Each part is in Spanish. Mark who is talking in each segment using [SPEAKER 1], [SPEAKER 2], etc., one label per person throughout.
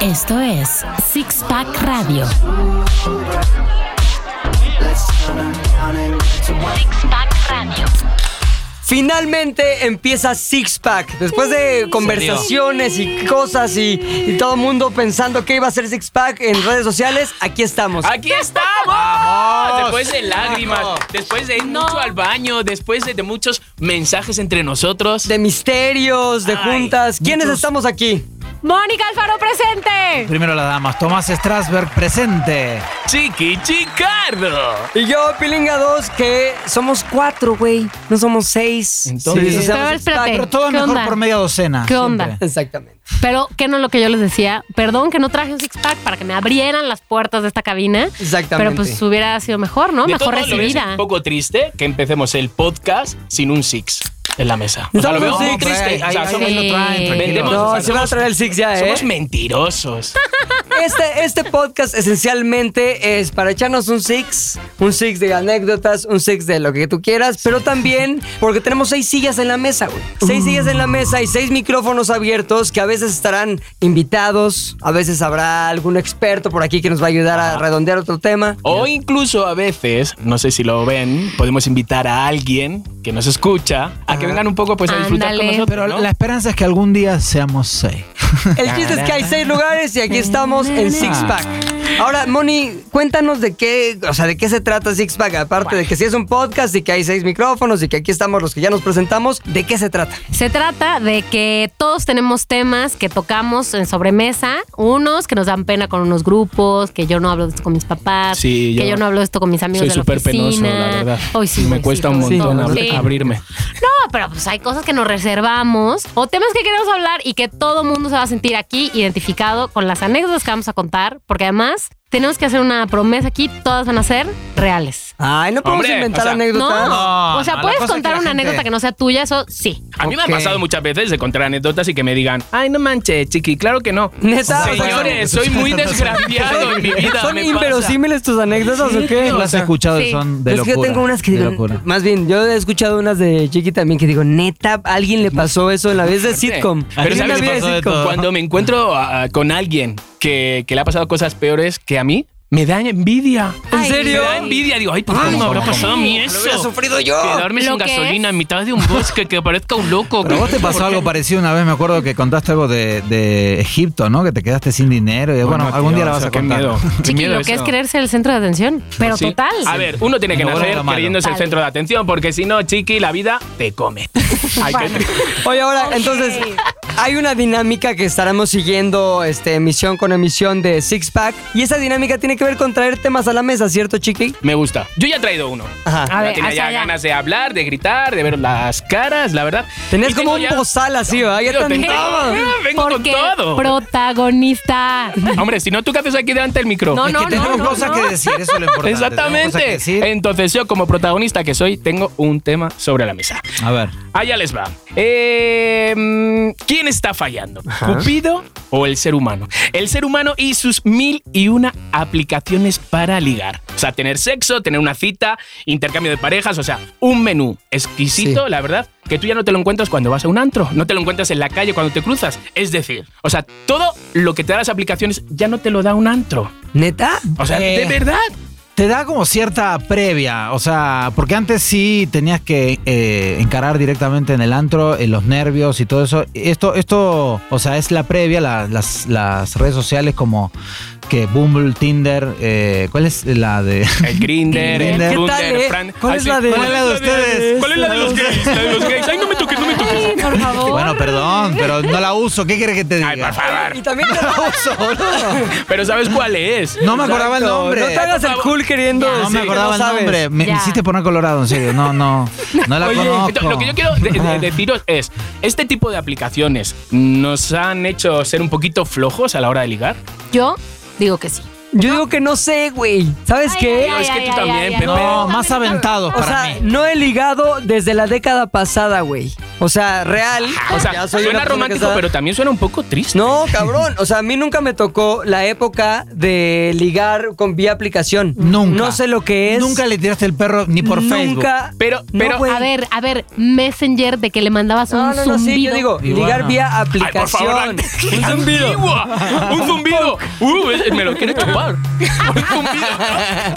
[SPEAKER 1] Esto es Six Pack Radio. Six Pack Radio.
[SPEAKER 2] Finalmente empieza Six Pack. Después de conversaciones y cosas y, y todo el mundo pensando que iba a ser Six Pack en redes sociales, aquí estamos.
[SPEAKER 3] ¡Aquí estamos!
[SPEAKER 2] Vamos.
[SPEAKER 3] Después de lágrimas,
[SPEAKER 2] Vamos.
[SPEAKER 3] después de ir mucho al baño, después de, de muchos mensajes entre nosotros.
[SPEAKER 2] De misterios, de
[SPEAKER 3] Ay,
[SPEAKER 2] juntas. ¿Quiénes
[SPEAKER 3] muchos-
[SPEAKER 2] estamos aquí?
[SPEAKER 4] Mónica Alfaro presente.
[SPEAKER 5] Primero la damas, Tomás Strasberg
[SPEAKER 4] Eh,
[SPEAKER 5] presente.
[SPEAKER 3] Chiqui Chicardo.
[SPEAKER 2] Y yo, Pilinga 2, que somos cuatro, güey. No somos seis.
[SPEAKER 3] Entonces-
[SPEAKER 2] Sí, o sea, Six
[SPEAKER 4] Pero
[SPEAKER 2] Pack-
[SPEAKER 4] espérate.
[SPEAKER 5] Pero todo
[SPEAKER 4] ¿Qué
[SPEAKER 5] mejor
[SPEAKER 4] onda?
[SPEAKER 5] por media docena.
[SPEAKER 4] ¿Qué onda?
[SPEAKER 5] siempre.
[SPEAKER 2] Exactamente.
[SPEAKER 4] Pero, ¿qué no es lo que yo les decía? Perdón que no traje un six-pack para que me abrieran las puertas de esta cabina.
[SPEAKER 2] Exactamente.
[SPEAKER 4] Pero pues hubiera sido mejor, ¿no?
[SPEAKER 3] De
[SPEAKER 4] mejor
[SPEAKER 3] todos modos, lo que es
[SPEAKER 4] recibida.
[SPEAKER 3] Un poco triste que empecemos el podcast sin un six en la mesa. O sea, lo
[SPEAKER 2] Estamos
[SPEAKER 3] veo
[SPEAKER 2] sin
[SPEAKER 3] muy
[SPEAKER 2] six.
[SPEAKER 3] triste. O sea,
[SPEAKER 4] ahí
[SPEAKER 3] somos,
[SPEAKER 4] lo traen, tranquilo.
[SPEAKER 3] vendemos,
[SPEAKER 2] No,
[SPEAKER 3] o sea,
[SPEAKER 2] se va a traer el Six ya, ¿eh?
[SPEAKER 3] somos mentirosos.
[SPEAKER 2] Este, este podcast esencialmente es para echarnos un six, un six de anécdotas, un six de lo que tú quieras, pero también porque tenemos seis sillas en la mesa, güey. Seis sillas en la mesa y seis micrófonos abiertos que a veces estarán invitados, a veces habrá algún experto por aquí que nos va a ayudar a redondear otro tema.
[SPEAKER 3] O incluso a veces, no sé si lo ven, podemos invitar a alguien que nos escucha a que vengan un poco pues a disfrutar con
[SPEAKER 4] Ándale.
[SPEAKER 3] nosotros.
[SPEAKER 5] Pero
[SPEAKER 3] ¿no?
[SPEAKER 5] la esperanza es que algún día seamos seis.
[SPEAKER 2] El chiste es que hay seis lugares y aquí estamos en Six Pack. Ahora, Moni, cuéntanos de qué, o sea, de qué se trata Six Pack, aparte de que si es un podcast y que hay seis micrófonos y que aquí estamos los que ya nos presentamos, ¿de qué se trata?
[SPEAKER 4] Se trata de que todos tenemos temas que tocamos en sobremesa, unos que nos dan pena con unos grupos, que yo no hablo de esto con mis papás,
[SPEAKER 3] Sí, yo
[SPEAKER 4] que yo no hablo de esto con mis amigos
[SPEAKER 3] Soy
[SPEAKER 4] de la
[SPEAKER 3] súper
[SPEAKER 4] oficina.
[SPEAKER 3] penoso, la verdad.
[SPEAKER 4] Hoy sí,
[SPEAKER 3] me
[SPEAKER 4] hoy
[SPEAKER 3] cuesta
[SPEAKER 4] sí,
[SPEAKER 3] un
[SPEAKER 4] sobre
[SPEAKER 3] montón
[SPEAKER 4] todo.
[SPEAKER 3] abri-
[SPEAKER 4] Sí.
[SPEAKER 3] abrirme.
[SPEAKER 4] No, pero pues hay cosas que nos reservamos o temas que queremos hablar y que todo mundo se va a sentir aquí identificado con las anécdotas que vamos a contar, porque además tenemos que hacer una promesa aquí, todas van a ser reales.
[SPEAKER 2] Ay, no podemos
[SPEAKER 3] Hombre,
[SPEAKER 2] inventar
[SPEAKER 3] o sea,
[SPEAKER 2] anécdotas.
[SPEAKER 4] No,
[SPEAKER 5] No,
[SPEAKER 4] o sea,
[SPEAKER 5] no, la
[SPEAKER 4] puedes
[SPEAKER 5] cosa es
[SPEAKER 4] contar
[SPEAKER 5] que la
[SPEAKER 4] una
[SPEAKER 5] gente-
[SPEAKER 4] anécdota que no sea tuya, eso sí.
[SPEAKER 3] A mí me ha
[SPEAKER 2] Ok.
[SPEAKER 3] pasado muchas veces de contar anécdotas y que me digan, ay, no manches, chiqui, claro que no.
[SPEAKER 2] Neta, o sea,
[SPEAKER 3] Señores, soy muy desgraciado en mi vida.
[SPEAKER 2] ¿Son
[SPEAKER 3] me
[SPEAKER 2] inverosímiles tus anécdotas o qué?
[SPEAKER 5] ¿Tú las has escuchado y
[SPEAKER 4] sí.
[SPEAKER 5] son de
[SPEAKER 2] es
[SPEAKER 5] locura.
[SPEAKER 2] que yo tengo unas que
[SPEAKER 5] de
[SPEAKER 2] digo,
[SPEAKER 5] locura.
[SPEAKER 2] más bien, yo he escuchado unas de Chiqui también que digo, neta, ¿a alguien le pasó eso en la vez de
[SPEAKER 3] pasa.
[SPEAKER 2] sitcom.
[SPEAKER 3] Pero
[SPEAKER 2] En la
[SPEAKER 3] ¿sabes?
[SPEAKER 2] vida de
[SPEAKER 5] pasó de
[SPEAKER 2] sitcom.
[SPEAKER 5] todo.
[SPEAKER 3] Cuando me encuentro ah, con alguien que, que le ha pasado cosas peores que a mí, me da envidia.
[SPEAKER 2] ¿En
[SPEAKER 4] Ay,
[SPEAKER 2] serio?
[SPEAKER 3] Me da envidia. Digo, ay, ¿por qué
[SPEAKER 2] Ay,
[SPEAKER 3] me habrá
[SPEAKER 5] cómo,
[SPEAKER 3] pasado a mí eso?
[SPEAKER 2] hubiera sufrido yo.
[SPEAKER 3] Quedarme
[SPEAKER 4] Lo
[SPEAKER 3] sin
[SPEAKER 4] que
[SPEAKER 3] gasolina
[SPEAKER 4] es-
[SPEAKER 3] en mitad de un bosque que parezca un loco.
[SPEAKER 5] Pero a vos te pasó algo parecido una vez, me acuerdo que contaste algo de, de Egipto, ¿no? Que te quedaste sin dinero. Y, bueno, algún día la vas a
[SPEAKER 3] qué
[SPEAKER 5] contar.
[SPEAKER 3] miedo. Qué
[SPEAKER 4] Chiqui,
[SPEAKER 3] miedo
[SPEAKER 4] lo que es
[SPEAKER 3] eso.
[SPEAKER 4] creerse el centro de atención, pero
[SPEAKER 3] Sí.
[SPEAKER 4] total.
[SPEAKER 3] A ver, uno tiene que
[SPEAKER 5] Me vuelvo
[SPEAKER 3] nacer
[SPEAKER 5] lo malo.
[SPEAKER 3] queriéndose el
[SPEAKER 4] Vale.
[SPEAKER 3] centro de atención, porque si no, chiqui, la vida te come. Hay que-
[SPEAKER 2] Oye, ahora, entonces, hay una dinámica que estaremos siguiendo este, emisión con emisión de Six Pack. Y esa dinámica tiene que ver con traer temas a la mesa, ¿cierto, Chiqui?
[SPEAKER 3] Me gusta. Yo ya he traído uno.
[SPEAKER 2] Ajá.
[SPEAKER 4] A ver,
[SPEAKER 3] ya tenía
[SPEAKER 4] hacia
[SPEAKER 3] ya
[SPEAKER 4] allá.
[SPEAKER 3] ganas de hablar, de gritar, de ver las caras, la verdad.
[SPEAKER 2] Tenías
[SPEAKER 3] Y
[SPEAKER 2] como
[SPEAKER 3] tengo
[SPEAKER 2] un
[SPEAKER 3] ya-
[SPEAKER 2] bozal así, ¿verdad? Ya
[SPEAKER 3] Yo
[SPEAKER 2] te
[SPEAKER 3] tengo-
[SPEAKER 2] andabas.
[SPEAKER 3] Ah, Vengo con
[SPEAKER 4] Porque
[SPEAKER 3] todo.
[SPEAKER 4] protagonista.
[SPEAKER 3] Hombre, si no, ¿tú qué haces aquí delante del micro?
[SPEAKER 4] No, no,
[SPEAKER 5] que tenemos cosas que decir, eso es lo importante. Tenemos cosas que
[SPEAKER 3] Exactamente.
[SPEAKER 5] decir.
[SPEAKER 3] Entonces yo, como protagonista que soy, tengo un tema sobre la mesa.
[SPEAKER 5] A ver.
[SPEAKER 3] Allá Ah, les va. Eh, mm, ¿Quién está fallando? ¿Cupido o el ser humano? El ser humano y sus mil y una aplicaciones para ligar. O sea, tener sexo, tener una cita, intercambio de parejas, o sea, un menú exquisito, la verdad, que tú ya no te lo encuentras cuando vas a un antro, no te lo encuentras en la calle cuando te cruzas. Es decir, o sea, todo lo que te dan las aplicaciones ya no te lo da un antro.
[SPEAKER 2] ¿Neta?
[SPEAKER 3] O sea,
[SPEAKER 5] Eh.
[SPEAKER 3] de verdad.
[SPEAKER 5] Te da como cierta previa, o sea, porque antes sí tenías que eh, encarar directamente en el antro, en los nervios y todo eso. Esto, esto, o sea, es la previa, la- las, las redes sociales como que Bumble, Tinder, eh, ¿cuál es la de?
[SPEAKER 3] El Grinder, el
[SPEAKER 5] Grindr.
[SPEAKER 2] ¿Qué
[SPEAKER 3] Grindr,
[SPEAKER 2] tal, eh?
[SPEAKER 3] Fran-
[SPEAKER 2] ¿Cuál es
[SPEAKER 3] Así-
[SPEAKER 2] la de-
[SPEAKER 3] ¿Cuál es la de ustedes? ¿Cuál es la de los gays? La de los gays. Ay, no me toques, no me toques.
[SPEAKER 4] Ay, por favor.
[SPEAKER 5] Bueno, perdón, pero no la uso. ¿Qué quieres que te diga?
[SPEAKER 3] Ay, por
[SPEAKER 2] Y
[SPEAKER 3] favor.
[SPEAKER 2] también te la uso, boludo.
[SPEAKER 3] Pero ¿sabes cuál es?
[SPEAKER 5] No me acordaba el
[SPEAKER 2] No
[SPEAKER 5] nombre.
[SPEAKER 2] te hagas el cool queriendo
[SPEAKER 5] No
[SPEAKER 2] decir
[SPEAKER 5] me
[SPEAKER 2] que
[SPEAKER 5] acordaba el
[SPEAKER 2] sabes.
[SPEAKER 5] nombre. Me, me
[SPEAKER 4] Ya.
[SPEAKER 5] hiciste poner colorado, en serio. No, no. No la
[SPEAKER 2] Oye,
[SPEAKER 3] Entonces,
[SPEAKER 5] conozco.
[SPEAKER 3] lo que yo quiero de- de- deciros es, ¿este tipo de aplicaciones nos han hecho ser un poquito flojos a la hora de ligar?
[SPEAKER 4] Yo digo que sí.
[SPEAKER 2] Yo digo que no sé, güey. ¿Sabes
[SPEAKER 4] Ay,
[SPEAKER 2] qué?
[SPEAKER 4] ay, ay,
[SPEAKER 3] Es que tú
[SPEAKER 4] ay,
[SPEAKER 3] también,
[SPEAKER 4] ay, ay,
[SPEAKER 3] Pepe.
[SPEAKER 4] ay,
[SPEAKER 5] No,
[SPEAKER 4] ay,
[SPEAKER 5] más
[SPEAKER 4] ay, ay.
[SPEAKER 5] aventados
[SPEAKER 2] O
[SPEAKER 5] para
[SPEAKER 2] sea,
[SPEAKER 5] mí.
[SPEAKER 2] no he ligado desde la década pasada, güey. O sea, real.
[SPEAKER 3] O sea,
[SPEAKER 2] Ah, Ya soy una
[SPEAKER 3] suena
[SPEAKER 2] persona
[SPEAKER 3] romántico,
[SPEAKER 2] casada.
[SPEAKER 3] pero también suena un poco triste.
[SPEAKER 2] No, cabrón. O sea, a mí nunca me tocó la época de ligar con vía aplicación.
[SPEAKER 5] Nunca.
[SPEAKER 2] No sé lo que es.
[SPEAKER 5] Nunca le tiraste el perro ni por Facebook.
[SPEAKER 2] Nunca.
[SPEAKER 3] Pero-
[SPEAKER 2] No,
[SPEAKER 3] pero-
[SPEAKER 2] güey.
[SPEAKER 4] A ver, a ver, Messenger de que le mandabas
[SPEAKER 2] No,
[SPEAKER 4] un
[SPEAKER 2] no, no, sí, yo
[SPEAKER 4] zumbido.
[SPEAKER 2] digo,
[SPEAKER 5] Iguana.
[SPEAKER 2] ligar vía
[SPEAKER 3] Ay, por favor,
[SPEAKER 2] aplicación.
[SPEAKER 3] un zumbido. Un zumbido. Uh, es- me lo quiere chupar. Un zumbido.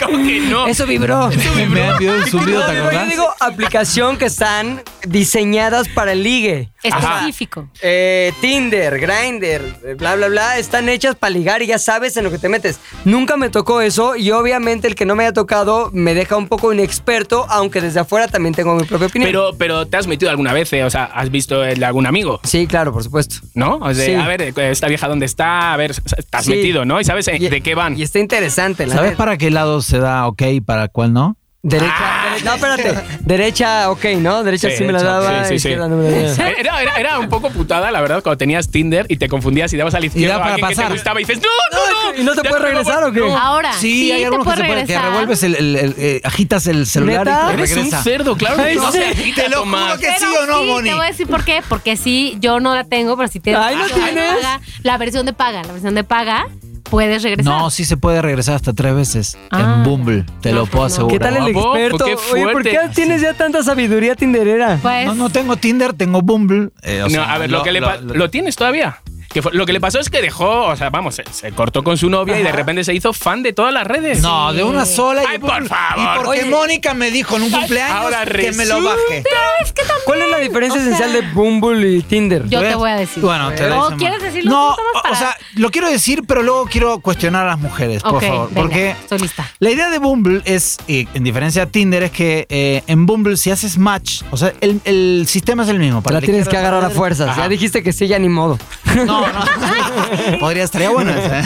[SPEAKER 3] ¿Cómo que no?
[SPEAKER 2] Eso vibró.
[SPEAKER 5] Me han enviado un
[SPEAKER 2] No,
[SPEAKER 5] zumbido, ¿te
[SPEAKER 2] digo, yo
[SPEAKER 5] acordás?
[SPEAKER 2] digo aplicación que están diseñadas para el ligue.
[SPEAKER 4] Específico.
[SPEAKER 2] Eh, Tinder, Grindr, eh, bla, bla, bla, están hechas para ligar y ya sabes en lo que te metes. Nunca me tocó eso y obviamente el que no me haya tocado me deja un poco inexperto, aunque desde afuera también tengo mi propia opinión.
[SPEAKER 3] Pero, pero te has metido alguna vez, eh? o sea, has visto el de algún amigo,
[SPEAKER 2] Sí, claro, por supuesto.
[SPEAKER 3] ¿no? O sea,
[SPEAKER 2] Sí.
[SPEAKER 3] a ver, esta vieja dónde está, a ver, te has
[SPEAKER 2] Sí.
[SPEAKER 3] metido, ¿no? Y sabes eh,
[SPEAKER 2] Y-
[SPEAKER 3] de qué van.
[SPEAKER 2] Y está interesante, la
[SPEAKER 5] ¿Sabes
[SPEAKER 2] neta.
[SPEAKER 5] para qué lado se da ok y para cuál no?
[SPEAKER 2] Derecha, dere- no, espérate. Derecha, ok, ¿no? Derecha sí,
[SPEAKER 3] Ah. Sí,
[SPEAKER 2] me la
[SPEAKER 3] derecha,
[SPEAKER 2] daba,
[SPEAKER 3] sí, sí, sí.
[SPEAKER 2] izquierda no me la daba.
[SPEAKER 3] Era, era- era un poco putada, la verdad, cuando tenías Tinder y te confundías y dabas a la izquierda
[SPEAKER 5] da
[SPEAKER 3] a
[SPEAKER 5] para
[SPEAKER 3] alguien que te
[SPEAKER 5] pasar.
[SPEAKER 3] gustaba y dices, ¡No, no, no!
[SPEAKER 2] ¿Y no te
[SPEAKER 3] Ya
[SPEAKER 2] puedes
[SPEAKER 3] me
[SPEAKER 2] regresar
[SPEAKER 3] voy".
[SPEAKER 2] o qué?
[SPEAKER 3] No.
[SPEAKER 4] Ahora, sí,
[SPEAKER 5] hay
[SPEAKER 4] te
[SPEAKER 5] algunos que,
[SPEAKER 4] puedes
[SPEAKER 5] se puede- que
[SPEAKER 4] regresar.
[SPEAKER 5] revuelves el, el- el- eh, agitas el celular
[SPEAKER 2] ¿Neta?
[SPEAKER 5] y te
[SPEAKER 3] Eres
[SPEAKER 5] regresa.
[SPEAKER 3] un cerdo, claro que no se agita,
[SPEAKER 5] Te lo juro
[SPEAKER 3] Tomás.
[SPEAKER 5] que- sí
[SPEAKER 4] Pero
[SPEAKER 5] o no, Moni?
[SPEAKER 4] Te voy a decir por qué. Porque sí, yo no la tengo, pero si tienes,
[SPEAKER 2] Ay, ¿no
[SPEAKER 4] la versión de
[SPEAKER 2] tienes?
[SPEAKER 4] paga- la versión de paga, la versión de paga, puedes regresar.
[SPEAKER 5] No, sí se puede regresar hasta tres veces
[SPEAKER 4] Ah.
[SPEAKER 5] en Bumble, te
[SPEAKER 4] No,
[SPEAKER 5] lo puedo
[SPEAKER 4] no.
[SPEAKER 5] asegurar. Ah,
[SPEAKER 2] ¿Qué tal el
[SPEAKER 3] Bravo,
[SPEAKER 2] experto?
[SPEAKER 3] Pues qué
[SPEAKER 2] Oye, ¿por
[SPEAKER 3] fuerte.
[SPEAKER 2] qué tienes ya tanta sabiduría tinderera?
[SPEAKER 4] Pues,
[SPEAKER 5] No, no tengo Tinder, tengo Bumble. Eh, o
[SPEAKER 3] No,
[SPEAKER 5] sea,
[SPEAKER 3] a ver, lo, que le pa- lo, tienes todavía. Que fue- lo que le pasó es que dejó, o sea, vamos, se, se cortó con su novia y de repente se hizo fan de todas las redes.
[SPEAKER 5] No, de una sola.
[SPEAKER 3] Ay,
[SPEAKER 5] y
[SPEAKER 3] por favor.
[SPEAKER 5] Y porque
[SPEAKER 2] Oye.
[SPEAKER 5] Mónica me dijo en un cumpleaños
[SPEAKER 3] ahora
[SPEAKER 5] que me lo
[SPEAKER 3] resulta.
[SPEAKER 5] baje.
[SPEAKER 4] es que también.
[SPEAKER 2] ¿Cuál es la diferencia
[SPEAKER 4] o sea,
[SPEAKER 2] esencial de Bumble y Tinder?
[SPEAKER 4] Yo te voy a decir.
[SPEAKER 5] Bueno, te lo
[SPEAKER 4] ¿O
[SPEAKER 5] dicen
[SPEAKER 4] quieres
[SPEAKER 5] mal.
[SPEAKER 4] decirlo tú,
[SPEAKER 5] No,
[SPEAKER 4] Tomás,
[SPEAKER 5] o- o
[SPEAKER 4] para-
[SPEAKER 5] sea, lo quiero decir, pero luego quiero cuestionar a las mujeres, por
[SPEAKER 4] Ok,
[SPEAKER 5] favor.
[SPEAKER 4] venga,
[SPEAKER 5] porque
[SPEAKER 4] estoy lista.
[SPEAKER 5] la idea de Bumble es, eh, en diferencia a Tinder, es que eh, en Bumble si haces match, o sea, el, el sistema es el mismo.
[SPEAKER 2] Te la
[SPEAKER 5] la
[SPEAKER 2] tienes que
[SPEAKER 5] izquierda,
[SPEAKER 2] agarrar a
[SPEAKER 5] para la
[SPEAKER 2] fuerzas.
[SPEAKER 5] Ajá.
[SPEAKER 2] Ya dijiste que sí, ya ni modo.
[SPEAKER 5] No, no. Podría estaría bueno esa, ¿eh?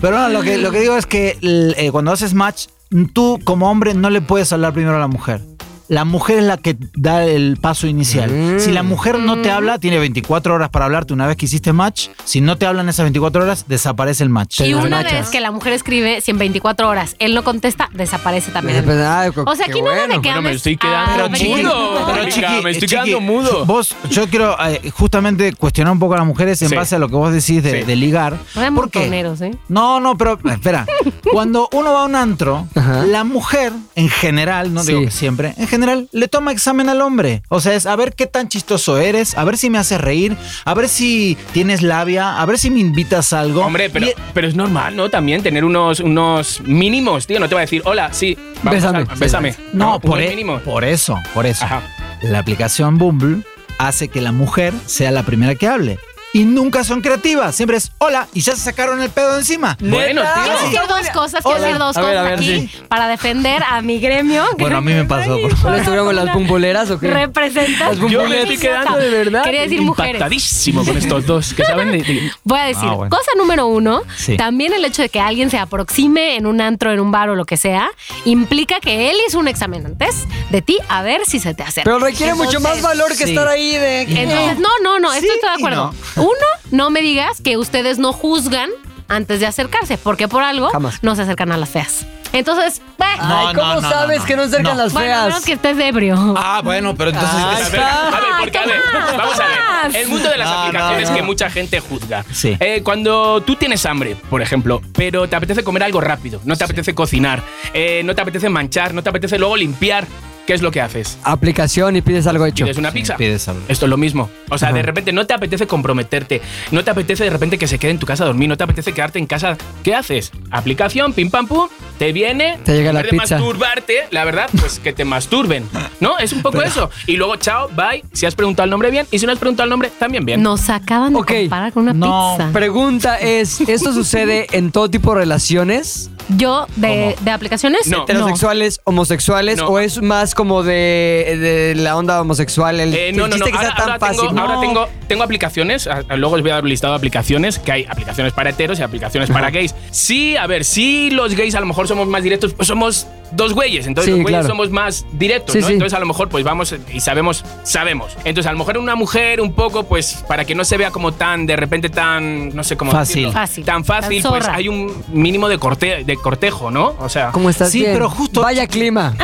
[SPEAKER 5] Pero no, lo que, lo que digo es que el, eh, cuando haces match, tú como hombre no le puedes hablar primero a la mujer. La mujer es la que da el paso inicial.
[SPEAKER 2] Mm.
[SPEAKER 5] Si la mujer no te habla, tiene 24 horas para hablarte una vez que hiciste match. Si no te hablan esas 24 horas, desaparece el match.
[SPEAKER 4] Y
[SPEAKER 5] Te
[SPEAKER 4] una
[SPEAKER 5] desmachas.
[SPEAKER 4] vez que la mujer escribe, si en 24 horas él no contesta, desaparece también. el
[SPEAKER 2] Pues, ah, co-
[SPEAKER 4] O sea,
[SPEAKER 2] qué
[SPEAKER 4] aquí nada de que
[SPEAKER 3] Bueno, me
[SPEAKER 4] ames
[SPEAKER 3] estoy
[SPEAKER 4] a
[SPEAKER 3] quedando
[SPEAKER 5] Pero
[SPEAKER 4] Benito.
[SPEAKER 5] chiqui,
[SPEAKER 3] mudo.
[SPEAKER 5] pero
[SPEAKER 3] Venga,
[SPEAKER 5] chiqui,
[SPEAKER 3] me estoy
[SPEAKER 5] chiqui,
[SPEAKER 3] quedando mudo.
[SPEAKER 5] Vos, yo quiero eh, justamente cuestionar un poco a las mujeres en
[SPEAKER 3] Sí.
[SPEAKER 5] base a lo que vos decís de,
[SPEAKER 3] Sí.
[SPEAKER 5] de ligar.
[SPEAKER 4] No sean
[SPEAKER 5] ¿Por qué?
[SPEAKER 4] montoneros, ¿eh?
[SPEAKER 5] No, no, pero espera. Cuando uno va a un antro,
[SPEAKER 2] Ajá.
[SPEAKER 5] la mujer, en general, no
[SPEAKER 2] Sí.
[SPEAKER 5] digo que siempre, en general, le toma examen al hombre. O sea, es a ver qué tan chistoso eres, a ver si me haces reír, a ver si tienes labia, a ver si me invitas a algo.
[SPEAKER 3] Hombre, pero,
[SPEAKER 5] Y-
[SPEAKER 3] pero es normal, ¿no? También tener unos, unos mínimos, tío. No te va a decir, hola, sí, vamos a-
[SPEAKER 2] Bésame.
[SPEAKER 3] bésame.
[SPEAKER 5] no,
[SPEAKER 3] unos
[SPEAKER 5] por, e-
[SPEAKER 3] mínimos.
[SPEAKER 5] por eso, por eso.
[SPEAKER 3] Ajá.
[SPEAKER 5] La aplicación Bumble hace que la mujer sea la primera que hable. Y nunca son creativas, siempre es hola y ya se sacaron el pedo de encima.
[SPEAKER 3] Bueno,
[SPEAKER 2] ¿Neta?
[SPEAKER 3] tío.
[SPEAKER 4] Quiero decir dos cosas, quiero
[SPEAKER 2] Hola.
[SPEAKER 4] decir dos
[SPEAKER 2] A ver, a ver,
[SPEAKER 4] cosas aquí para defender a mi gremio. que
[SPEAKER 5] Bueno, a mí me pasó, por
[SPEAKER 2] ¿No estuvieron con las bumboleras o qué?
[SPEAKER 4] Representas.
[SPEAKER 2] Las bumboleras.
[SPEAKER 3] Yo me estoy quedando
[SPEAKER 2] de verdad
[SPEAKER 4] Quería decir mujeres.
[SPEAKER 3] Impactadísimo con estos dos que saben de- de-
[SPEAKER 4] Voy a decir,
[SPEAKER 5] Ah, bueno.
[SPEAKER 4] cosa número uno,
[SPEAKER 5] Sí.
[SPEAKER 4] también el hecho de que alguien se aproxime en un antro, en un bar o lo que sea, implica que él hizo un examen antes de ti a ver si se te hace.
[SPEAKER 2] Pero requiere mucho más valor que
[SPEAKER 5] sí.
[SPEAKER 2] estar ahí de...
[SPEAKER 4] Entonces, no, no, no,
[SPEAKER 5] Sí
[SPEAKER 4] estoy toda de
[SPEAKER 5] y
[SPEAKER 4] acuerdo. Uno, no me digas que ustedes no juzgan antes de acercarse, porque por algo
[SPEAKER 2] Jamás.
[SPEAKER 4] no se acercan a las feas. Entonces, bah,
[SPEAKER 5] No,
[SPEAKER 2] Ay, ¿cómo
[SPEAKER 5] no, no,
[SPEAKER 2] sabes
[SPEAKER 5] no, no.
[SPEAKER 2] que no acercan
[SPEAKER 5] No.
[SPEAKER 2] las
[SPEAKER 4] bueno, a
[SPEAKER 2] feas?
[SPEAKER 4] menos que estés ebrio.
[SPEAKER 5] Ah, bueno, pero entonces...
[SPEAKER 2] Ay,
[SPEAKER 3] A ver, a ver, porque a ver,
[SPEAKER 4] Tomás,
[SPEAKER 3] vamos a
[SPEAKER 4] Tomás.
[SPEAKER 3] ver. El mundo de las
[SPEAKER 5] No, no,
[SPEAKER 3] aplicaciones
[SPEAKER 5] no.
[SPEAKER 3] que mucha gente juzga.
[SPEAKER 5] Sí.
[SPEAKER 3] Eh, cuando tú tienes hambre, por ejemplo, pero te apetece comer algo rápido, no te apetece cocinar, eh, no te apetece manchar, no te apetece luego limpiar, ¿qué es lo que haces?
[SPEAKER 2] Aplicación y pides algo hecho.
[SPEAKER 3] Pides una
[SPEAKER 5] Sí,
[SPEAKER 3] pizza.
[SPEAKER 5] pides algo.
[SPEAKER 3] Esto es lo mismo. O sea, de repente no te apetece comprometerte, no te apetece de repente que se quede en tu casa a dormir, no te apetece quedarte en casa. ¿Qué haces? Aplicación, pim pam pum, te viene.
[SPEAKER 2] Te llega
[SPEAKER 3] en
[SPEAKER 2] la
[SPEAKER 3] vez
[SPEAKER 2] pizza.
[SPEAKER 3] De masturbarte, la verdad, pues que te masturben. ¿No? Es un poco eso. Y luego, chao, bye. Si has preguntado el nombre bien y si no has preguntado el nombre, también bien.
[SPEAKER 4] Nos acaban
[SPEAKER 2] Ok.
[SPEAKER 4] de comparar con una
[SPEAKER 5] No,
[SPEAKER 4] pizza.
[SPEAKER 2] Pregunta es, ¿esto sucede en todo tipo de relaciones?
[SPEAKER 4] Yo, de, de aplicaciones,
[SPEAKER 3] No.
[SPEAKER 2] ¿Heterosexuales, homosexuales?
[SPEAKER 3] No.
[SPEAKER 2] ¿O es más como de, de la onda homosexual? El,
[SPEAKER 3] Eh, no,
[SPEAKER 2] el
[SPEAKER 3] no, no.
[SPEAKER 2] chiste que
[SPEAKER 3] Ahora,
[SPEAKER 2] sea tan
[SPEAKER 3] ahora
[SPEAKER 2] fácil.
[SPEAKER 3] tengo,
[SPEAKER 2] ¿no?
[SPEAKER 3] ahora tengo, tengo aplicaciones. a- a- Luego os voy a dar un listado de aplicaciones. Que hay aplicaciones para heteros y aplicaciones para gays. Sí, a ver, sí, los gays a lo mejor somos más directos. Pues somos dos güeyes. Entonces,
[SPEAKER 2] Sí,
[SPEAKER 3] los güeyes
[SPEAKER 2] claro.
[SPEAKER 3] somos más directos,
[SPEAKER 2] Sí,
[SPEAKER 3] ¿no?
[SPEAKER 2] sí.
[SPEAKER 3] Entonces, a lo mejor, pues vamos y sabemos, sabemos. Entonces, a lo mejor una mujer un poco, pues, para que no se vea como tan, de repente, tan, no sé cómo
[SPEAKER 5] Fácil.
[SPEAKER 3] decirlo,
[SPEAKER 4] Fácil,
[SPEAKER 3] Tan fácil,
[SPEAKER 4] tan
[SPEAKER 3] pues
[SPEAKER 4] zorra.
[SPEAKER 3] hay un mínimo de, corte, de cortejo, ¿no? O sea...
[SPEAKER 2] ¿Cómo estás
[SPEAKER 5] Sí,
[SPEAKER 2] bien?
[SPEAKER 5] pero justo-
[SPEAKER 2] Vaya clima.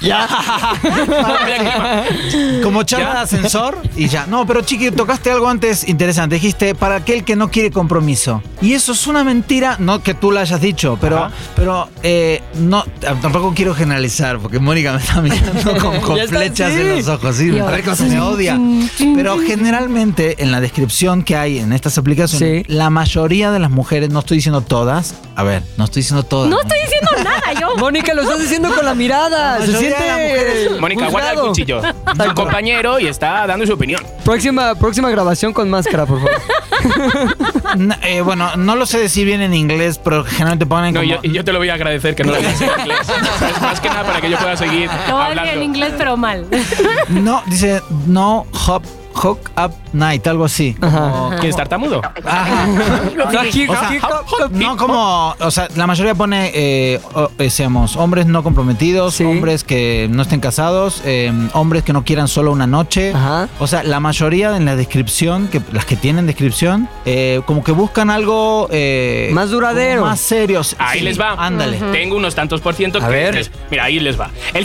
[SPEAKER 5] Ya. Como charla de ascensor y ya. No, pero chiqui, tocaste algo antes interesante. Dijiste, para aquel que no quiere compromiso. Y eso es una mentira, no que tú la hayas dicho, pero,
[SPEAKER 3] Ajá.
[SPEAKER 5] pero eh, no, tampoco quiero generalizar, porque Mónica me está mirando con, con
[SPEAKER 2] Ya está,
[SPEAKER 5] flechas
[SPEAKER 2] sí.
[SPEAKER 5] en los ojos. Sí, me
[SPEAKER 2] Yo.
[SPEAKER 5] parece que me odia. Pero generalmente en la descripción que hay en estas aplicaciones,
[SPEAKER 2] Sí.
[SPEAKER 5] la mayoría de las mujeres, no estoy diciendo todas, a ver, no estoy diciendo todas.
[SPEAKER 4] No estoy diciendo nada, yo.
[SPEAKER 2] Mónica, lo estás diciendo con la mirada.
[SPEAKER 5] La
[SPEAKER 2] Se
[SPEAKER 5] mayoría de las
[SPEAKER 2] siente.
[SPEAKER 5] mujeres-
[SPEAKER 3] Mónica, guarda el
[SPEAKER 2] juzgado.
[SPEAKER 3] cuchillo. Tu compañero y está dando su opinión.
[SPEAKER 2] Próxima, próxima grabación con máscara, por favor.
[SPEAKER 5] N- eh, bueno, no lo sé decir bien en inglés, pero generalmente ponen
[SPEAKER 3] No,
[SPEAKER 5] como...
[SPEAKER 3] yo, yo te lo voy a agradecer que no lo digas en inglés. Es más que nada para que yo pueda seguir
[SPEAKER 4] Lo voy a hablar en
[SPEAKER 3] Ah, hablando.
[SPEAKER 4] inglés, pero mal.
[SPEAKER 5] No, dice no hop hook up night, algo así. Como-
[SPEAKER 3] ¿Quién es tartamudo?
[SPEAKER 5] Ajá.
[SPEAKER 2] Aquí-
[SPEAKER 5] O sea,
[SPEAKER 2] aquí-
[SPEAKER 5] No como, o sea, la mayoría pone, eh, o- eh, seamos, hombres no comprometidos,
[SPEAKER 2] Sí.
[SPEAKER 5] hombres que no estén casados, eh, hombres que no quieran solo una noche.
[SPEAKER 2] Ajá.
[SPEAKER 5] O sea, la mayoría en la descripción, que, las que tienen descripción, eh, como que buscan algo eh,
[SPEAKER 2] Más duradero.
[SPEAKER 5] como Más serio.
[SPEAKER 3] Ahí
[SPEAKER 5] Sí,
[SPEAKER 3] les va.
[SPEAKER 5] Ándale.
[SPEAKER 3] Tengo unos tantos por ciento
[SPEAKER 2] A
[SPEAKER 3] que
[SPEAKER 2] ver.
[SPEAKER 3] es- mira, ahí les va. El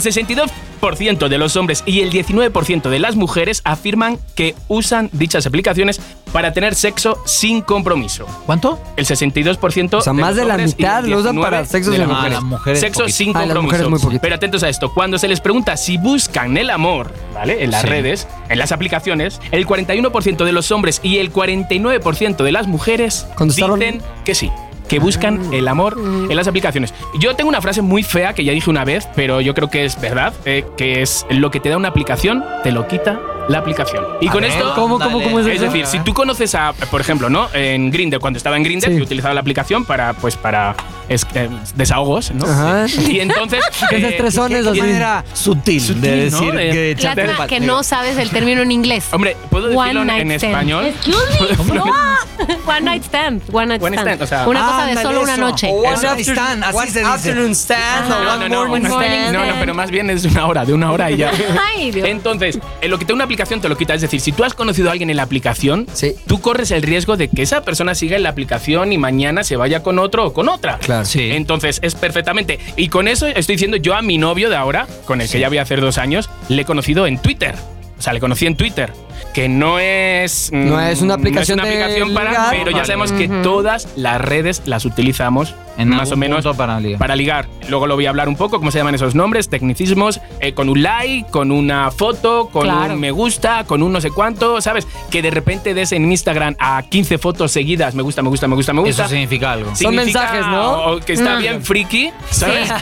[SPEAKER 3] 62% de los hombres y el 19% de las mujeres afirman que usan dichas aplicaciones para tener sexo sin compromiso.
[SPEAKER 5] ¿Cuánto?
[SPEAKER 3] El 62%
[SPEAKER 2] O sea,
[SPEAKER 3] de
[SPEAKER 2] más
[SPEAKER 3] los
[SPEAKER 2] de la
[SPEAKER 3] hombres y
[SPEAKER 2] mitad
[SPEAKER 3] el
[SPEAKER 2] lo usan para
[SPEAKER 3] 19%
[SPEAKER 2] sexo
[SPEAKER 3] de
[SPEAKER 2] sin
[SPEAKER 3] las
[SPEAKER 2] compromiso.
[SPEAKER 5] Ah, las mujeres,
[SPEAKER 3] Sexo
[SPEAKER 5] poquito.
[SPEAKER 3] sin
[SPEAKER 2] Ah, las
[SPEAKER 3] compromiso.
[SPEAKER 2] mujeres muy poquito.
[SPEAKER 3] Pero atentos a esto, cuando se les pregunta si buscan el amor, ¿vale? En las
[SPEAKER 5] Sí.
[SPEAKER 3] redes, en las aplicaciones, el 41% de los hombres y el 49% de las mujeres
[SPEAKER 2] Contestaron-
[SPEAKER 3] dicen que sí. Que
[SPEAKER 2] Ah.
[SPEAKER 3] buscan el amor en las aplicaciones. Yo tengo una frase muy fea que ya dije una vez, pero yo creo que es verdad, eh, que es lo que te da una aplicación, te lo quita la aplicación. Y
[SPEAKER 5] A
[SPEAKER 3] con
[SPEAKER 5] ver,
[SPEAKER 3] esto...
[SPEAKER 2] ¿Cómo, cómo,
[SPEAKER 5] Dale.
[SPEAKER 2] cómo es
[SPEAKER 3] Es
[SPEAKER 2] eso?
[SPEAKER 3] decir, si tú conoces a, por ejemplo, ¿no? En Grindr, cuando estaba en Grindr,
[SPEAKER 2] Sí.
[SPEAKER 3] yo utilizaba la aplicación para, pues, para es- eh, desahogos, ¿no?
[SPEAKER 2] Ajá.
[SPEAKER 3] Y entonces...
[SPEAKER 2] Desestresones,
[SPEAKER 3] y-
[SPEAKER 2] así.
[SPEAKER 3] y-
[SPEAKER 5] manera sutil,
[SPEAKER 3] Sutil,
[SPEAKER 5] de
[SPEAKER 3] ¿no?
[SPEAKER 5] decir
[SPEAKER 3] De-
[SPEAKER 5] que
[SPEAKER 4] Lástima
[SPEAKER 5] chatear-
[SPEAKER 4] que no sabes el término en inglés.
[SPEAKER 3] eh, Hombre, ¿puedo decirlo en, en
[SPEAKER 4] night stand.
[SPEAKER 3] español?
[SPEAKER 4] Excuse me, no. One night stand. One night
[SPEAKER 3] One night
[SPEAKER 4] stand.
[SPEAKER 3] stand, o sea-
[SPEAKER 4] una cosa de
[SPEAKER 5] Ándale,
[SPEAKER 4] solo una
[SPEAKER 5] eso.
[SPEAKER 4] noche.
[SPEAKER 5] O-
[SPEAKER 2] One
[SPEAKER 5] Eso.
[SPEAKER 2] after-
[SPEAKER 5] Stand, así
[SPEAKER 2] one
[SPEAKER 5] se dice. Ah,
[SPEAKER 2] afternoon stand,
[SPEAKER 4] Ajá.
[SPEAKER 2] o
[SPEAKER 3] No,
[SPEAKER 2] one
[SPEAKER 3] no, no,
[SPEAKER 2] morning
[SPEAKER 3] no,
[SPEAKER 4] morning
[SPEAKER 2] stand.
[SPEAKER 3] no, pero más bien es de una hora, de una hora y ya.
[SPEAKER 4] Ay, Dios.
[SPEAKER 3] Entonces, en lo que te da una aplicación te lo quita. Es decir, si tú has conocido a alguien en la aplicación,
[SPEAKER 2] Sí.
[SPEAKER 3] tú corres el riesgo de que esa persona siga en la aplicación y mañana se vaya con otro o con otra.
[SPEAKER 2] Claro.
[SPEAKER 5] Sí.
[SPEAKER 3] Entonces, es perfectamente. Y con eso estoy diciendo yo a mi novio de ahora, con el que ya voy a hacer dos años, le he conocido en Twitter. O sea, le conocí en Twitter. Que no es. mm,
[SPEAKER 2] No es una aplicación de
[SPEAKER 3] aplicación para.
[SPEAKER 2] ligar.
[SPEAKER 3] Pero ya
[SPEAKER 2] Vale.
[SPEAKER 3] sabemos que todas las redes las utilizamos
[SPEAKER 5] En
[SPEAKER 3] más
[SPEAKER 5] algún
[SPEAKER 3] o menos
[SPEAKER 5] punto para ligar.
[SPEAKER 3] para ligar. Luego lo voy a hablar un poco, cómo se llaman esos nombres, tecnicismos, eh, con un like, con una foto, con
[SPEAKER 4] Claro.
[SPEAKER 3] un me gusta, con un no sé cuánto, ¿sabes? Que de repente des en Instagram a 15 fotos seguidas, me gusta, me gusta, me gusta, me gusta.
[SPEAKER 5] Eso significa algo.
[SPEAKER 2] Son
[SPEAKER 3] Significa
[SPEAKER 2] mensajes, ¿no?
[SPEAKER 3] o- o que está bien friki, ¿sabes?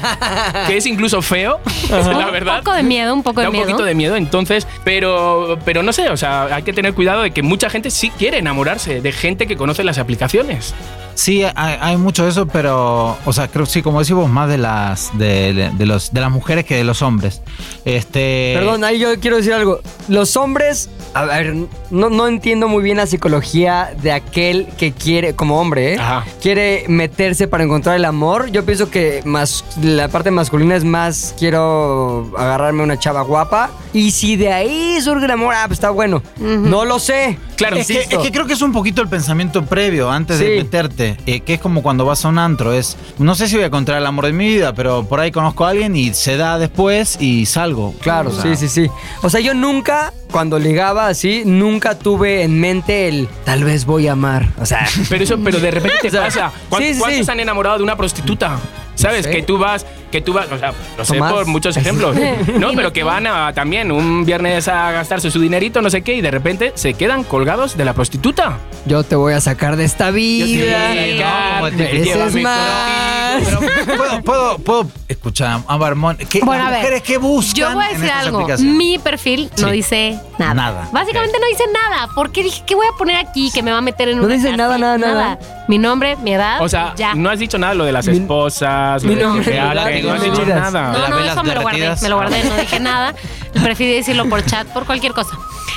[SPEAKER 3] que es incluso feo, Oh, la verdad.
[SPEAKER 4] Un poco de miedo, un poco de
[SPEAKER 3] Da un
[SPEAKER 4] miedo.
[SPEAKER 3] poquito de miedo, entonces, pero, pero no sé, o sea, hay que tener cuidado de que mucha gente sí quiere enamorarse de gente que conoce las aplicaciones.
[SPEAKER 5] Sí, hay, hay mucho de eso, pero, o sea, creo que sí, como decimos, más de las de, de- de los, de las mujeres que de los hombres.
[SPEAKER 3] Eh,
[SPEAKER 5] Este,
[SPEAKER 2] Perdón, ahí yo quiero decir algo. Los hombres, a ver, no, no entiendo muy bien la psicología de aquel que quiere, como hombre, ¿eh?
[SPEAKER 3] Ajá.
[SPEAKER 2] quiere meterse para encontrar el amor. Yo pienso que más, la parte masculina es más, quiero agarrarme una chava guapa. Y si de ahí surge el amor, ah, pues está bueno. No lo sé.
[SPEAKER 3] Claro,
[SPEAKER 5] es que,
[SPEAKER 2] Insisto.
[SPEAKER 5] es que creo que es un poquito el pensamiento previo antes
[SPEAKER 2] Sí.
[SPEAKER 5] de meterte, eh, que es como cuando vas a un antro, es, no sé si voy a encontrar el amor de mi vida, pero por ahí conozco a alguien y se da después y salgo.
[SPEAKER 2] Claro,
[SPEAKER 5] O sea,
[SPEAKER 2] sí, sí, sí. O sea, yo nunca, cuando ligaba así, nunca tuve en mente el tal vez voy a amar. O sea,
[SPEAKER 3] Pero eso, pero de repente te pasa. ¿Cuán-
[SPEAKER 2] sí, sí,
[SPEAKER 3] ¿Cuántos
[SPEAKER 2] sí.
[SPEAKER 3] han enamorado de una prostituta? ¿Sabes?
[SPEAKER 2] sé.
[SPEAKER 3] Que tú vas, que tú vas, o sea, lo sé
[SPEAKER 2] Tomás.
[SPEAKER 3] por muchos ejemplos. No, pero que van a también un viernes a gastarse su dinerito, no sé qué, y de repente se quedan colgados de la prostituta.
[SPEAKER 2] yo te voy a sacar de esta
[SPEAKER 3] te voy a
[SPEAKER 2] vida.
[SPEAKER 3] sacar,
[SPEAKER 5] no,
[SPEAKER 3] te-
[SPEAKER 5] mereces
[SPEAKER 3] llévame
[SPEAKER 2] más.
[SPEAKER 3] contigo. Pero-
[SPEAKER 5] Puedo, puedo, puedo escuchar a Barmón. ¿Qué
[SPEAKER 4] Bueno,
[SPEAKER 5] las
[SPEAKER 4] a ver,
[SPEAKER 5] mujeres que buscan?
[SPEAKER 4] Yo voy a
[SPEAKER 5] en
[SPEAKER 4] decir
[SPEAKER 5] estas
[SPEAKER 4] algo.
[SPEAKER 5] aplicaciones?
[SPEAKER 4] Mi perfil no
[SPEAKER 5] Sí.
[SPEAKER 4] dice nada.
[SPEAKER 5] Nada.
[SPEAKER 4] Básicamente no dice nada. Porque dije, ¿qué voy a poner aquí que me va a meter en
[SPEAKER 2] No
[SPEAKER 4] una
[SPEAKER 2] dice
[SPEAKER 4] cárcel?
[SPEAKER 2] nada, nada, nada.
[SPEAKER 4] Mi nombre, mi edad.
[SPEAKER 3] O sea,
[SPEAKER 4] ya.
[SPEAKER 3] no has dicho nada lo de las
[SPEAKER 2] Mi-
[SPEAKER 3] esposas,
[SPEAKER 2] mi
[SPEAKER 3] lo de que
[SPEAKER 2] nombre,
[SPEAKER 3] te hacen, no has
[SPEAKER 2] no.
[SPEAKER 3] dicho nada.
[SPEAKER 5] de
[SPEAKER 4] No,
[SPEAKER 5] las
[SPEAKER 4] no,
[SPEAKER 5] velas
[SPEAKER 4] eso me lo guardé,
[SPEAKER 5] derretidas.
[SPEAKER 4] me lo guardé, no dije nada. Preferí decirlo por chat, por cualquier cosa.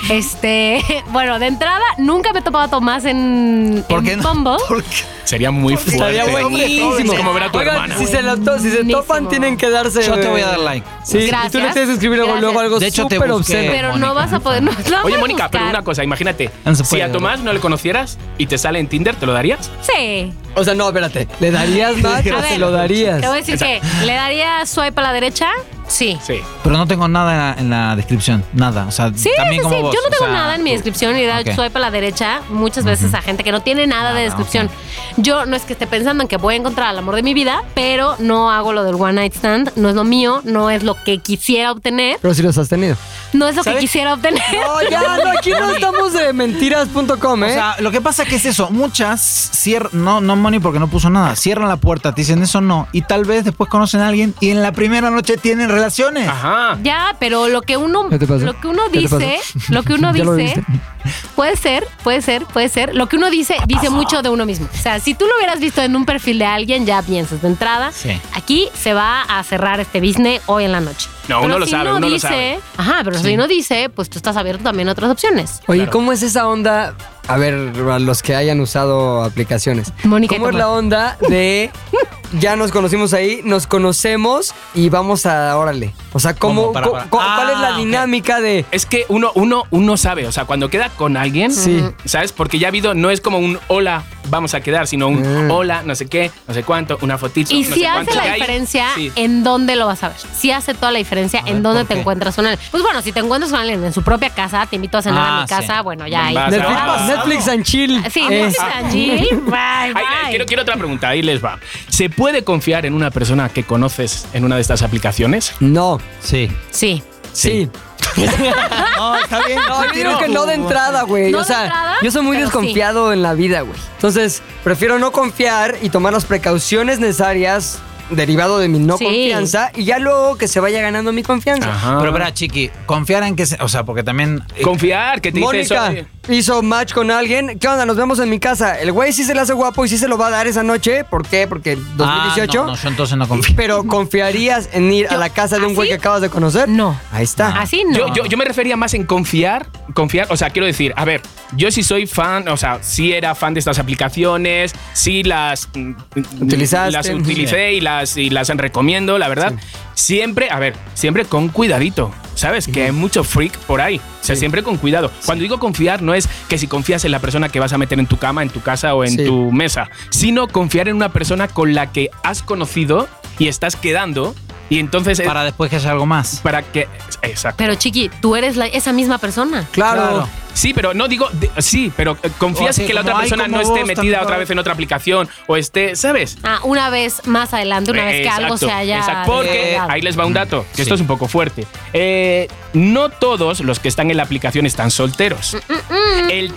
[SPEAKER 4] Este, bueno, de entrada, nunca me he topado a Tomás en,
[SPEAKER 5] ¿Por
[SPEAKER 4] en
[SPEAKER 5] qué no?
[SPEAKER 4] Bombo.
[SPEAKER 5] ¿Por qué?
[SPEAKER 3] Sería muy fuerte.
[SPEAKER 2] Estaría buenísimo.
[SPEAKER 3] Es como ver a tu
[SPEAKER 2] Oigan,
[SPEAKER 3] hermana.
[SPEAKER 2] Si se, lo to- si se
[SPEAKER 4] Buenísimo.
[SPEAKER 2] topan, tienen que darse.
[SPEAKER 5] Yo te
[SPEAKER 2] eh,
[SPEAKER 5] voy a dar like.
[SPEAKER 2] Sí, y tú le
[SPEAKER 4] Gracias.
[SPEAKER 2] tienes que escribir luego,
[SPEAKER 4] Gracias.
[SPEAKER 2] luego algo
[SPEAKER 5] De hecho, te
[SPEAKER 2] súper
[SPEAKER 5] busqué.
[SPEAKER 2] obsceno.
[SPEAKER 4] Pero
[SPEAKER 5] Mónica.
[SPEAKER 4] no vas a poder. No, no voy
[SPEAKER 3] Oye,
[SPEAKER 4] a
[SPEAKER 3] Mónica, pero
[SPEAKER 4] buscar.
[SPEAKER 3] una cosa, imagínate,
[SPEAKER 5] No se
[SPEAKER 3] si
[SPEAKER 5] puede,
[SPEAKER 3] a Tomás no le conocieras y te sale en Tinder, ¿te lo darías?
[SPEAKER 4] Sí.
[SPEAKER 2] O sea, no, espérate. ¿Le darías más?
[SPEAKER 4] A
[SPEAKER 2] o
[SPEAKER 4] ver,
[SPEAKER 2] se lo darías.
[SPEAKER 4] Te voy a decir que le daría swipe a la derecha Sí.
[SPEAKER 3] Sí.
[SPEAKER 5] Pero no tengo nada en la, en la descripción, nada. O sea,
[SPEAKER 4] Sí,
[SPEAKER 5] también
[SPEAKER 4] sí,
[SPEAKER 5] como
[SPEAKER 4] sí.
[SPEAKER 5] vos,
[SPEAKER 4] Yo no
[SPEAKER 5] o
[SPEAKER 4] tengo
[SPEAKER 5] sea,
[SPEAKER 4] nada en mi
[SPEAKER 5] tú-
[SPEAKER 4] descripción y da
[SPEAKER 5] Ok.
[SPEAKER 4] swipe a la derecha muchas veces a gente que no tiene nada de
[SPEAKER 5] Nada,
[SPEAKER 4] descripción. Yo no es que esté pensando en que voy a encontrar al amor de mi vida, pero no hago lo del one night stand, no es lo mío, no es lo que quisiera obtener,
[SPEAKER 2] Pero si los has tenido.
[SPEAKER 4] no es lo que
[SPEAKER 5] ¿Sabes?
[SPEAKER 4] quisiera obtener.
[SPEAKER 2] No, ya, no, aquí no estamos de mentiras.com, ¿eh?
[SPEAKER 5] O sea, lo que pasa que es eso, muchas cierran, no, no Moni porque no puso nada, cierran la puerta, te dicen eso no, y tal vez después conocen a alguien y en la primera noche tienen relaciones.
[SPEAKER 3] Ajá.
[SPEAKER 4] Ya, pero lo que uno,
[SPEAKER 2] ¿Qué te pasa?
[SPEAKER 4] lo que uno
[SPEAKER 2] ¿Qué te
[SPEAKER 4] dice, lo que uno
[SPEAKER 2] ¿Ya lo
[SPEAKER 4] dice,
[SPEAKER 2] viste?
[SPEAKER 4] puede ser, puede ser, puede ser. Lo que uno dice, dice mucho de uno mismo. O sea, si tú lo hubieras visto en un perfil de alguien, ya piensas de entrada,
[SPEAKER 5] Sí.
[SPEAKER 4] aquí se va a cerrar este business hoy en la noche.
[SPEAKER 3] No, uno lo sabe, uno lo sabe.
[SPEAKER 4] Ajá, pero si uno dice, pues tú estás abierto también a otras opciones.
[SPEAKER 2] Oye, ¿cómo es esa onda? A ver, a los que hayan usado aplicaciones.
[SPEAKER 4] Mónica,
[SPEAKER 2] ¿Cómo es
[SPEAKER 4] toma.
[SPEAKER 2] la onda de ya nos conocimos ahí, nos conocemos y vamos a órale? O sea, ¿cómo,
[SPEAKER 5] ¿Cómo? Para-
[SPEAKER 2] cu-
[SPEAKER 5] para-
[SPEAKER 2] cu- ¿cuál
[SPEAKER 5] Ah,
[SPEAKER 2] es la
[SPEAKER 5] ok.
[SPEAKER 2] dinámica de
[SPEAKER 3] Es que uno, uno, uno sabe, o sea, cuando queda con alguien,
[SPEAKER 2] Sí.
[SPEAKER 3] ¿sabes? Porque ya ha habido, no es como un hola, vamos a quedar, sino un
[SPEAKER 2] Mm.
[SPEAKER 3] hola, no sé qué, no sé cuánto, una fotito.
[SPEAKER 4] Y
[SPEAKER 3] no
[SPEAKER 4] si
[SPEAKER 3] sé
[SPEAKER 4] hace
[SPEAKER 3] cuánto.
[SPEAKER 4] la
[SPEAKER 3] Ya hay-
[SPEAKER 4] diferencia
[SPEAKER 3] sí.
[SPEAKER 4] en dónde lo vas a ver. Si hace toda la diferencia en
[SPEAKER 5] ver,
[SPEAKER 4] dónde
[SPEAKER 5] ¿por
[SPEAKER 4] te
[SPEAKER 5] qué?
[SPEAKER 4] encuentras con alguien. Pues bueno, si te encuentras con alguien en su propia casa, te invito a cenar a
[SPEAKER 5] Ah,
[SPEAKER 4] mi
[SPEAKER 5] sí.
[SPEAKER 4] casa, bueno, ya ahí.
[SPEAKER 3] Vas,
[SPEAKER 2] Netflix,
[SPEAKER 3] ah,
[SPEAKER 2] Netflix and chill? eh?
[SPEAKER 4] Sí,
[SPEAKER 2] Es-
[SPEAKER 4] Netflix and chill. Bye,
[SPEAKER 3] Ahí, ahí,
[SPEAKER 4] bye.
[SPEAKER 3] quiero, quiero otra pregunta, ahí les va. ¿Se puede confiar en una persona que conoces en una de estas aplicaciones?
[SPEAKER 2] No,
[SPEAKER 5] Sí.
[SPEAKER 4] Sí.
[SPEAKER 2] sí.
[SPEAKER 5] No, está bien.
[SPEAKER 2] No, yo digo que no de entrada, güey.
[SPEAKER 4] ¿No
[SPEAKER 2] o
[SPEAKER 4] de
[SPEAKER 2] sea,
[SPEAKER 4] entrada?
[SPEAKER 2] yo soy muy
[SPEAKER 4] Pero sí.
[SPEAKER 2] desconfiado en la vida, güey. Entonces, prefiero no confiar y tomar las precauciones necesarias derivado de mi no
[SPEAKER 4] Sí.
[SPEAKER 2] confianza y ya luego que se vaya ganando mi confianza.
[SPEAKER 5] Pero verá, Chiqui, confiar en que... se- o sea, porque también... eh,
[SPEAKER 3] Confiar, que te dice eso.
[SPEAKER 2] Eh, Mónica hizo match con alguien. ¿Qué onda? Nos vemos en mi casa. El güey sí se le hace guapo y sí se lo va a dar esa noche. ¿Por qué? Porque
[SPEAKER 5] Ah,
[SPEAKER 2] 2018.
[SPEAKER 5] no, no, yo entonces no confío.
[SPEAKER 2] Pero confiarías en ir a la casa de un güey que
[SPEAKER 4] ¿así?
[SPEAKER 2] acabas de conocer.
[SPEAKER 4] No.
[SPEAKER 2] Ahí está.
[SPEAKER 4] Así no.
[SPEAKER 3] Yo, yo, yo me refería más en confiar, confiar, o sea, quiero decir, a ver, yo sí soy fan, o sea, sí era fan de estas aplicaciones, sí las mm,
[SPEAKER 2] Utilizaste.
[SPEAKER 3] las utilicé y las y las recomiendo, la verdad. Siempre, a ver, siempre con cuidadito, ¿sabes? Que hay mucho freak por ahí. O sea, siempre con cuidado. Cuando digo confiar no es que si confías en la persona que vas a meter en tu cama, en tu casa o en
[SPEAKER 2] Sí.
[SPEAKER 3] tu mesa, sino confiar en una persona con la que has conocido y estás quedando y entonces eh,
[SPEAKER 5] Para después que haya algo más.
[SPEAKER 3] para que exacto.
[SPEAKER 4] Pero Chiqui, tú eres la- esa misma persona.
[SPEAKER 2] Claro.
[SPEAKER 5] Claro.
[SPEAKER 3] Sí, pero no digo, de- sí, pero eh, confías
[SPEAKER 5] O así
[SPEAKER 3] que la
[SPEAKER 5] como
[SPEAKER 3] otra
[SPEAKER 5] hay
[SPEAKER 3] persona
[SPEAKER 5] como
[SPEAKER 3] no esté
[SPEAKER 5] vos,
[SPEAKER 3] metida
[SPEAKER 5] tanto-
[SPEAKER 3] otra vez en otra aplicación o esté, ¿sabes?
[SPEAKER 4] Ah, una vez más adelante, una vez que algo
[SPEAKER 3] Exacto,
[SPEAKER 4] se haya.
[SPEAKER 3] exacto. porque
[SPEAKER 4] desvelado.
[SPEAKER 3] ahí les va un dato, que
[SPEAKER 5] Sí.
[SPEAKER 3] esto es un poco fuerte. Eh, no todos los que están en la aplicación están solteros.
[SPEAKER 4] Mm,
[SPEAKER 3] El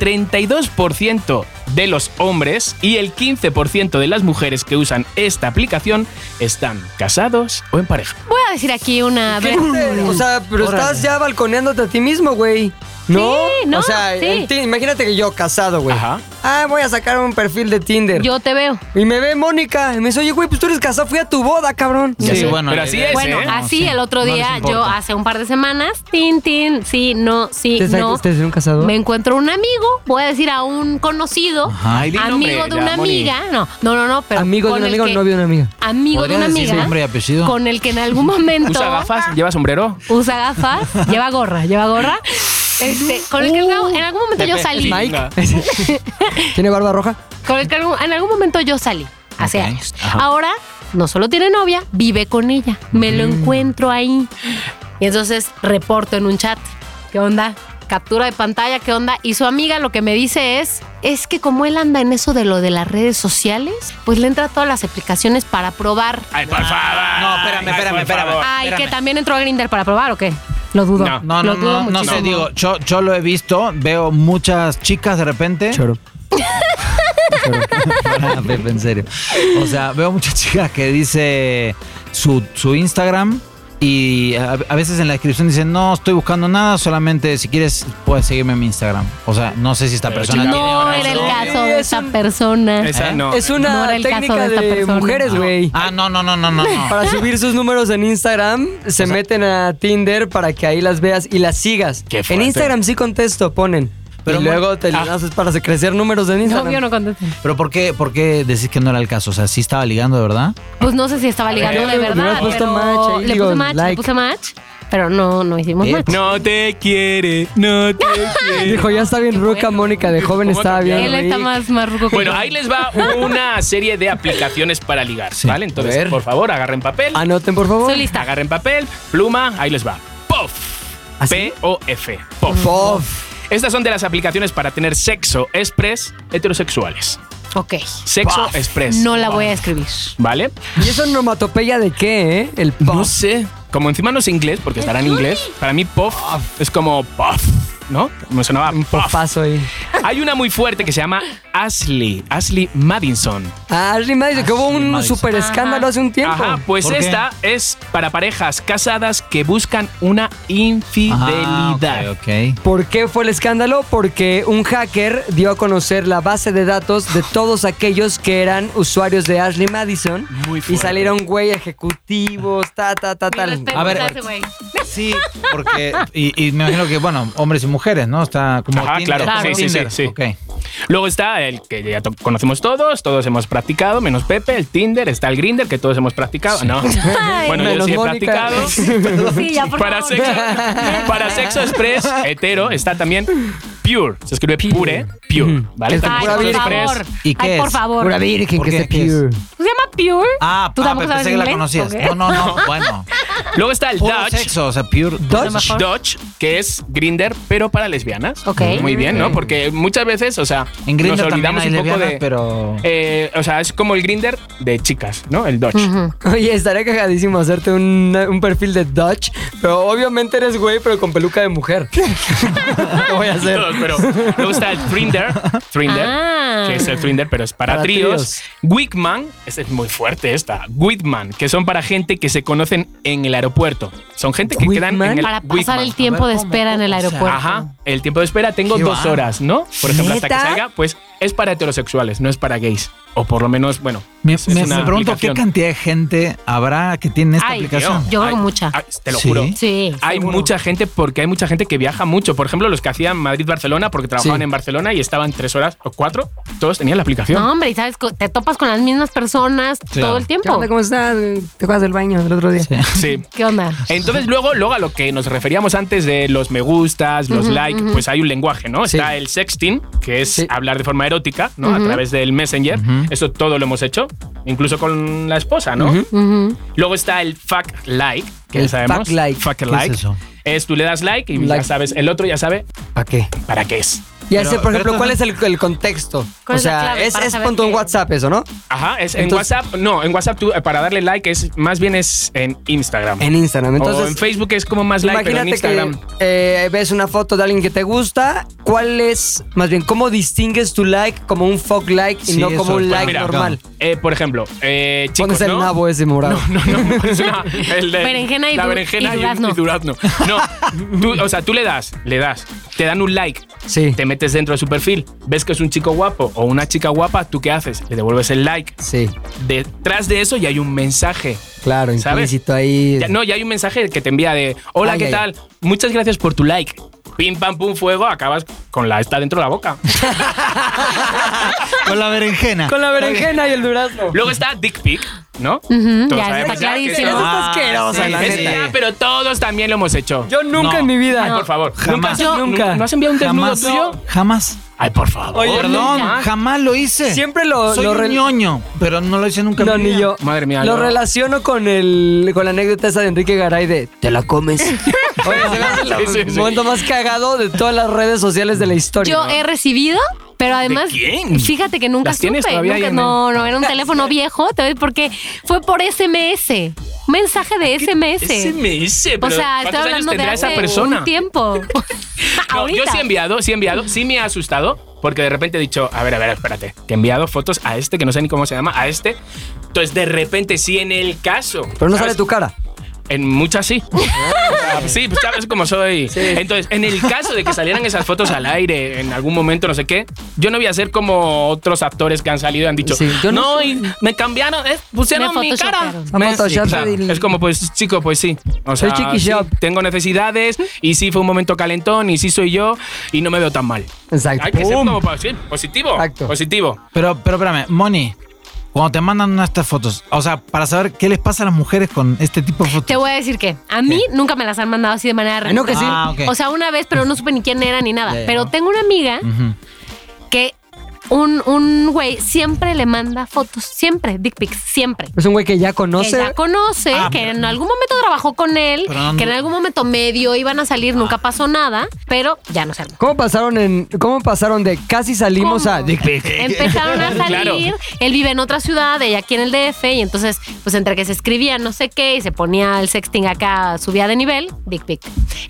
[SPEAKER 3] 32% de los hombres y el 15% de las mujeres que usan esta aplicación están casados o en pareja.
[SPEAKER 4] Voy a decir aquí una
[SPEAKER 2] ¿Qué
[SPEAKER 4] vez.
[SPEAKER 2] te- o sea, pero
[SPEAKER 5] Órale.
[SPEAKER 2] estás ya balconeándote a ti mismo, güey. ¿No?
[SPEAKER 4] no,
[SPEAKER 2] o sea,
[SPEAKER 4] sí.
[SPEAKER 2] en ti- imagínate que yo casado, güey.
[SPEAKER 3] Ajá.
[SPEAKER 2] Ah, voy a sacar un perfil de Tinder.
[SPEAKER 4] Yo te veo.
[SPEAKER 2] Y me ve Mónica y me dice, oye, güey, pues tú eres casado, fui a tu boda, cabrón.
[SPEAKER 5] Ya
[SPEAKER 3] Sí,
[SPEAKER 5] sé, bueno,
[SPEAKER 3] pero
[SPEAKER 5] la
[SPEAKER 3] así
[SPEAKER 5] idea-
[SPEAKER 3] es,
[SPEAKER 4] Bueno,
[SPEAKER 3] ¿eh?
[SPEAKER 4] así
[SPEAKER 5] No, sí.
[SPEAKER 4] el otro
[SPEAKER 5] No les
[SPEAKER 4] día,
[SPEAKER 5] importa.
[SPEAKER 4] yo hace un par de semanas, tin, tin, sí, no, sí,
[SPEAKER 2] ¿Ustedes saben que
[SPEAKER 4] no.
[SPEAKER 2] ustedes son casados?
[SPEAKER 4] Me encuentro un amigo, voy a decir a un conocido,
[SPEAKER 5] Ajá. Ay, di
[SPEAKER 4] amigo
[SPEAKER 3] nombre
[SPEAKER 4] de una
[SPEAKER 3] ya, Moni.
[SPEAKER 4] amiga, no, no, no, no, pero
[SPEAKER 2] Amigo de
[SPEAKER 4] con
[SPEAKER 2] un
[SPEAKER 4] el
[SPEAKER 2] amigo,
[SPEAKER 4] que-
[SPEAKER 2] novio de una amiga.
[SPEAKER 4] amigo de
[SPEAKER 5] ¿Podrías
[SPEAKER 4] una
[SPEAKER 5] decir
[SPEAKER 4] amiga,
[SPEAKER 5] nombre y apellido?
[SPEAKER 4] con el que en algún momento
[SPEAKER 3] ¿Usa gafas? ¿Lleva sombrero?
[SPEAKER 4] usa gafas, lleva gorra, lleva gorra. Este, con el que en
[SPEAKER 2] Uh.
[SPEAKER 4] algún- en algún momento yo
[SPEAKER 3] Depende.
[SPEAKER 4] salí.
[SPEAKER 3] Sí.
[SPEAKER 2] Mike.
[SPEAKER 3] Venga.
[SPEAKER 2] ¿Tiene barba roja?
[SPEAKER 4] Con el que algún- en algún momento yo salí, hace
[SPEAKER 5] Ok,
[SPEAKER 4] años.
[SPEAKER 5] ajá.
[SPEAKER 4] Ahora no solo tiene novia, vive con ella. Me lo
[SPEAKER 5] Mm.
[SPEAKER 4] encuentro ahí. Y entonces reporto en un chat. ¿Qué onda? Captura de pantalla, ¿qué onda? Y su amiga lo que me dice es, es que como él anda en eso de lo de las redes sociales, pues le entra a todas las aplicaciones para probar.
[SPEAKER 3] Ay, por favor.
[SPEAKER 5] no, espérame,
[SPEAKER 3] Ay,
[SPEAKER 5] espérame,
[SPEAKER 3] por
[SPEAKER 5] espérame.
[SPEAKER 2] Oh,
[SPEAKER 3] favor.
[SPEAKER 4] Ay,
[SPEAKER 5] espérame.
[SPEAKER 4] que también entró a Grinder para probar o qué? Lo dudo.
[SPEAKER 3] No.
[SPEAKER 5] No, no,
[SPEAKER 4] Lo dudo
[SPEAKER 5] no, no sé,
[SPEAKER 4] muchísimo.
[SPEAKER 5] digo, yo, yo lo he visto, veo muchas chicas de repente.
[SPEAKER 2] Choro.
[SPEAKER 5] Ah, Pepe, en serio. O sea, veo muchas chicas que dice su, su Instagram y a, a veces en la descripción dicen, no estoy buscando nada, solamente si quieres puedes seguirme en mi Instagram. O sea, no sé si esta
[SPEAKER 3] Pero
[SPEAKER 5] persona...
[SPEAKER 3] chica,
[SPEAKER 5] tiene
[SPEAKER 4] No
[SPEAKER 5] ahora
[SPEAKER 3] Sí,
[SPEAKER 4] era el
[SPEAKER 5] eso.
[SPEAKER 4] caso
[SPEAKER 2] es
[SPEAKER 4] de esa
[SPEAKER 2] un-
[SPEAKER 4] persona.
[SPEAKER 3] Esa
[SPEAKER 5] ¿Eh?
[SPEAKER 3] no.
[SPEAKER 2] Es
[SPEAKER 4] No
[SPEAKER 2] una
[SPEAKER 4] era el caso
[SPEAKER 2] técnica
[SPEAKER 4] de esta
[SPEAKER 2] de
[SPEAKER 4] persona. Ah.
[SPEAKER 2] mujeres, güey.
[SPEAKER 5] Ah, no, no, no, no, no. no.
[SPEAKER 2] Para subir sus números en Instagram, se meten a Tinder para que ahí las veas y las sigas.
[SPEAKER 3] Qué
[SPEAKER 2] en
[SPEAKER 3] fuerte.
[SPEAKER 2] Instagram sí contesto, ponen.
[SPEAKER 5] Pero
[SPEAKER 2] y
[SPEAKER 5] bueno,
[SPEAKER 2] luego te
[SPEAKER 3] ah.
[SPEAKER 2] las haces para crecer números en
[SPEAKER 4] No,
[SPEAKER 2] Instagram.
[SPEAKER 4] yo no contesté.
[SPEAKER 5] Pero ¿por qué, ¿por qué decís que no era el caso? O sea, sí estaba ligando de verdad.
[SPEAKER 4] Pues no sé si estaba ligando
[SPEAKER 3] ver,
[SPEAKER 4] de
[SPEAKER 2] le hubieras
[SPEAKER 4] verdad.
[SPEAKER 2] puesto
[SPEAKER 4] pero
[SPEAKER 2] match ahí,
[SPEAKER 4] le
[SPEAKER 2] digo,
[SPEAKER 4] puse match,
[SPEAKER 2] like.
[SPEAKER 4] le puse match. Pero no, no hicimos
[SPEAKER 5] Eh,
[SPEAKER 4] match.
[SPEAKER 3] No te quiere, no te quiere.
[SPEAKER 2] Dijo, ya está bien ruca Mónica de joven,
[SPEAKER 3] ¿Cómo
[SPEAKER 2] estaba bien.
[SPEAKER 3] cambiaron?
[SPEAKER 4] Él está
[SPEAKER 2] rica".
[SPEAKER 4] más, más ruco que
[SPEAKER 3] Bueno,
[SPEAKER 4] yo.
[SPEAKER 3] ahí les va una serie de aplicaciones para ligar,
[SPEAKER 5] Sí.
[SPEAKER 3] ¿vale? Entonces,
[SPEAKER 2] A ver.
[SPEAKER 3] por favor, agarren papel.
[SPEAKER 2] Anoten, por favor.
[SPEAKER 4] Soy lista.
[SPEAKER 3] Agarren papel, pluma, ahí les va. POF.
[SPEAKER 2] ¿Así?
[SPEAKER 3] P-O-F. ¿Ah, POF.
[SPEAKER 2] Pof.
[SPEAKER 3] Estas son de las aplicaciones para tener sexo express heterosexuales.
[SPEAKER 4] Ok.
[SPEAKER 3] Sexo express.
[SPEAKER 4] No la voy a escribir.
[SPEAKER 3] ¿Vale?
[SPEAKER 2] ¿Y eso onomatopeya de qué, eh? El pof.
[SPEAKER 3] No sé. Como encima no es inglés, porque estará en inglés, para mí POF es como POF, ¿no? Me sonaba
[SPEAKER 2] Un
[SPEAKER 3] POF.
[SPEAKER 2] pofazo ahí.
[SPEAKER 3] Hay una muy fuerte que se llama Ashley, Ashley Madison.
[SPEAKER 2] Ah, Ashley Madison, que hubo
[SPEAKER 5] Ashley
[SPEAKER 2] un
[SPEAKER 5] Madison.
[SPEAKER 2] super escándalo
[SPEAKER 4] Ajá.
[SPEAKER 2] hace un tiempo.
[SPEAKER 3] Ajá, pues
[SPEAKER 5] ¿Por qué?
[SPEAKER 3] esta es para parejas casadas que buscan una infidelidad.
[SPEAKER 5] Ah, ok, ok.
[SPEAKER 2] ¿Por qué fue el escándalo? Porque un hacker dio a conocer la base de datos de todos aquellos que eran usuarios de Ashley Madison.
[SPEAKER 3] Muy
[SPEAKER 2] y
[SPEAKER 3] fuerte.
[SPEAKER 2] salieron, güey, ejecutivos, ta, ta, ta,
[SPEAKER 4] Mi
[SPEAKER 2] tal.
[SPEAKER 4] respeto
[SPEAKER 5] A ver.
[SPEAKER 4] ese güey.
[SPEAKER 5] Sí, porque. Y, y me imagino que, bueno, hombres y mujeres, ¿no? Está como.
[SPEAKER 3] Ajá,
[SPEAKER 5] Tinder,
[SPEAKER 3] claro.
[SPEAKER 5] como
[SPEAKER 4] Sí,
[SPEAKER 3] sí, sí,
[SPEAKER 5] Tinder.
[SPEAKER 3] sí.
[SPEAKER 5] Ok.
[SPEAKER 3] Luego está el que ya to- conocemos todos, todos hemos practicado, menos Pepe, el Tinder, está el Grinder que todos hemos practicado, ¿no? Bueno, yo
[SPEAKER 2] Menos
[SPEAKER 3] sí he
[SPEAKER 2] Mónica.
[SPEAKER 3] practicado.
[SPEAKER 4] Sí, ya, por
[SPEAKER 3] Para
[SPEAKER 4] favor.
[SPEAKER 3] sexo, para sexo express hetero está también Pure, se escribe Pure, Pure, ¿vale?
[SPEAKER 2] Es
[SPEAKER 3] También
[SPEAKER 4] Ay,
[SPEAKER 2] Pura
[SPEAKER 4] por
[SPEAKER 2] vida
[SPEAKER 4] favor.
[SPEAKER 5] ¿Y qué
[SPEAKER 4] Ay, por
[SPEAKER 5] es?
[SPEAKER 4] favor.
[SPEAKER 2] Pura virgen
[SPEAKER 5] ¿Por
[SPEAKER 2] que
[SPEAKER 5] qué?
[SPEAKER 2] esté
[SPEAKER 5] ¿Qué es?
[SPEAKER 2] pure.
[SPEAKER 4] ¿Se llama Pure?
[SPEAKER 5] Ah,
[SPEAKER 4] ¿Tú
[SPEAKER 5] ah,
[SPEAKER 4] tampoco sabes
[SPEAKER 5] pensé que la
[SPEAKER 4] inglés?
[SPEAKER 5] conocías.
[SPEAKER 4] Ok.
[SPEAKER 5] No, no, no. Bueno.
[SPEAKER 3] Luego está el
[SPEAKER 5] Puro
[SPEAKER 3] Dutch.
[SPEAKER 5] sexo, o sea, pure.
[SPEAKER 2] Dodge.
[SPEAKER 3] Dutch, que es Grinder, pero para lesbianas.
[SPEAKER 4] Ok.
[SPEAKER 3] Muy bien, ¿no? Porque muchas veces, o sea,
[SPEAKER 5] En Grindr
[SPEAKER 3] nos
[SPEAKER 5] también
[SPEAKER 3] olvidamos
[SPEAKER 5] hay
[SPEAKER 3] un poco
[SPEAKER 5] lesbianas,
[SPEAKER 3] de.
[SPEAKER 5] pero.
[SPEAKER 3] eh, o sea, es como el Grinder de chicas, ¿no? El Dutch.
[SPEAKER 4] Ujú.
[SPEAKER 2] Oye, estaría cagadísimo hacerte un, un perfil de Dutch, pero obviamente eres güey, pero con peluca de mujer. ¿Qué voy a hacer?
[SPEAKER 3] Todos, pero luego está el Thrinder, Thrinder,
[SPEAKER 4] Ah.
[SPEAKER 3] que es el Thrinder, pero es para,
[SPEAKER 2] Para
[SPEAKER 3] tríos.
[SPEAKER 2] tríos.
[SPEAKER 3] Wickman, esta es muy fuerte esta. Whitman, que son para gente que se conocen en el aeropuerto. Son gente que quedan
[SPEAKER 2] Whitman?
[SPEAKER 3] en el
[SPEAKER 4] Para pasar
[SPEAKER 3] Whitman.
[SPEAKER 4] el tiempo
[SPEAKER 5] A ver,
[SPEAKER 4] de
[SPEAKER 5] ¿cómo?
[SPEAKER 4] espera en el
[SPEAKER 5] O sea,
[SPEAKER 4] aeropuerto.
[SPEAKER 3] Ajá, el tiempo de espera tengo
[SPEAKER 5] Qué
[SPEAKER 3] dos
[SPEAKER 5] va.
[SPEAKER 3] horas, ¿no? Por ejemplo, hasta que
[SPEAKER 2] ¿Neta?
[SPEAKER 3] salga, pues es para heterosexuales, no es para gays. O por lo menos, bueno,
[SPEAKER 5] Me,
[SPEAKER 3] es
[SPEAKER 5] me-
[SPEAKER 3] una
[SPEAKER 5] me pregunto qué
[SPEAKER 3] aplicación.
[SPEAKER 5] cantidad de gente habrá que tiene esta
[SPEAKER 4] Ay,
[SPEAKER 5] aplicación.
[SPEAKER 4] Yo creo
[SPEAKER 3] Ay,
[SPEAKER 4] que mucha.
[SPEAKER 3] ay, te lo
[SPEAKER 5] Sí.
[SPEAKER 3] juro.
[SPEAKER 4] Sí.
[SPEAKER 3] Hay mucha gente porque hay mucha gente que viaja mucho. Por ejemplo, los que hacían Madrid-Barcelona porque trabajaban
[SPEAKER 2] Sí.
[SPEAKER 3] en Barcelona y estaban tres horas o cuatro, todos tenían la aplicación.
[SPEAKER 4] No, hombre, y sabes, co- te topas con las mismas personas
[SPEAKER 5] Claro.
[SPEAKER 4] todo el
[SPEAKER 2] ¿Qué
[SPEAKER 4] tiempo.
[SPEAKER 2] onda? ¿Cómo estás? ¿Te acuerdas del baño del otro día?
[SPEAKER 5] Sí.
[SPEAKER 3] Sí.
[SPEAKER 4] ¿Qué onda?
[SPEAKER 3] Entonces, luego, luego a lo que nos referíamos antes de los me gustas, los like, pues hay un lenguaje, ¿no?
[SPEAKER 2] Sí.
[SPEAKER 3] Está el sexting, que es
[SPEAKER 2] Sí.
[SPEAKER 3] hablar de forma erótica, ¿no? A través del Messenger. Eso todo lo hemos hecho, incluso con la esposa, ¿no?
[SPEAKER 4] Ujú.
[SPEAKER 3] Luego está el fuck like, que
[SPEAKER 2] El
[SPEAKER 3] ya
[SPEAKER 2] fuck
[SPEAKER 3] sabemos.
[SPEAKER 2] like.
[SPEAKER 3] Fuck
[SPEAKER 5] ¿Qué
[SPEAKER 3] like.
[SPEAKER 5] es eso?
[SPEAKER 3] Es tú le das like y ya
[SPEAKER 2] Like.
[SPEAKER 3] sabes, el otro ya sabe
[SPEAKER 2] ¿Para qué?
[SPEAKER 3] para qué es.
[SPEAKER 2] Y hace, por
[SPEAKER 5] Pero- pero
[SPEAKER 2] ejemplo,
[SPEAKER 5] tú-
[SPEAKER 2] ¿cuál es el, el contexto?
[SPEAKER 4] ¿Cuál
[SPEAKER 2] o
[SPEAKER 4] es la
[SPEAKER 2] sea,
[SPEAKER 4] clave
[SPEAKER 2] es,
[SPEAKER 4] para
[SPEAKER 2] es
[SPEAKER 4] saber
[SPEAKER 2] punto en
[SPEAKER 4] que-
[SPEAKER 2] WhatsApp eso, ¿no?
[SPEAKER 3] Ajá, es
[SPEAKER 2] Entonces-
[SPEAKER 3] en WhatsApp, no, en WhatsApp tú, eh, para darle like es más bien es en Instagram.
[SPEAKER 2] En Instagram.
[SPEAKER 3] o
[SPEAKER 2] Entonces,
[SPEAKER 3] en Facebook es como más like, pero en
[SPEAKER 2] imagínate
[SPEAKER 3] Instagram.
[SPEAKER 2] que eh, ves una foto de alguien que te gusta. ¿Cuál es, más bien, cómo distingues tu like como un fuck like y
[SPEAKER 5] Sí,
[SPEAKER 2] no
[SPEAKER 5] eso,
[SPEAKER 2] como un
[SPEAKER 5] bueno,
[SPEAKER 2] like
[SPEAKER 3] mira,
[SPEAKER 2] normal?
[SPEAKER 3] Eh, por ejemplo, eh, chicos,
[SPEAKER 2] Pones el
[SPEAKER 3] ¿no?
[SPEAKER 2] nabo ese morado.
[SPEAKER 3] No, no, no, es una- el de-
[SPEAKER 4] Berenjena y
[SPEAKER 3] la
[SPEAKER 4] du-
[SPEAKER 3] berenjena
[SPEAKER 4] y
[SPEAKER 3] y
[SPEAKER 4] durazno.
[SPEAKER 3] y durazno. No, tú, o sea, tú le das, le das, te dan un like,
[SPEAKER 2] Sí.
[SPEAKER 3] te metes dentro de su perfil, ves que es un chico guapo o una chica guapa, ¿tú qué haces? Le devuelves el like.
[SPEAKER 2] Sí,
[SPEAKER 3] Detrás de eso ya hay un mensaje.
[SPEAKER 2] claro,
[SPEAKER 3] ¿Sabes?
[SPEAKER 2] implícito ahí.
[SPEAKER 3] Ya- no, ya hay un mensaje que te envía de Hola,
[SPEAKER 2] Ay,
[SPEAKER 3] ¿qué
[SPEAKER 2] ay,
[SPEAKER 3] tal? Muchas gracias por tu like. Pim, pam, pum, fuego, acabas con la esta dentro de la boca.
[SPEAKER 5] Con la berenjena.
[SPEAKER 2] Con la berenjena y el durazno.
[SPEAKER 3] Luego está Dick Pic, ¿no? Todos
[SPEAKER 4] ya,
[SPEAKER 3] sabemos
[SPEAKER 4] está
[SPEAKER 3] que
[SPEAKER 4] clarísimo.
[SPEAKER 3] eso-
[SPEAKER 2] Eso está asqueroso,
[SPEAKER 5] Ah, sí,
[SPEAKER 2] Ah, la
[SPEAKER 5] sí,
[SPEAKER 3] Ese
[SPEAKER 2] neta.
[SPEAKER 5] sí.
[SPEAKER 3] ya, pero todos también lo hemos hecho.
[SPEAKER 2] Yo nunca
[SPEAKER 5] No.
[SPEAKER 2] en mi vida.
[SPEAKER 3] Ay, por favor.
[SPEAKER 5] Jamás.
[SPEAKER 3] ¿Nunca, has-
[SPEAKER 2] Yo-
[SPEAKER 3] nunca. ¿No has enviado un desnudo
[SPEAKER 5] Jamás.
[SPEAKER 3] tuyo?
[SPEAKER 5] Jamás. Oh,
[SPEAKER 3] Ay, por favor.
[SPEAKER 2] Oye,
[SPEAKER 5] Perdón, jamás lo hice.
[SPEAKER 2] Siempre lo,
[SPEAKER 5] Soy
[SPEAKER 2] lo
[SPEAKER 5] un
[SPEAKER 2] re-
[SPEAKER 5] ñoño, pero no lo hice nunca. en
[SPEAKER 2] No,
[SPEAKER 5] mi
[SPEAKER 2] ni
[SPEAKER 5] vida.
[SPEAKER 2] yo.
[SPEAKER 3] Madre mía,
[SPEAKER 2] Lo
[SPEAKER 3] no.
[SPEAKER 2] relaciono con el con la anécdota esa de Enrique Garay de te la comes. Oye, se me hace
[SPEAKER 3] Sí, sí,
[SPEAKER 2] el
[SPEAKER 3] sí.
[SPEAKER 2] momento más cagado de todas las redes sociales de la historia.
[SPEAKER 4] Yo he recibido, pero además.
[SPEAKER 3] quién?
[SPEAKER 4] Fíjate que nunca
[SPEAKER 3] ¿Las tienes
[SPEAKER 4] supe,
[SPEAKER 3] todavía ahí
[SPEAKER 4] nunca-
[SPEAKER 3] en el-
[SPEAKER 4] no, no, era un teléfono viejo, te voy- porque fue por SMS. Mensaje de SMS.
[SPEAKER 3] SMS.
[SPEAKER 4] O
[SPEAKER 3] pero
[SPEAKER 4] sea, estoy
[SPEAKER 3] ¿cuántos años
[SPEAKER 4] hablando de
[SPEAKER 3] tendrá
[SPEAKER 4] hace
[SPEAKER 3] esa persona?
[SPEAKER 4] un tiempo.
[SPEAKER 3] No, yo
[SPEAKER 4] Ahorita.
[SPEAKER 3] sí he enviado, sí he enviado, sí me ha asustado porque de repente he dicho, a ver, a ver, espérate, que he enviado fotos a este que no sé ni cómo se llama, a este. Entonces, de repente, sí, en el caso.
[SPEAKER 2] Pero no
[SPEAKER 3] ¿sabes?
[SPEAKER 2] sale tu cara.
[SPEAKER 3] En muchas sí.
[SPEAKER 2] Ah.
[SPEAKER 3] sí, pues sabes cómo soy. Entonces, en el caso de que salieran esas fotos al aire en algún momento, no sé qué, yo no voy a ser como otros actores que han salido y han dicho,
[SPEAKER 2] Sí, yo
[SPEAKER 3] no,
[SPEAKER 2] no
[SPEAKER 3] y me cambiaron, eh, pusieron
[SPEAKER 4] Me
[SPEAKER 3] mi cara.
[SPEAKER 4] photoshopearon.
[SPEAKER 2] Me
[SPEAKER 3] Me-
[SPEAKER 2] photoshopearon.
[SPEAKER 3] o sea, es como, pues, chico, pues sí. O
[SPEAKER 2] Soy
[SPEAKER 3] sea,
[SPEAKER 2] Chiqui
[SPEAKER 3] sí,
[SPEAKER 2] Shop.
[SPEAKER 3] tengo necesidades y sí fue un momento calentón y sí soy yo y no me veo tan mal.
[SPEAKER 2] Exacto.
[SPEAKER 3] Hay que ser
[SPEAKER 2] Pum.
[SPEAKER 3] como pa- sí, positivo.
[SPEAKER 2] Exacto.
[SPEAKER 3] Positivo.
[SPEAKER 5] Pero, pero espérame, Moni, cuando te mandan una de estas fotos, o sea, para saber qué les pasa a las mujeres con este tipo de fotos.
[SPEAKER 4] Te voy a decir que a mí nunca me las han mandado así de manera
[SPEAKER 2] Ah, no,
[SPEAKER 4] recurrente.
[SPEAKER 2] que sí.
[SPEAKER 5] Ah, ok.
[SPEAKER 4] O sea, una vez, pero no supe ni quién era ni nada.
[SPEAKER 5] Ya, ya, Mm.
[SPEAKER 4] Pero
[SPEAKER 5] ¿no?
[SPEAKER 4] tengo una amiga
[SPEAKER 5] Ujú.
[SPEAKER 4] que un, un güey siempre le manda fotos, siempre, dick pics, siempre.
[SPEAKER 2] Es un güey que ya
[SPEAKER 4] Que
[SPEAKER 2] conoce.
[SPEAKER 4] ya conoce,
[SPEAKER 5] Ah,
[SPEAKER 4] que
[SPEAKER 5] pero-
[SPEAKER 4] en algún momento trabajó con él,
[SPEAKER 5] Pero no-
[SPEAKER 4] que en algún momento medio iban a
[SPEAKER 3] Ah.
[SPEAKER 4] salir, nunca pasó nada, pero ya no se armó.
[SPEAKER 2] ¿Cómo pasaron en cómo pasaron de casi salimos
[SPEAKER 4] ¿Cómo?
[SPEAKER 2] a Dick Pic?
[SPEAKER 4] Empezaron a
[SPEAKER 3] Eh, Claro.
[SPEAKER 4] salir, él vive en otra ciudad, ella aquí en el DF, y entonces, pues entre que se escribía no sé qué y se ponía el sexting acá, subía de nivel, dick pic.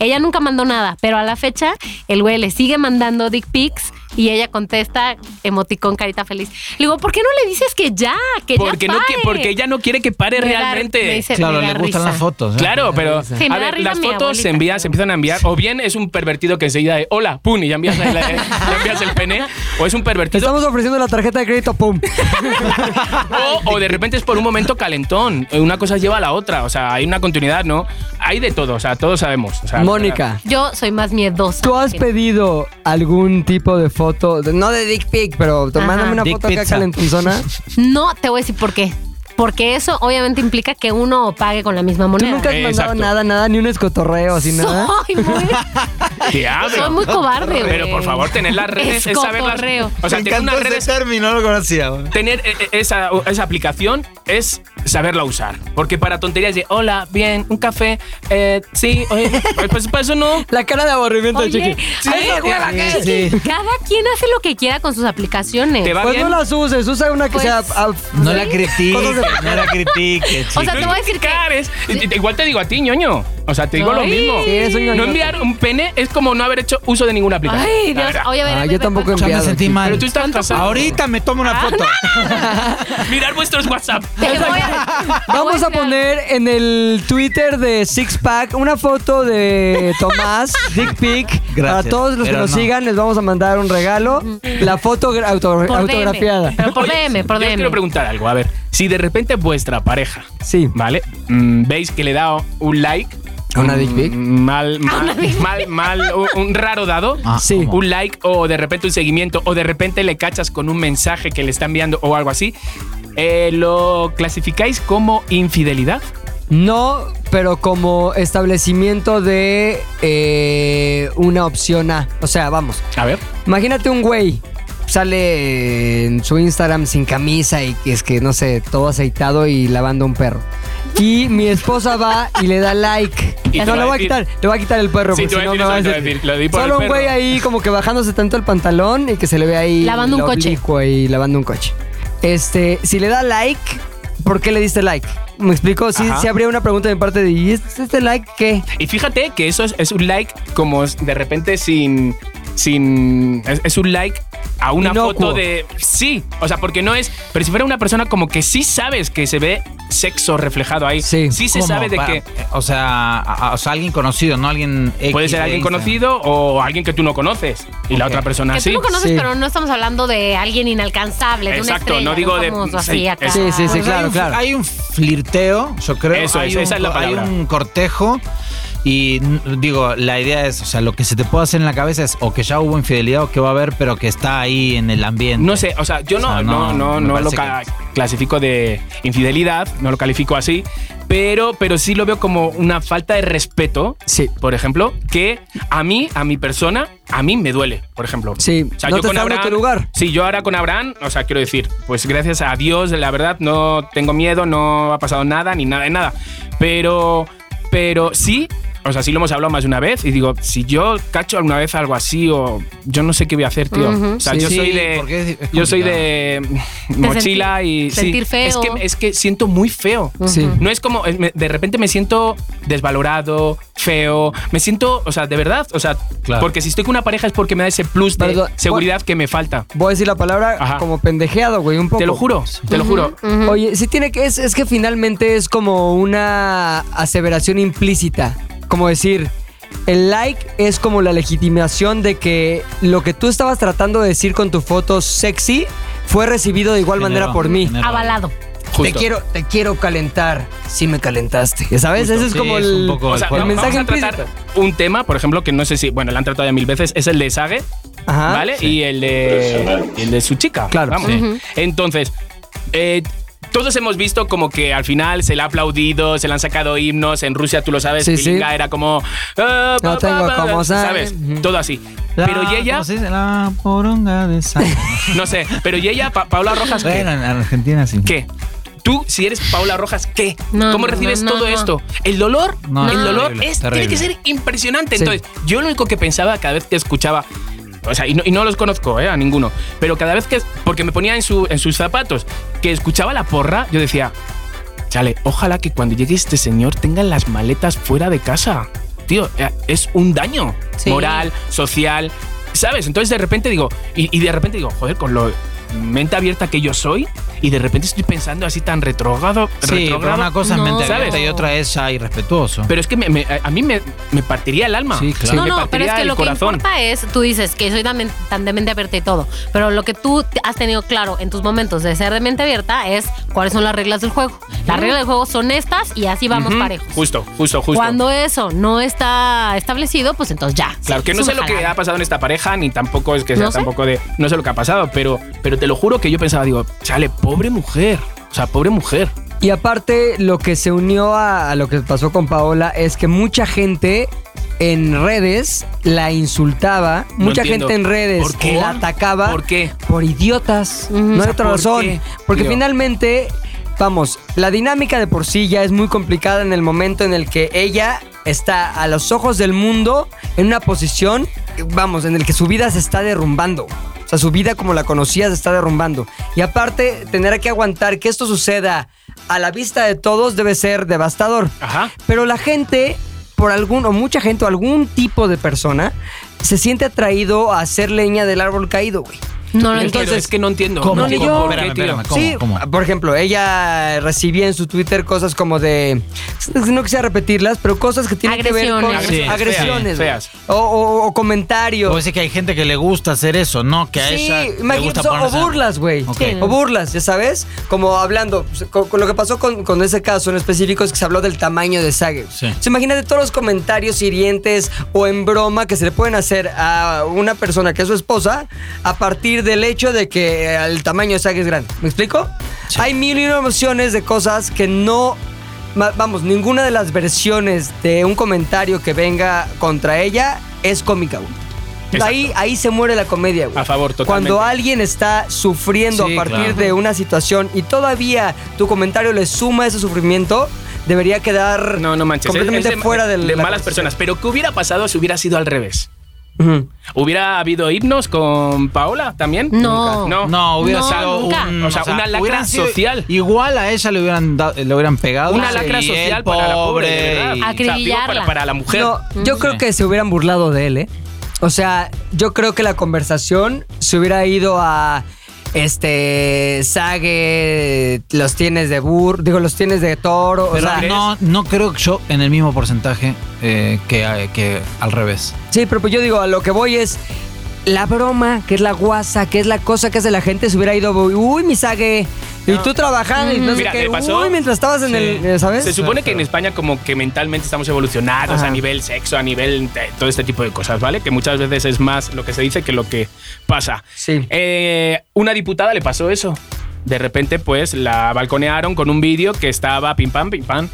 [SPEAKER 4] Ella nunca mandó nada, pero a la fecha, el güey le sigue mandando dick pics y ella contesta emoticón carita feliz. Le digo, ¿por qué no le dices que ya? Que
[SPEAKER 3] Porque,
[SPEAKER 4] ya
[SPEAKER 3] no, que,
[SPEAKER 4] pare?"
[SPEAKER 3] porque ella no quiere que pare
[SPEAKER 4] Me da-
[SPEAKER 3] realmente.
[SPEAKER 4] me dice-
[SPEAKER 5] Claro,
[SPEAKER 4] me da
[SPEAKER 5] le gustan
[SPEAKER 4] risa.
[SPEAKER 5] las fotos. ¿eh?
[SPEAKER 3] Claro, pero
[SPEAKER 4] Sí, me
[SPEAKER 3] a
[SPEAKER 4] da
[SPEAKER 3] ver,
[SPEAKER 4] risa
[SPEAKER 3] las
[SPEAKER 4] mi
[SPEAKER 3] fotos
[SPEAKER 4] abuelita,
[SPEAKER 3] se envían, se
[SPEAKER 4] pero-
[SPEAKER 3] empiezan a enviar, o bien es un pervertido que enseguida de hola, pum, y ya envías, ahí la- eh, ya envías el pene, o es un
[SPEAKER 2] Te
[SPEAKER 3] pervertido,
[SPEAKER 2] estamos ofreciendo la tarjeta de crédito, pum.
[SPEAKER 3] o, o de repente es por un momento calentón, una cosa lleva a la otra, o sea, hay una continuidad, ¿no? Hay de todo, o sea, todos sabemos. o sea,
[SPEAKER 2] Mónica,
[SPEAKER 4] Yo soy más miedosa.
[SPEAKER 2] ¿tú has
[SPEAKER 4] que-
[SPEAKER 2] pedido algún tipo de foto? De- No de Dick Pic, pero tú
[SPEAKER 4] Ajá.
[SPEAKER 2] mándame una
[SPEAKER 5] Dick
[SPEAKER 2] foto acá
[SPEAKER 5] pizza.
[SPEAKER 2] calentonzona.
[SPEAKER 4] No, te voy a decir por qué. Porque eso obviamente implica que uno pague con la misma
[SPEAKER 2] Tú
[SPEAKER 4] moneda.
[SPEAKER 2] nunca has
[SPEAKER 3] Eh,
[SPEAKER 2] mandado
[SPEAKER 3] exacto.
[SPEAKER 2] nada, nada, ni un escotorreo, así nada.
[SPEAKER 4] Soy muy,
[SPEAKER 3] Te hablo.
[SPEAKER 4] soy muy cobarde, güey.
[SPEAKER 3] Pero por favor, tener las redes es saber las-
[SPEAKER 4] Escotorreo.
[SPEAKER 3] O sea,
[SPEAKER 5] Me
[SPEAKER 3] tener
[SPEAKER 5] encantó
[SPEAKER 3] unas
[SPEAKER 5] ese
[SPEAKER 3] redes
[SPEAKER 5] término, no lo conocía. güey.
[SPEAKER 3] tener eh, eh, esa, esa aplicación es saberla usar. Porque para tonterías de hola, bien, un café, eh, sí, oye, pues, pues para eso no.
[SPEAKER 2] La cara de aburrimiento de
[SPEAKER 4] Oye,
[SPEAKER 2] Chiqui.
[SPEAKER 4] a ver, Chiqui, cada quien hace lo que quiera con sus aplicaciones.
[SPEAKER 3] Te va
[SPEAKER 2] Pues
[SPEAKER 3] bien.
[SPEAKER 2] no las uses, usa una que
[SPEAKER 4] Pues-
[SPEAKER 2] sea... a-
[SPEAKER 5] No la critiques,
[SPEAKER 2] Cosas de-
[SPEAKER 5] no la critiques.
[SPEAKER 4] O sea,
[SPEAKER 5] chico.
[SPEAKER 4] te voy a decir que-
[SPEAKER 3] criticar, es- i- i- Igual te digo a ti, ñoño. O sea, te digo lo
[SPEAKER 4] Ay.
[SPEAKER 3] mismo.
[SPEAKER 2] Sí, es un
[SPEAKER 3] no
[SPEAKER 2] ñoño.
[SPEAKER 3] enviar un pene es como no haber hecho uso de ninguna aplicación.
[SPEAKER 4] Ay,
[SPEAKER 3] la
[SPEAKER 4] Dios.
[SPEAKER 3] verdad.
[SPEAKER 4] Oye, a ver,
[SPEAKER 2] Ah,
[SPEAKER 4] a ver,
[SPEAKER 2] yo
[SPEAKER 4] ve-
[SPEAKER 2] tampoco
[SPEAKER 4] ve-
[SPEAKER 5] ya me
[SPEAKER 2] enviado,
[SPEAKER 5] sentí
[SPEAKER 2] chico.
[SPEAKER 5] mal.
[SPEAKER 3] Pero tú estás casado.
[SPEAKER 5] Ahorita me tomo
[SPEAKER 4] Ah,
[SPEAKER 5] una foto.
[SPEAKER 3] Mirar vuestros WhatsApp.
[SPEAKER 4] te voy a-
[SPEAKER 2] Vamos
[SPEAKER 4] te
[SPEAKER 2] a
[SPEAKER 4] voy
[SPEAKER 2] poner en el Twitter de Six Pack una foto de Tomás, Dick Pic. Para
[SPEAKER 5] Gracias,
[SPEAKER 2] todos los que
[SPEAKER 5] pero
[SPEAKER 2] nos
[SPEAKER 5] no.
[SPEAKER 2] sigan, les vamos a mandar un regalo. La foto gra- auto-
[SPEAKER 4] Mm. Por
[SPEAKER 2] autografiada.
[SPEAKER 4] DM. Pero por
[SPEAKER 3] Oye,
[SPEAKER 4] DM, por
[SPEAKER 3] yo os
[SPEAKER 4] DM.
[SPEAKER 3] quiero preguntar algo. A ver, si de repente vuestra pareja,
[SPEAKER 2] Sí.
[SPEAKER 3] ¿vale? Mm, Veis que le da un like.
[SPEAKER 2] ¿A una dick pic?
[SPEAKER 3] Mm, Mal, mal, mal, mal, un- un raro dado.
[SPEAKER 5] Ah,
[SPEAKER 2] Sí.
[SPEAKER 5] ¿cómo?
[SPEAKER 3] un like o de repente un seguimiento o de repente le cachas con un mensaje que le está enviando o algo así, eh, ¿lo clasificáis como infidelidad?
[SPEAKER 2] No, pero como establecimiento de eh, una opción A. O sea, vamos.
[SPEAKER 3] A ver.
[SPEAKER 2] Imagínate un güey. Sale en su Instagram sin camisa y que es que, no sé, todo aceitado y lavando un perro. Y mi esposa va y le da like.
[SPEAKER 3] Y te
[SPEAKER 2] no,
[SPEAKER 3] va
[SPEAKER 2] le
[SPEAKER 3] a
[SPEAKER 2] voy a
[SPEAKER 3] decir-
[SPEAKER 2] quitar, le voy a quitar el perro.
[SPEAKER 3] Sí,
[SPEAKER 2] porque
[SPEAKER 3] te voy a
[SPEAKER 2] si no
[SPEAKER 3] decir
[SPEAKER 2] me
[SPEAKER 3] eso,
[SPEAKER 2] va
[SPEAKER 3] te voy a decir, lo di por
[SPEAKER 2] Solo
[SPEAKER 3] el
[SPEAKER 2] un güey
[SPEAKER 3] perro.
[SPEAKER 2] ahí como que bajándose tanto el pantalón y que se le ve ahí...
[SPEAKER 4] Lavando un
[SPEAKER 2] el
[SPEAKER 4] coche.
[SPEAKER 2] oblicuo Ahí, lavando un coche. Este, si le da like, ¿por qué le diste like? Me explico, sí,
[SPEAKER 3] Ajá.
[SPEAKER 2] sí habría una pregunta de mi parte de, ¿y este, este like qué?
[SPEAKER 3] Y fíjate que eso es, es un like como es de repente sin... sin es, es un like a una
[SPEAKER 2] Inocuo.
[SPEAKER 3] foto de... Sí, o sea, porque no es... Pero si fuera una persona como que sí sabes que se ve sexo reflejado ahí.
[SPEAKER 2] Sí.
[SPEAKER 3] Sí se
[SPEAKER 5] ¿Cómo?
[SPEAKER 3] sabe de
[SPEAKER 5] Pa-
[SPEAKER 3] que...
[SPEAKER 5] O sea, a- a- o sea, alguien conocido, no alguien.
[SPEAKER 3] Puede
[SPEAKER 5] X
[SPEAKER 3] ser
[SPEAKER 5] de
[SPEAKER 3] alguien
[SPEAKER 5] Instagram.
[SPEAKER 3] conocido o alguien que tú no conoces y la
[SPEAKER 5] Ok.
[SPEAKER 3] otra persona
[SPEAKER 4] Que
[SPEAKER 3] sí.
[SPEAKER 4] tú no conoces,
[SPEAKER 2] Sí.
[SPEAKER 4] pero no estamos hablando de alguien inalcanzable, de una
[SPEAKER 3] Exacto,
[SPEAKER 4] estrella,
[SPEAKER 3] no digo
[SPEAKER 4] de
[SPEAKER 3] de-
[SPEAKER 4] un famoso
[SPEAKER 3] sí,
[SPEAKER 4] así acá.
[SPEAKER 2] Sí, sí, sí,
[SPEAKER 5] Pues hay
[SPEAKER 2] claro,
[SPEAKER 5] un-
[SPEAKER 2] claro.
[SPEAKER 5] Hay un flirteo, yo creo.
[SPEAKER 3] Eso
[SPEAKER 5] hay
[SPEAKER 3] es,
[SPEAKER 5] un,
[SPEAKER 3] esa es la palabra.
[SPEAKER 5] Hay un cortejo. Y n- digo, la idea es, o sea, lo que se te puede hacer en la cabeza es o que ya hubo infidelidad o que va a haber, pero que está ahí en el ambiente.
[SPEAKER 3] No sé, o sea, yo no,
[SPEAKER 5] O sea,
[SPEAKER 3] no,
[SPEAKER 5] no,
[SPEAKER 3] no,
[SPEAKER 5] me
[SPEAKER 3] no lo
[SPEAKER 5] parece
[SPEAKER 3] ca- clasifico de infidelidad, no lo califico así, pero, pero sí lo veo como una falta de respeto,
[SPEAKER 2] Sí.
[SPEAKER 3] por ejemplo, que a mí, a mi persona, a mí me duele, por ejemplo.
[SPEAKER 2] Sí, no te
[SPEAKER 3] con
[SPEAKER 2] está dando tu lugar.
[SPEAKER 3] Sí, yo ahora con Abraham, o sea, quiero decir, pues gracias a Dios, la verdad, no tengo miedo, no ha pasado nada, ni nada de nada. Pero, pero sí, o sea, sí lo hemos hablado más de una vez y digo, si yo cacho alguna vez algo así o yo no sé qué voy a hacer, tío.
[SPEAKER 4] Ujú.
[SPEAKER 3] O sea,
[SPEAKER 2] Sí,
[SPEAKER 3] yo
[SPEAKER 5] sí,
[SPEAKER 3] soy de...
[SPEAKER 5] porque es- es
[SPEAKER 3] yo soy
[SPEAKER 5] complicado.
[SPEAKER 3] de mochila y... sí.
[SPEAKER 4] sentir feo.
[SPEAKER 3] Es que, es que siento muy feo.
[SPEAKER 2] Sí.
[SPEAKER 3] No es como, es- me- de repente me siento desvalorado, feo, me siento, o sea, de verdad, o sea,
[SPEAKER 5] Claro.
[SPEAKER 3] porque si estoy con una pareja es porque me da ese plus de
[SPEAKER 2] Perdón,
[SPEAKER 3] seguridad que me falta.
[SPEAKER 2] Voy a decir la palabra
[SPEAKER 3] Ajá.
[SPEAKER 2] como pendejeado, güey, un poco.
[SPEAKER 3] Te lo juro, te lo juro.
[SPEAKER 4] Ujú.
[SPEAKER 2] Oye, sí tiene que es, es que finalmente es como una aseveración implícita, como decir el like es como la legitimación de que lo que tú estabas tratando de decir con tu foto sexy fue recibido de igual
[SPEAKER 5] Generó,
[SPEAKER 2] manera por mí.
[SPEAKER 5] generó.
[SPEAKER 4] Avalado.
[SPEAKER 2] Te quiero te quiero calentar, sí me calentaste. ¿Sabes?
[SPEAKER 5] Justo,
[SPEAKER 2] Ese es
[SPEAKER 5] sí,
[SPEAKER 2] como
[SPEAKER 5] es
[SPEAKER 2] el
[SPEAKER 5] un poco
[SPEAKER 3] O sea,
[SPEAKER 5] Bueno,
[SPEAKER 2] el
[SPEAKER 3] no,
[SPEAKER 2] mensaje
[SPEAKER 3] vamos a tratar
[SPEAKER 2] implícito.
[SPEAKER 3] un tema, por ejemplo, que no sé si, bueno, lo han tratado ya mil veces, es el de Sage,
[SPEAKER 2] Ajá.
[SPEAKER 3] ¿vale? Y el de, el de su chica.
[SPEAKER 2] Ah, Claro,
[SPEAKER 3] vamos.
[SPEAKER 5] sí.
[SPEAKER 3] Entonces, eh, todos hemos visto como que al final se le ha aplaudido, se le han sacado himnos. En Rusia, tú lo sabes,
[SPEAKER 2] Sí,
[SPEAKER 3] Pilinga era como. "Ah,
[SPEAKER 2] No
[SPEAKER 3] pa,
[SPEAKER 2] tengo
[SPEAKER 3] pa, pa",
[SPEAKER 2] como
[SPEAKER 3] ¿Sabes?
[SPEAKER 2] saber.
[SPEAKER 3] Todo así.
[SPEAKER 5] La-
[SPEAKER 3] Pero y ella,
[SPEAKER 5] ¿cómo se dice? La poronga de sal.
[SPEAKER 3] no sé. Pero y ella, Pa- Paola Rojas, ¿qué?
[SPEAKER 5] bueno, en Argentina sí.
[SPEAKER 3] ¿Qué? Tú, si eres Paola Rojas, ¿qué?
[SPEAKER 4] No,
[SPEAKER 3] ¿Cómo
[SPEAKER 4] no,
[SPEAKER 3] recibes
[SPEAKER 4] no, no,
[SPEAKER 3] todo
[SPEAKER 4] no.
[SPEAKER 3] esto? El dolor,
[SPEAKER 5] No,
[SPEAKER 3] el
[SPEAKER 4] no,
[SPEAKER 3] dolor
[SPEAKER 5] terrible,
[SPEAKER 3] es,
[SPEAKER 5] terrible.
[SPEAKER 3] tiene que ser impresionante.
[SPEAKER 2] Sí.
[SPEAKER 3] Entonces, yo lo único que pensaba cada vez que escuchaba, o sea, y no, y no los conozco, ¿eh? A ninguno, pero cada vez que, porque me ponía en, su- en sus zapatos, que escuchaba la porra, yo decía, chale, ojalá que cuando llegue este señor tenga las maletas fuera de casa. Tío, eh, es un daño
[SPEAKER 4] Sí.
[SPEAKER 3] moral, social, ¿sabes? Entonces de repente digo, y, y de repente digo, joder, con lo mente abierta que yo soy, y de repente estoy pensando así tan retrógrado,
[SPEAKER 5] Sí, pero
[SPEAKER 3] retrógrado,
[SPEAKER 5] una cosa es mente
[SPEAKER 4] No.
[SPEAKER 5] abierta y otra es ya irrespetuoso.
[SPEAKER 3] pero es que me- me- a mí me, me partiría el alma.
[SPEAKER 5] Sí, claro.
[SPEAKER 4] No,
[SPEAKER 3] Me
[SPEAKER 4] no, pero
[SPEAKER 3] partiría
[SPEAKER 4] es que
[SPEAKER 3] el
[SPEAKER 4] lo
[SPEAKER 3] corazón.
[SPEAKER 4] que importa es, tú dices que soy tan, men- tan de mente abierta y todo, pero lo que tú te- has tenido claro en tus momentos de ser de mente abierta es cuáles son las reglas del juego. Las reglas del juego son estas y así vamos
[SPEAKER 3] Ujú.
[SPEAKER 4] parejos.
[SPEAKER 3] Justo, justo, justo.
[SPEAKER 4] Cuando eso no está establecido, pues entonces ya.
[SPEAKER 3] Claro, que no
[SPEAKER 4] Es
[SPEAKER 3] sé
[SPEAKER 4] una
[SPEAKER 3] lo que
[SPEAKER 4] jalada.
[SPEAKER 3] ha pasado en esta pareja, ni tampoco es que sea
[SPEAKER 4] No sé.
[SPEAKER 3] tampoco de. No sé lo que ha pasado, pero, pero te lo juro que yo pensaba, digo, chale, pobre mujer. O sea, pobre mujer.
[SPEAKER 2] Y aparte, lo que se unió a, a lo que pasó con Paola es que mucha gente en redes la insultaba,
[SPEAKER 3] No
[SPEAKER 2] mucha
[SPEAKER 3] entiendo.
[SPEAKER 2] gente en redes
[SPEAKER 3] ¿Por qué?
[SPEAKER 2] la atacaba
[SPEAKER 3] ¿Por qué?
[SPEAKER 2] por idiotas,
[SPEAKER 4] Mm.
[SPEAKER 2] no
[SPEAKER 4] O
[SPEAKER 2] hay
[SPEAKER 4] sea,
[SPEAKER 2] otra
[SPEAKER 3] ¿por
[SPEAKER 2] razón.
[SPEAKER 3] qué?
[SPEAKER 2] Porque
[SPEAKER 3] Tío.
[SPEAKER 2] finalmente, vamos, la dinámica de por sí ya es muy complicada en el momento en el que ella está a los ojos del mundo en una posición, vamos, en el que su vida se está derrumbando. O sea, su vida como la conocía se está derrumbando. Y aparte, tener que aguantar que esto suceda a la vista de todos debe ser devastador.
[SPEAKER 3] Ajá.
[SPEAKER 2] Pero la gente, por algún, o mucha gente, o algún tipo de persona, se siente atraído a hacer leña del árbol caído, güey.
[SPEAKER 4] No lo
[SPEAKER 3] Entonces,
[SPEAKER 4] entiendo.
[SPEAKER 3] es que no entiendo.
[SPEAKER 5] ¿Cómo?
[SPEAKER 3] No, ni
[SPEAKER 5] ¿Cómo?
[SPEAKER 3] yo. ¿Por qué,
[SPEAKER 5] Espérame,
[SPEAKER 3] tío?
[SPEAKER 5] espérame. ¿Cómo?
[SPEAKER 2] Sí,
[SPEAKER 5] ¿Cómo?
[SPEAKER 2] por ejemplo, ella recibía en su Twitter cosas como de. No quisiera repetirlas, pero cosas que tienen que ver con
[SPEAKER 4] Agresiones.
[SPEAKER 3] Sí,
[SPEAKER 2] agresiones.
[SPEAKER 3] feas,
[SPEAKER 2] güey. O, o- o comentarios.
[SPEAKER 5] Puede ser que hay gente que le gusta hacer eso, no que a
[SPEAKER 2] Sí,
[SPEAKER 5] ella le
[SPEAKER 2] imagínate,
[SPEAKER 5] gusta
[SPEAKER 2] o- o
[SPEAKER 5] ponerse-
[SPEAKER 2] burlas, güey.
[SPEAKER 5] Ok.
[SPEAKER 4] Sí.
[SPEAKER 2] O burlas, ya sabes. Como hablando, pues, con, con lo que pasó con, con ese caso en específico es que se habló del tamaño de Sage.
[SPEAKER 5] Sí.
[SPEAKER 2] Entonces, imagínate todos los comentarios hirientes o en broma que se le pueden hacer a una persona que es su esposa a partir del hecho de que eh, el tamaño de Sage es grande. ¿Me explico? Hay mil y una opciones de cosas que no... ma- Vamos, ninguna de las versiones de un comentario que venga contra ella es cómica, güey.
[SPEAKER 3] Exacto.
[SPEAKER 2] Ahí, ahí se muere la comedia, güey.
[SPEAKER 3] A favor, totalmente.
[SPEAKER 2] Cuando alguien está sufriendo
[SPEAKER 5] Sí,
[SPEAKER 2] a partir
[SPEAKER 5] claro.
[SPEAKER 2] de una situación y todavía tu comentario le suma ese sufrimiento, debería quedar
[SPEAKER 3] No, no manches. es-
[SPEAKER 2] completamente
[SPEAKER 3] es de-
[SPEAKER 2] fuera del-
[SPEAKER 3] de
[SPEAKER 2] la
[SPEAKER 3] malas personas.
[SPEAKER 2] conversación.
[SPEAKER 3] Pero ¿qué hubiera pasado si hubiera sido al revés?
[SPEAKER 2] Ujú.
[SPEAKER 3] ¿Hubiera habido himnos con Paola también?
[SPEAKER 4] No.
[SPEAKER 3] No.
[SPEAKER 5] No, hubiera
[SPEAKER 4] No,
[SPEAKER 5] sido
[SPEAKER 4] nunca.
[SPEAKER 5] un-
[SPEAKER 3] O sea, una lacra
[SPEAKER 5] hubieran sido-
[SPEAKER 3] social.
[SPEAKER 5] Igual a ella le hubieran, dado- le hubieran pegado.
[SPEAKER 3] Una
[SPEAKER 5] Sí,
[SPEAKER 3] lacra
[SPEAKER 5] y él,
[SPEAKER 3] social para la pobre. de verdad.
[SPEAKER 5] y-
[SPEAKER 4] Ah,
[SPEAKER 3] O sea, digo,
[SPEAKER 4] Acribillarla.
[SPEAKER 3] para, para la mujer.
[SPEAKER 2] No, yo creo que se hubieran burlado de él, ¿eh? O sea, yo creo que la conversación se hubiera ido a. Este. Sage. Los tienes de burro. Digo, los tienes de toro.
[SPEAKER 5] Pero
[SPEAKER 2] o sea,
[SPEAKER 5] no, no creo que yo en el mismo porcentaje eh, que, que al revés.
[SPEAKER 2] Sí, pero pues yo digo, a lo que voy es. La broma, que es la guasa, que es la cosa que hace la gente, se hubiera ido. Uy, mi sague. Y tú trabajando y no sé
[SPEAKER 3] Mira,
[SPEAKER 2] qué.
[SPEAKER 3] le pasó-
[SPEAKER 2] Uy, mientras estabas en
[SPEAKER 5] Sí.
[SPEAKER 2] el. eh, ¿Sabes?
[SPEAKER 3] Se supone que en España como que mentalmente estamos evolucionados
[SPEAKER 2] Ajá.
[SPEAKER 3] a nivel sexo, a nivel de todo este tipo de cosas, ¿vale? Que muchas veces es más lo que se dice que lo que pasa.
[SPEAKER 2] Sí.
[SPEAKER 3] Eh, una diputada le pasó eso. De repente, pues, la balconearon con un vídeo que estaba pim pam, pim pam.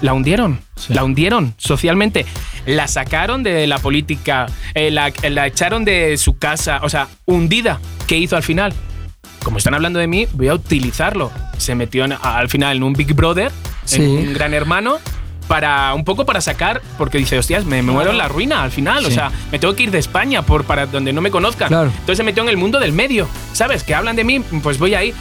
[SPEAKER 3] La hundieron,
[SPEAKER 5] Sí.
[SPEAKER 3] la hundieron socialmente. La sacaron de la política, eh, la, la echaron de su casa, o sea, hundida. ¿Qué hizo al final? como están hablando de mí, voy a utilizarlo. Se metió en- a- al final en un Big Brother,
[SPEAKER 2] Sí.
[SPEAKER 3] en un gran hermano, para un poco para sacar, porque dice, hostias, me, me muero en la ruina al final. O
[SPEAKER 5] Sí.
[SPEAKER 3] sea, me tengo que ir de España por, para donde no me conozcan.
[SPEAKER 2] Claro.
[SPEAKER 3] Entonces se metió en el mundo del medio. ¿Sabes? Que hablan de mí, pues voy ahí.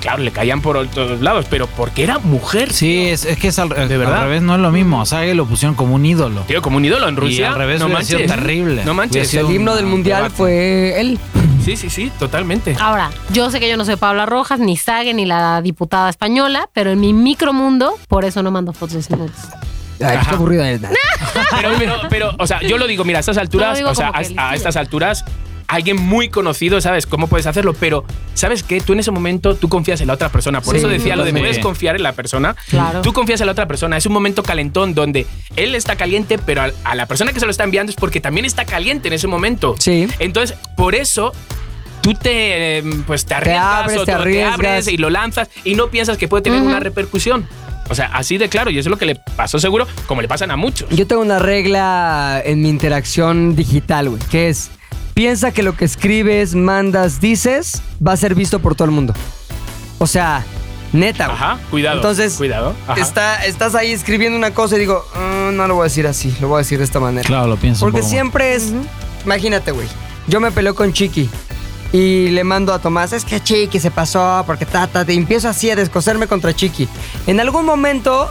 [SPEAKER 3] Claro, le caían por todos lados, pero porque era mujer.
[SPEAKER 5] Sí, es, es que es al, al
[SPEAKER 3] verdad.
[SPEAKER 5] revés no es lo mismo. A Sage lo pusieron como un ídolo.
[SPEAKER 3] Tío, como un ídolo en Rusia.
[SPEAKER 5] al revés
[SPEAKER 3] no
[SPEAKER 5] hubiera sido
[SPEAKER 3] manches.
[SPEAKER 5] terrible.
[SPEAKER 3] No
[SPEAKER 5] Hubiera
[SPEAKER 3] manches.
[SPEAKER 5] sido
[SPEAKER 2] El himno
[SPEAKER 3] ah,
[SPEAKER 2] del
[SPEAKER 5] un
[SPEAKER 2] mundial
[SPEAKER 5] debate.
[SPEAKER 2] fue él.
[SPEAKER 3] Sí, sí, sí, totalmente.
[SPEAKER 4] Ahora, yo sé que yo no soy Paula Rojas, ni Sague, ni la diputada española, pero en mi micromundo, por eso no mando fotos de desnudos.
[SPEAKER 2] Ay, pues, qué aburrida es.
[SPEAKER 3] Pero, pero, pero, o sea, yo lo digo, mira, a estas
[SPEAKER 4] Lo
[SPEAKER 3] alturas,
[SPEAKER 4] digo
[SPEAKER 3] o sea,
[SPEAKER 4] como que
[SPEAKER 3] a, a
[SPEAKER 4] listo.
[SPEAKER 3] estas alturas, alguien muy conocido, ¿sabes cómo puedes hacerlo? Pero, ¿sabes qué? Tú en ese momento, tú confías en la otra persona. Por
[SPEAKER 2] Sí,
[SPEAKER 3] eso decía lo de
[SPEAKER 5] totalmente.
[SPEAKER 3] puedes confiar en la persona.
[SPEAKER 4] Claro.
[SPEAKER 3] Tú confías en la otra persona. Es un momento calentón donde él está caliente, pero al- a, la persona que se lo está enviando es porque también está caliente en ese momento.
[SPEAKER 2] Sí.
[SPEAKER 3] Entonces, por eso tú te, eh, pues, te arriesgas,
[SPEAKER 2] abres,
[SPEAKER 3] o
[SPEAKER 2] te
[SPEAKER 3] tú
[SPEAKER 2] arriesgas.
[SPEAKER 3] abres y lo lanzas y no piensas que puede tener
[SPEAKER 4] Ujú.
[SPEAKER 3] una repercusión. O sea, así de claro, y eso es lo que le pasó seguro, como le pasan a muchos.
[SPEAKER 2] Yo tengo una regla en mi interacción digital, güey, que es piensa que lo que escribes, mandas, dices va a ser visto por todo el mundo. O sea, neta, güey.
[SPEAKER 3] Ajá, cuidado.
[SPEAKER 2] Entonces,
[SPEAKER 3] cuidado. ajá.
[SPEAKER 2] Está, estás ahí escribiendo una cosa y digo, "Mm, no lo voy a decir así, lo voy a decir de esta manera.
[SPEAKER 5] Claro, lo pienso. un
[SPEAKER 2] Porque
[SPEAKER 5] poco más.
[SPEAKER 2] siempre es. Imagínate, güey. Yo me peleo con Chiqui y le mando a Tomás, es que Chiqui se pasó, porque tata, te empiezo así a descoserme contra Chiqui. En algún momento.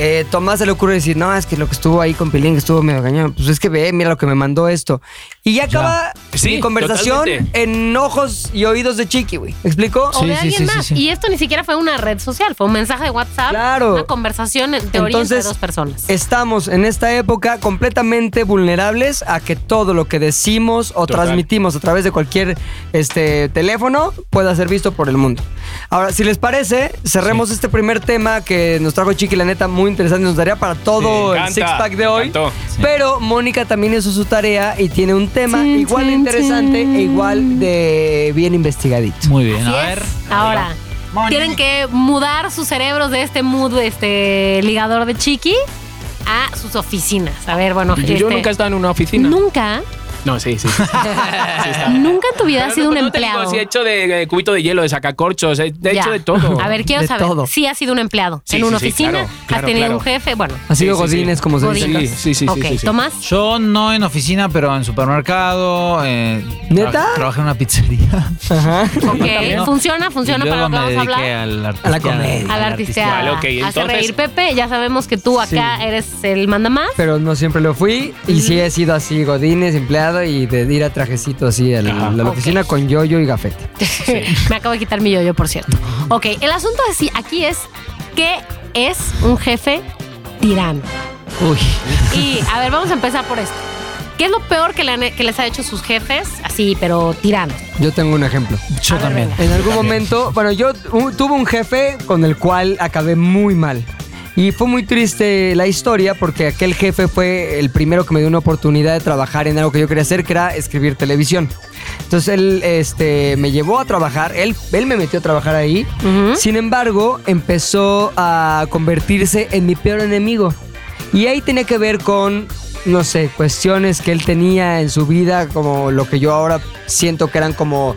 [SPEAKER 2] eh, Tomás se le ocurre decir, no, es que lo que estuvo ahí con Pilín que estuvo medio cañón. Pues es que ve, mira lo que me mandó esto. Y ya acaba
[SPEAKER 3] Sí,
[SPEAKER 2] mi conversación
[SPEAKER 3] totalmente.
[SPEAKER 2] en ojos y oídos de Chiqui, güey. ¿Me ¿Explicó?
[SPEAKER 4] O
[SPEAKER 5] Sí,
[SPEAKER 4] de
[SPEAKER 5] sí,
[SPEAKER 4] alguien
[SPEAKER 5] sí, sí,
[SPEAKER 4] más.
[SPEAKER 5] sí.
[SPEAKER 4] Y esto ni siquiera fue una red social, fue un mensaje de WhatsApp.
[SPEAKER 2] Claro.
[SPEAKER 4] Una conversación en teoría
[SPEAKER 2] Entonces,
[SPEAKER 4] entre dos personas.
[SPEAKER 2] Estamos en esta época completamente vulnerables a que todo lo que decimos o
[SPEAKER 3] Total.
[SPEAKER 2] transmitimos a través de cualquier este, teléfono pueda ser visto por el mundo. Ahora, si les parece, cerremos este primer tema que nos trajo Chiqui, la neta, muy interesante, nos daría para todo el
[SPEAKER 3] Sí, encanta,
[SPEAKER 2] six-pack de
[SPEAKER 3] me
[SPEAKER 2] hoy.
[SPEAKER 3] encantó.
[SPEAKER 5] Sí.
[SPEAKER 2] Pero Mónica también hizo su tarea y tiene un tema
[SPEAKER 4] Chin,
[SPEAKER 2] igual de
[SPEAKER 4] chin,
[SPEAKER 2] interesante
[SPEAKER 4] chin.
[SPEAKER 2] e igual de bien investigadito.
[SPEAKER 5] Muy bien,
[SPEAKER 4] Así
[SPEAKER 5] a
[SPEAKER 4] es.
[SPEAKER 5] ver.
[SPEAKER 4] Ahora.
[SPEAKER 5] Moni.
[SPEAKER 4] Tienen que mudar sus cerebros de este mood, de este ligador de chiqui, a sus oficinas. A ver, bueno,
[SPEAKER 3] Yo, yo
[SPEAKER 4] este-
[SPEAKER 3] nunca he estado en una oficina.
[SPEAKER 4] Nunca,
[SPEAKER 3] No, sí, sí. sí.
[SPEAKER 4] nunca en tu vida
[SPEAKER 3] Pero
[SPEAKER 4] has sido
[SPEAKER 3] no-
[SPEAKER 4] un
[SPEAKER 3] no te digo,
[SPEAKER 4] empleado.
[SPEAKER 3] sí, he hecho de eh, cubito de hielo, de sacacorchos, he, he
[SPEAKER 4] Ya.
[SPEAKER 3] hecho de todo.
[SPEAKER 4] A ver, quiero
[SPEAKER 2] De
[SPEAKER 4] saber
[SPEAKER 2] todo.
[SPEAKER 4] si has sido un empleado
[SPEAKER 3] Sí,
[SPEAKER 4] en
[SPEAKER 3] sí,
[SPEAKER 4] una
[SPEAKER 3] sí,
[SPEAKER 4] oficina,
[SPEAKER 3] claro, claro,
[SPEAKER 4] has tenido
[SPEAKER 3] claro.
[SPEAKER 4] un jefe, bueno.
[SPEAKER 2] Ha sido
[SPEAKER 3] Sí, sí, sí.
[SPEAKER 2] Godines, como se dice.
[SPEAKER 4] Godín.
[SPEAKER 3] Sí, sí, sí, sí,
[SPEAKER 4] ok,
[SPEAKER 3] sí, sí.
[SPEAKER 4] Tomás,
[SPEAKER 5] Yo no en oficina, pero en supermercado. eh,
[SPEAKER 2] ¿Neta?
[SPEAKER 5] tra- Trabajé en una pizzería.
[SPEAKER 2] Ajá.
[SPEAKER 4] ok,
[SPEAKER 5] No.
[SPEAKER 4] funciona, funciona
[SPEAKER 5] y
[SPEAKER 4] para
[SPEAKER 5] luego
[SPEAKER 4] lo que vamos
[SPEAKER 5] me
[SPEAKER 4] a hablar.
[SPEAKER 5] dediqué al
[SPEAKER 2] A la comedia.
[SPEAKER 5] artista.
[SPEAKER 4] al artista
[SPEAKER 3] Vale, ok,
[SPEAKER 4] hace
[SPEAKER 3] entonces-
[SPEAKER 4] reír Pepe. Ya sabemos que tú acá
[SPEAKER 2] Sí.
[SPEAKER 4] eres el manda más.
[SPEAKER 2] Pero no siempre lo fui. Y sí he sido así, Godines, empleado y de ir a trajecito así a la,
[SPEAKER 3] Ajá.
[SPEAKER 2] a la
[SPEAKER 4] Ok.
[SPEAKER 2] oficina con yoyo y gafete.
[SPEAKER 4] Me acabo de quitar mi yo-yo, por cierto. Ok, el asunto así, aquí es ¿qué es un jefe tirano?
[SPEAKER 2] Uy.
[SPEAKER 4] Y a ver, vamos a empezar por esto. ¿Qué es lo peor que, le han- que les ha hecho sus jefes? Así, pero tiranos.
[SPEAKER 2] Yo tengo un ejemplo.
[SPEAKER 5] Yo
[SPEAKER 4] A ver,
[SPEAKER 5] también.
[SPEAKER 4] venga.
[SPEAKER 2] En algún momento, bueno, yo u- tuve un jefe con el cual acabé muy mal. Y fue muy triste la historia porque aquel jefe fue el primero que me dio una oportunidad de trabajar en algo que yo quería hacer, que era escribir televisión. Entonces él este, me llevó a trabajar, él, él me metió a trabajar ahí.
[SPEAKER 4] Ujú.
[SPEAKER 2] Sin embargo, empezó a convertirse en mi peor enemigo. Y ahí tenía que ver con, no sé, cuestiones que él tenía en su vida, como lo que yo ahora siento que eran como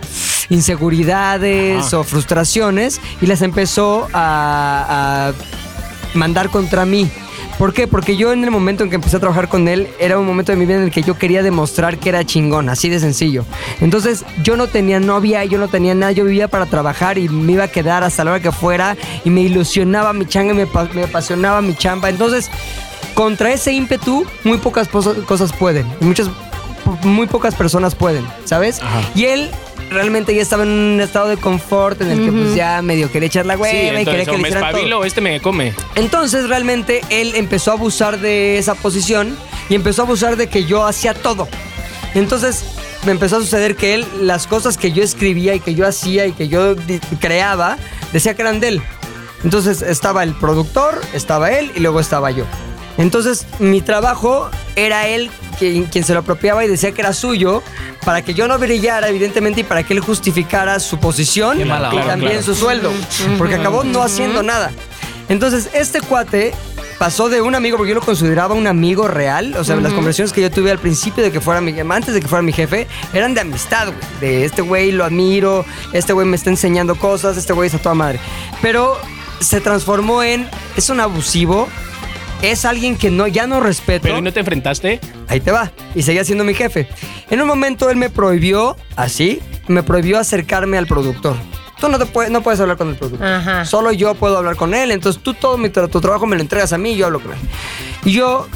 [SPEAKER 2] inseguridades o frustraciones, y las empezó a- a mandar contra mí. ¿Por qué? Porque yo en el momento en que empecé a trabajar con él, era un momento de mi vida en el que yo quería demostrar que era chingón, así de sencillo. Entonces yo no tenía novia, yo no tenía nada, yo vivía para trabajar y me iba a quedar hasta la hora que fuera y me ilusionaba mi changa y me, pa- me apasionaba mi chamba. Entonces, contra ese ímpetu, muy pocas posa- cosas pueden. y Muchas, muy pocas personas pueden, ¿sabes?
[SPEAKER 3] Ajá.
[SPEAKER 2] Y él... Realmente ya estaba en un estado de confort en el que pues ya medio quería echar la hueva
[SPEAKER 3] sí,
[SPEAKER 2] y quería
[SPEAKER 3] entonces,
[SPEAKER 2] que
[SPEAKER 3] o
[SPEAKER 2] le
[SPEAKER 3] me
[SPEAKER 2] hicieran todo.
[SPEAKER 3] espabilo, o este me come.
[SPEAKER 2] Entonces realmente él empezó a abusar de esa posición y empezó a abusar de que yo hacía todo. Entonces me empezó a suceder que él, las cosas que yo escribía y que yo hacía y que yo di- creaba, decía que eran de él. Entonces estaba el productor, estaba él y luego estaba yo. Entonces mi trabajo era él quien, quien se lo apropiaba y decía que era suyo para que yo no brillara evidentemente y para que él justificara su posición
[SPEAKER 5] Qué mala
[SPEAKER 2] y
[SPEAKER 5] onda,
[SPEAKER 2] también
[SPEAKER 3] claro.
[SPEAKER 2] su sueldo. Porque acabó no haciendo nada. Entonces, este cuate pasó de un amigo, porque yo lo consideraba un amigo real. O sea, las conversaciones que yo tuve al principio de que fuera mi antes de que fuera mi jefe, eran de amistad, güey. De este güey lo admiro, este güey me está enseñando cosas, este güey está toda madre. Pero se transformó en, es un abusivo, es alguien que no, ya no respeto.
[SPEAKER 3] Pero ¿y no te enfrentaste?
[SPEAKER 2] Ahí te va. Y seguía siendo mi jefe. En un momento él me prohibió, así, me prohibió acercarme al productor. Tú no, te puedes, no puedes hablar con el productor.
[SPEAKER 4] Ajá.
[SPEAKER 2] Solo yo puedo hablar con él. Entonces tú todo mi tra- tu trabajo me lo entregas a mí y yo hablo con él. Y yo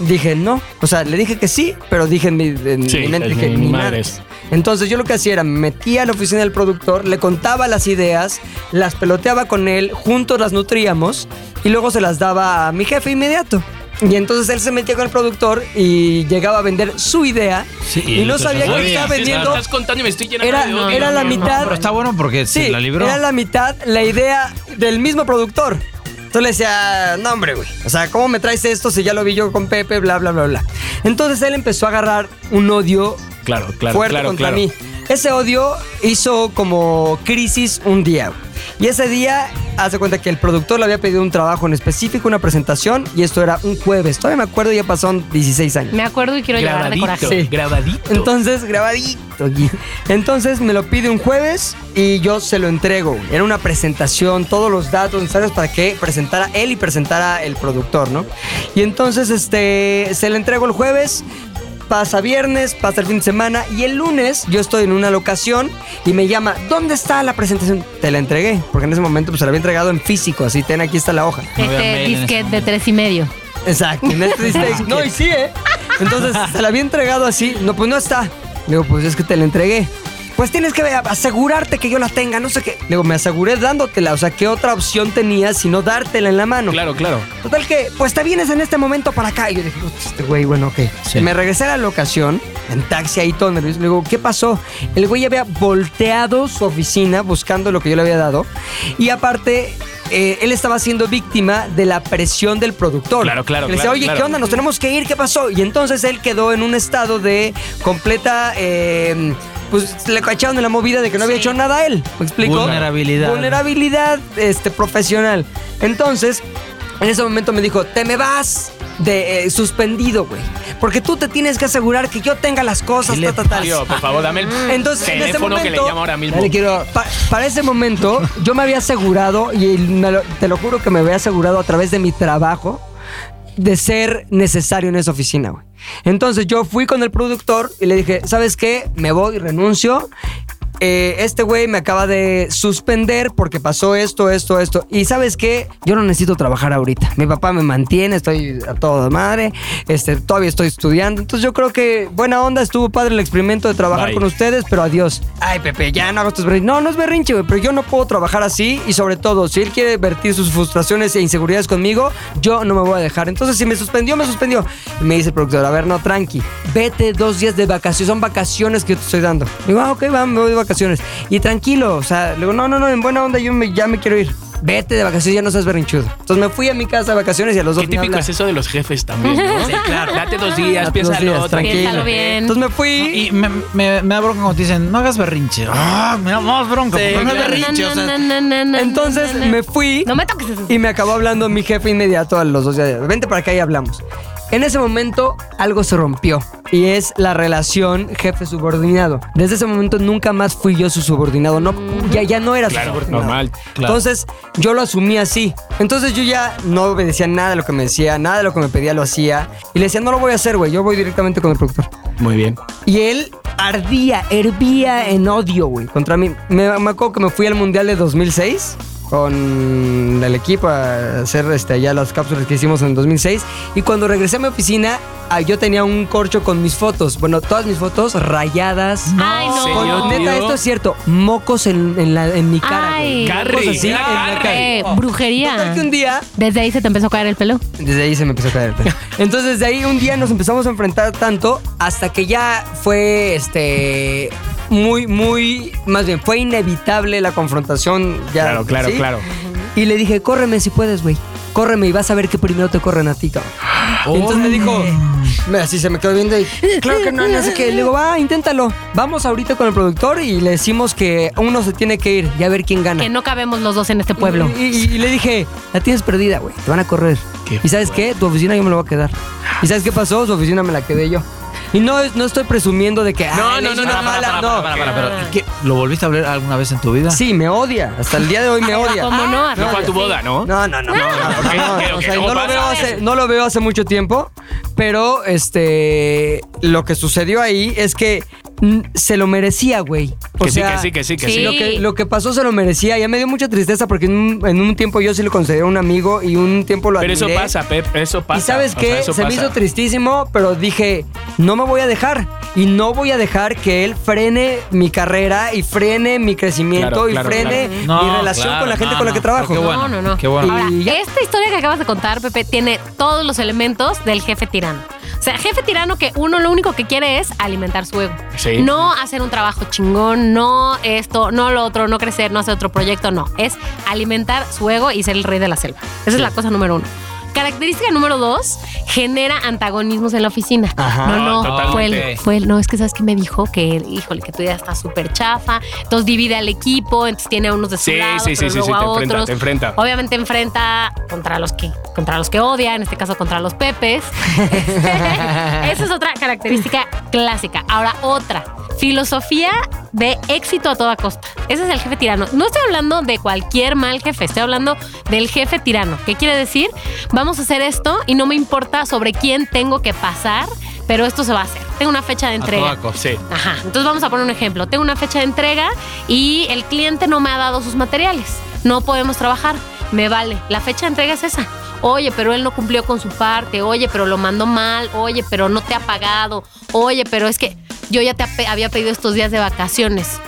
[SPEAKER 2] dije no. O sea, le dije que sí, pero dije en mi, en
[SPEAKER 3] Sí,
[SPEAKER 2] mi mente,
[SPEAKER 3] es
[SPEAKER 2] dije,
[SPEAKER 3] mi-
[SPEAKER 2] ni
[SPEAKER 3] mi
[SPEAKER 2] madres.
[SPEAKER 3] madres.
[SPEAKER 2] Entonces yo lo que hacía era me metía a la oficina del productor, le contaba las ideas, las peloteaba con él, juntos las nutríamos y luego se las daba a mi jefe inmediato. Y entonces él se metía con el productor y llegaba a vender su idea
[SPEAKER 5] Sí,
[SPEAKER 2] y no
[SPEAKER 5] entonces,
[SPEAKER 2] sabía que
[SPEAKER 5] oye,
[SPEAKER 2] lo estaba
[SPEAKER 3] Sí,
[SPEAKER 2] vendiendo.
[SPEAKER 3] Estás contando y me estoy llenando
[SPEAKER 2] Era,
[SPEAKER 3] de odio.
[SPEAKER 2] era la
[SPEAKER 4] no, no,
[SPEAKER 2] mitad.
[SPEAKER 5] Pero está bueno porque
[SPEAKER 2] Sí,
[SPEAKER 5] se la libró.
[SPEAKER 2] era la mitad la idea del mismo productor. Entonces le decía, no hombre, güey. O sea, ¿cómo me traes esto si ya lo vi yo con Pepe, bla, bla, bla, bla? Entonces él empezó a agarrar un odio
[SPEAKER 3] Claro, claro,
[SPEAKER 2] fuerte
[SPEAKER 3] claro,
[SPEAKER 2] contra
[SPEAKER 3] claro.
[SPEAKER 2] mí. Ese odio hizo como crisis un día. güey. Y ese día, hace cuenta que el productor le había pedido un trabajo en específico, una presentación, y esto era un jueves. Todavía me acuerdo, ya pasaron 16 años.
[SPEAKER 4] Me acuerdo y quiero llorar de
[SPEAKER 3] grabadito,
[SPEAKER 4] coraje.
[SPEAKER 2] Sí.
[SPEAKER 3] grabadito.
[SPEAKER 2] Entonces, grabadito. Gui. Entonces me lo pide un jueves y yo se lo entrego. Era una presentación, todos los datos necesarios para que presentara él y presentara el productor, ¿no? Y entonces este se lo entrego el jueves. Pasa viernes, pasa el fin de semana y el lunes yo estoy en una locación y me llama, ¿dónde está la presentación? Te la entregué, porque en ese momento pues se la había entregado en físico, así ten aquí está la hoja.
[SPEAKER 4] Este
[SPEAKER 5] Obviamente, en
[SPEAKER 4] disquete
[SPEAKER 5] ese
[SPEAKER 4] de tres y medio.
[SPEAKER 2] Exacto. y me triste- no, y sí, ¿eh? Entonces, se la había entregado así. No, pues no está. Le digo, pues es que te la entregué. Pues tienes que asegurarte que yo la tenga, no sé qué. Le digo, me aseguré dándotela. O sea, ¿qué otra opción tenía sino dártela en la mano?
[SPEAKER 3] Claro, claro.
[SPEAKER 2] Total que, pues te vienes en este momento para acá. Y yo dije, "Ups, este güey, bueno, ok.
[SPEAKER 5] Sí.
[SPEAKER 2] Me regresé a la locación, en taxi ahí todo nervioso. Le digo, ¿qué pasó? El güey había volteado su oficina buscando lo que yo le había dado. Y aparte, eh, él estaba siendo víctima de la presión del productor.
[SPEAKER 3] Claro, claro,
[SPEAKER 2] Que Le decía,
[SPEAKER 3] claro,
[SPEAKER 2] oye,
[SPEAKER 3] claro.
[SPEAKER 2] ¿qué onda? Nos tenemos que ir, ¿qué pasó? Y entonces él quedó en un estado de completa... eh, pues le cacharon en la movida de que no había hecho nada él. ¿Me explico?
[SPEAKER 5] Vulnerabilidad.
[SPEAKER 2] Vulnerabilidad habilidad este, profesional. Entonces, en ese momento me dijo, te me vas de eh, suspendido, güey. Porque tú te tienes que asegurar que yo tenga las cosas,
[SPEAKER 5] ¿Qué
[SPEAKER 2] ta,
[SPEAKER 5] le
[SPEAKER 2] ta, ta".
[SPEAKER 3] Tío, por favor, dame el
[SPEAKER 2] Entonces, en ese
[SPEAKER 3] teléfono que le
[SPEAKER 2] momento-
[SPEAKER 3] llamo ahora mismo.
[SPEAKER 5] Ya le quiero.
[SPEAKER 2] Mm. Pa- para ese momento, yo me había asegurado, y me lo- te lo juro que me había asegurado a través de mi trabajo, de ser necesario en esa oficina, güey. Entonces yo fui con el productor y le dije, ¿sabes qué? Me voy, renuncio. Eh, este güey me acaba de suspender porque pasó esto, esto, esto. Y sabes qué? Yo no necesito trabajar ahorita. Mi papá me mantiene, estoy a toda madre. Este, todavía estoy estudiando. Entonces yo creo que buena onda, estuvo padre el experimento de trabajar
[SPEAKER 3] Bye.
[SPEAKER 2] con ustedes, pero adiós. Ay, Pepe, ya no hago tus berrinches. No, no es berrinche, güey, pero yo no puedo trabajar así. Y sobre todo, si él quiere vertir sus frustraciones e inseguridades conmigo, yo no me voy a dejar. Entonces, si me suspendió, me suspendió. Y me dice el productor, a ver, no, tranqui. Vete dos días de vacaciones. Son vacaciones que yo te estoy dando. Digo, ah, ok, va, me voy de vacaciones. Y tranquilo, o sea, le digo, no, no, no, en buena onda, yo me- ya me quiero ir. Vete de vacaciones, ya no seas berrinchudo. Entonces me fui a mi casa de vacaciones y a los dos
[SPEAKER 3] Qué
[SPEAKER 2] me
[SPEAKER 3] típico
[SPEAKER 2] habla.
[SPEAKER 3] es eso de los jefes también. ¿no? Sí, claro. Date dos días,
[SPEAKER 2] Date dos
[SPEAKER 3] piénsalo,
[SPEAKER 2] días,
[SPEAKER 3] tranquilo.
[SPEAKER 4] Piénsalo bien.
[SPEAKER 2] Entonces me fui.
[SPEAKER 5] Y me, me, me da bronca cuando te dicen, no hagas berrinche. Ah, me da más bronca.
[SPEAKER 3] Sí,
[SPEAKER 5] porque no es
[SPEAKER 3] claro.
[SPEAKER 5] berrinche. o sea,
[SPEAKER 2] Entonces me fui.
[SPEAKER 4] No me toques eso.
[SPEAKER 2] Y me acabó hablando mi jefe inmediato a los dos días. Vente para acá y hablamos. En ese momento algo se rompió y es la relación jefe-subordinado. Desde ese momento nunca más fui yo su subordinado. No, ya, ya no era
[SPEAKER 3] Claro,
[SPEAKER 2] su subordinado.
[SPEAKER 3] normal,
[SPEAKER 5] claro.
[SPEAKER 2] Entonces yo lo asumí así. Entonces yo ya no obedecía nada de lo que me decía, nada de lo que me pedía lo hacía. Y le decía, no lo voy a hacer, güey. Yo voy directamente con el productor.
[SPEAKER 3] Muy bien.
[SPEAKER 2] Y él ardía, hervía en odio, güey, contra mí. Me, me acuerdo que me fui al Mundial de 2006 con el equipo a hacer este, allá las cápsulas que hicimos en 2006. Y cuando regresé a mi oficina, ah, yo tenía un corcho con mis fotos. Bueno, todas mis fotos rayadas.
[SPEAKER 4] Ay, no.
[SPEAKER 2] Con-
[SPEAKER 3] Señor,
[SPEAKER 2] neta,
[SPEAKER 3] tío.
[SPEAKER 2] esto es cierto. Mocos en, en la- en mi cara.
[SPEAKER 4] Ay.
[SPEAKER 2] güey. Mocos
[SPEAKER 3] Garry,
[SPEAKER 2] así en la
[SPEAKER 3] Garry.
[SPEAKER 2] cara.
[SPEAKER 4] Eh,
[SPEAKER 2] Total
[SPEAKER 4] brujería.
[SPEAKER 2] que un día
[SPEAKER 4] Desde ahí se te empezó a caer el pelo.
[SPEAKER 2] desde ahí se me empezó a caer el pelo. Entonces, desde ahí un día nos empezamos a enfrentar tanto hasta que ya fue este. Muy, muy. Más bien, fue inevitable la confrontación. Ya,
[SPEAKER 3] Claro, claro,
[SPEAKER 2] ¿sí?
[SPEAKER 3] claro.
[SPEAKER 2] Y le dije, córreme si puedes, güey. Córreme y vas a ver que primero te corren a ti, cabrón. Y entonces me dijo, me- así se me quedó viendo y claro que no, no sé qué. Le digo, va, inténtalo. Vamos ahorita con el productor y le decimos que uno se tiene que ir y a ver quién gana.
[SPEAKER 4] Que no cabemos los dos en este pueblo.
[SPEAKER 2] Y, y- y le dije, la tienes perdida, güey. Te van a correr.
[SPEAKER 3] Qué
[SPEAKER 2] ¿Y sabes qué? Tu oficina yo me la voy a quedar. ¿Y sabes qué pasó? Su oficina me la quedé yo. Y no, es- no estoy presumiendo de que...
[SPEAKER 3] No,
[SPEAKER 2] "Ay,
[SPEAKER 3] no,
[SPEAKER 2] Ah, le
[SPEAKER 3] no,
[SPEAKER 2] hice
[SPEAKER 3] no,
[SPEAKER 2] una
[SPEAKER 3] para, para,
[SPEAKER 2] mala",
[SPEAKER 3] para,
[SPEAKER 2] no.
[SPEAKER 3] para, para, para.
[SPEAKER 5] ¿y qué? ¿Lo volviste a hablar alguna vez en tu vida?
[SPEAKER 2] Sí, me odia. Hasta el día de hoy me odia.
[SPEAKER 4] ¿Cómo Ah, no?
[SPEAKER 3] No fue a tu
[SPEAKER 4] Sí.
[SPEAKER 3] boda, ¿no?
[SPEAKER 2] No, no, no. no, no, no,
[SPEAKER 3] Ah, ok,
[SPEAKER 2] no,
[SPEAKER 3] ok,
[SPEAKER 2] no,
[SPEAKER 3] ok,
[SPEAKER 2] o sea,
[SPEAKER 3] luego
[SPEAKER 2] no lo veo
[SPEAKER 3] pasa.
[SPEAKER 2] hace- no lo veo hace mucho tiempo, pero este lo que sucedió ahí es que mm, se lo merecía, güey. O
[SPEAKER 3] Que sí,
[SPEAKER 2] sea,
[SPEAKER 3] que sí, que sí, que
[SPEAKER 4] Sí.
[SPEAKER 3] sí.
[SPEAKER 2] Lo que, lo que pasó se lo merecía. Ya me dio mucha tristeza porque en un, en un tiempo yo sí lo consideré un amigo y un tiempo lo
[SPEAKER 3] Pero eso
[SPEAKER 2] admiré.
[SPEAKER 3] pasa, Pep, eso pasa.
[SPEAKER 2] Y sabes
[SPEAKER 3] O sea,
[SPEAKER 2] qué,
[SPEAKER 3] eso
[SPEAKER 2] se me
[SPEAKER 3] pasa.
[SPEAKER 2] hizo tristísimo, pero dije, no me voy a dejar. Y no voy a dejar que él frene mi carrera y frene mi crecimiento
[SPEAKER 3] Claro,
[SPEAKER 2] y
[SPEAKER 3] claro,
[SPEAKER 2] frene
[SPEAKER 5] claro.
[SPEAKER 2] mi
[SPEAKER 5] No,
[SPEAKER 2] relación
[SPEAKER 5] claro,
[SPEAKER 2] con la gente
[SPEAKER 5] no,
[SPEAKER 2] con la
[SPEAKER 5] no,
[SPEAKER 2] que trabajo.
[SPEAKER 5] qué bueno.
[SPEAKER 4] no, no, no.
[SPEAKER 5] qué bueno.
[SPEAKER 4] Ahora,
[SPEAKER 2] Y ya.
[SPEAKER 4] esta historia que acabas de contar, Pepe, tiene todos los elementos del jefe tirano. O sea, jefe tirano que uno lo único que quiere es alimentar su ego.
[SPEAKER 3] Sí.
[SPEAKER 4] No hacer un trabajo chingón, no esto, no lo otro, no crecer, no hacer otro proyecto, no. Es alimentar su ego y ser el rey de la selva. Esa es la cosa número uno. Característica número dos, genera antagonismos en la oficina.
[SPEAKER 2] Ajá,
[SPEAKER 4] no, no,
[SPEAKER 3] totalmente.
[SPEAKER 4] fue el, fue el- no, es que sabes que me dijo que, híjole, que tu idea está súper chafa, entonces divide al equipo, entonces tiene a unos de su
[SPEAKER 3] Sí,
[SPEAKER 4] lado,
[SPEAKER 3] sí, sí,
[SPEAKER 4] pero
[SPEAKER 3] sí, sí,
[SPEAKER 4] luego
[SPEAKER 3] te
[SPEAKER 4] a
[SPEAKER 3] enfrenta,
[SPEAKER 4] otros.
[SPEAKER 3] te enfrenta.
[SPEAKER 4] Obviamente enfrenta contra los que contra los que odia, en este caso contra los pepes. Este, Esa es otra característica clásica. Ahora otra, filosofía de éxito a toda costa. Ese es el jefe tirano. No estoy hablando de cualquier mal jefe, estoy hablando del jefe tirano. ¿Qué quiere decir? Vamos a hacer esto y no me importa sobre quién tengo que pasar, pero esto se va a hacer. Tengo una fecha de
[SPEAKER 5] A
[SPEAKER 4] entrega.
[SPEAKER 5] toda costa.
[SPEAKER 3] Sí.
[SPEAKER 4] Ajá. Entonces vamos a poner un ejemplo. Tengo una fecha de entrega y el cliente no me ha dado sus materiales. No podemos trabajar. Me vale. La fecha de entrega es esa. Oye, pero él no cumplió con su parte. Oye, pero lo mandó mal. Oye, pero no te ha pagado. Oye, pero es que yo ya te ape- había pedido estos días de vacaciones.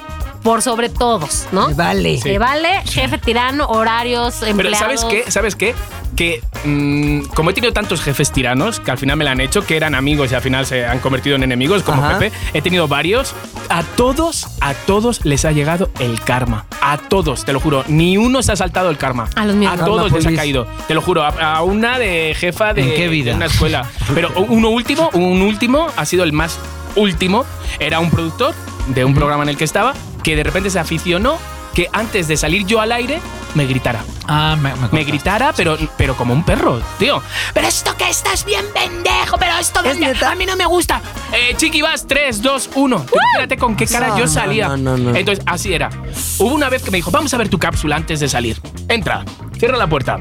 [SPEAKER 4] Por sobre todos, ¿no?
[SPEAKER 2] Me vale.
[SPEAKER 4] Me vale, jefe tirano, horarios,
[SPEAKER 3] Pero
[SPEAKER 4] empleados.
[SPEAKER 3] ¿sabes qué? ¿Sabes qué? Que mm, como he tenido tantos jefes tiranos que al final me la han hecho, que eran amigos y al final se han convertido en enemigos, como
[SPEAKER 2] Ajá.
[SPEAKER 3] Pepe, he tenido varios. A todos, a todos les ha llegado el karma. A todos, te lo juro. Ni uno se ha saltado el karma.
[SPEAKER 4] A los míos.
[SPEAKER 3] A
[SPEAKER 4] Karma
[SPEAKER 3] todos les ha
[SPEAKER 2] police.
[SPEAKER 3] caído. Te lo juro. A, a una de jefa de,
[SPEAKER 5] ¿En qué vida?
[SPEAKER 3] de una escuela. Pero uno último, un último ha sido el más último. Era un productor de un programa en el que estaba que de repente se aficionó que antes de salir yo al aire me gritara
[SPEAKER 5] Ah, me,
[SPEAKER 3] me
[SPEAKER 5] me contaste.
[SPEAKER 3] gritara, pero, pero como un perro, tío. Pero esto que estás bien pendejo, pero esto
[SPEAKER 2] ¿Es
[SPEAKER 3] vende-
[SPEAKER 2] neta?
[SPEAKER 3] a mí no me gusta. Eh, chiqui, vas, 3, 2, 1. Espérate con qué cara
[SPEAKER 2] No,
[SPEAKER 3] yo
[SPEAKER 2] no,
[SPEAKER 3] salía.
[SPEAKER 2] no, no, no.
[SPEAKER 3] Entonces, así era. Hubo una vez que me dijo, vamos a ver tu cápsula antes de salir. Entra, cierra la puerta.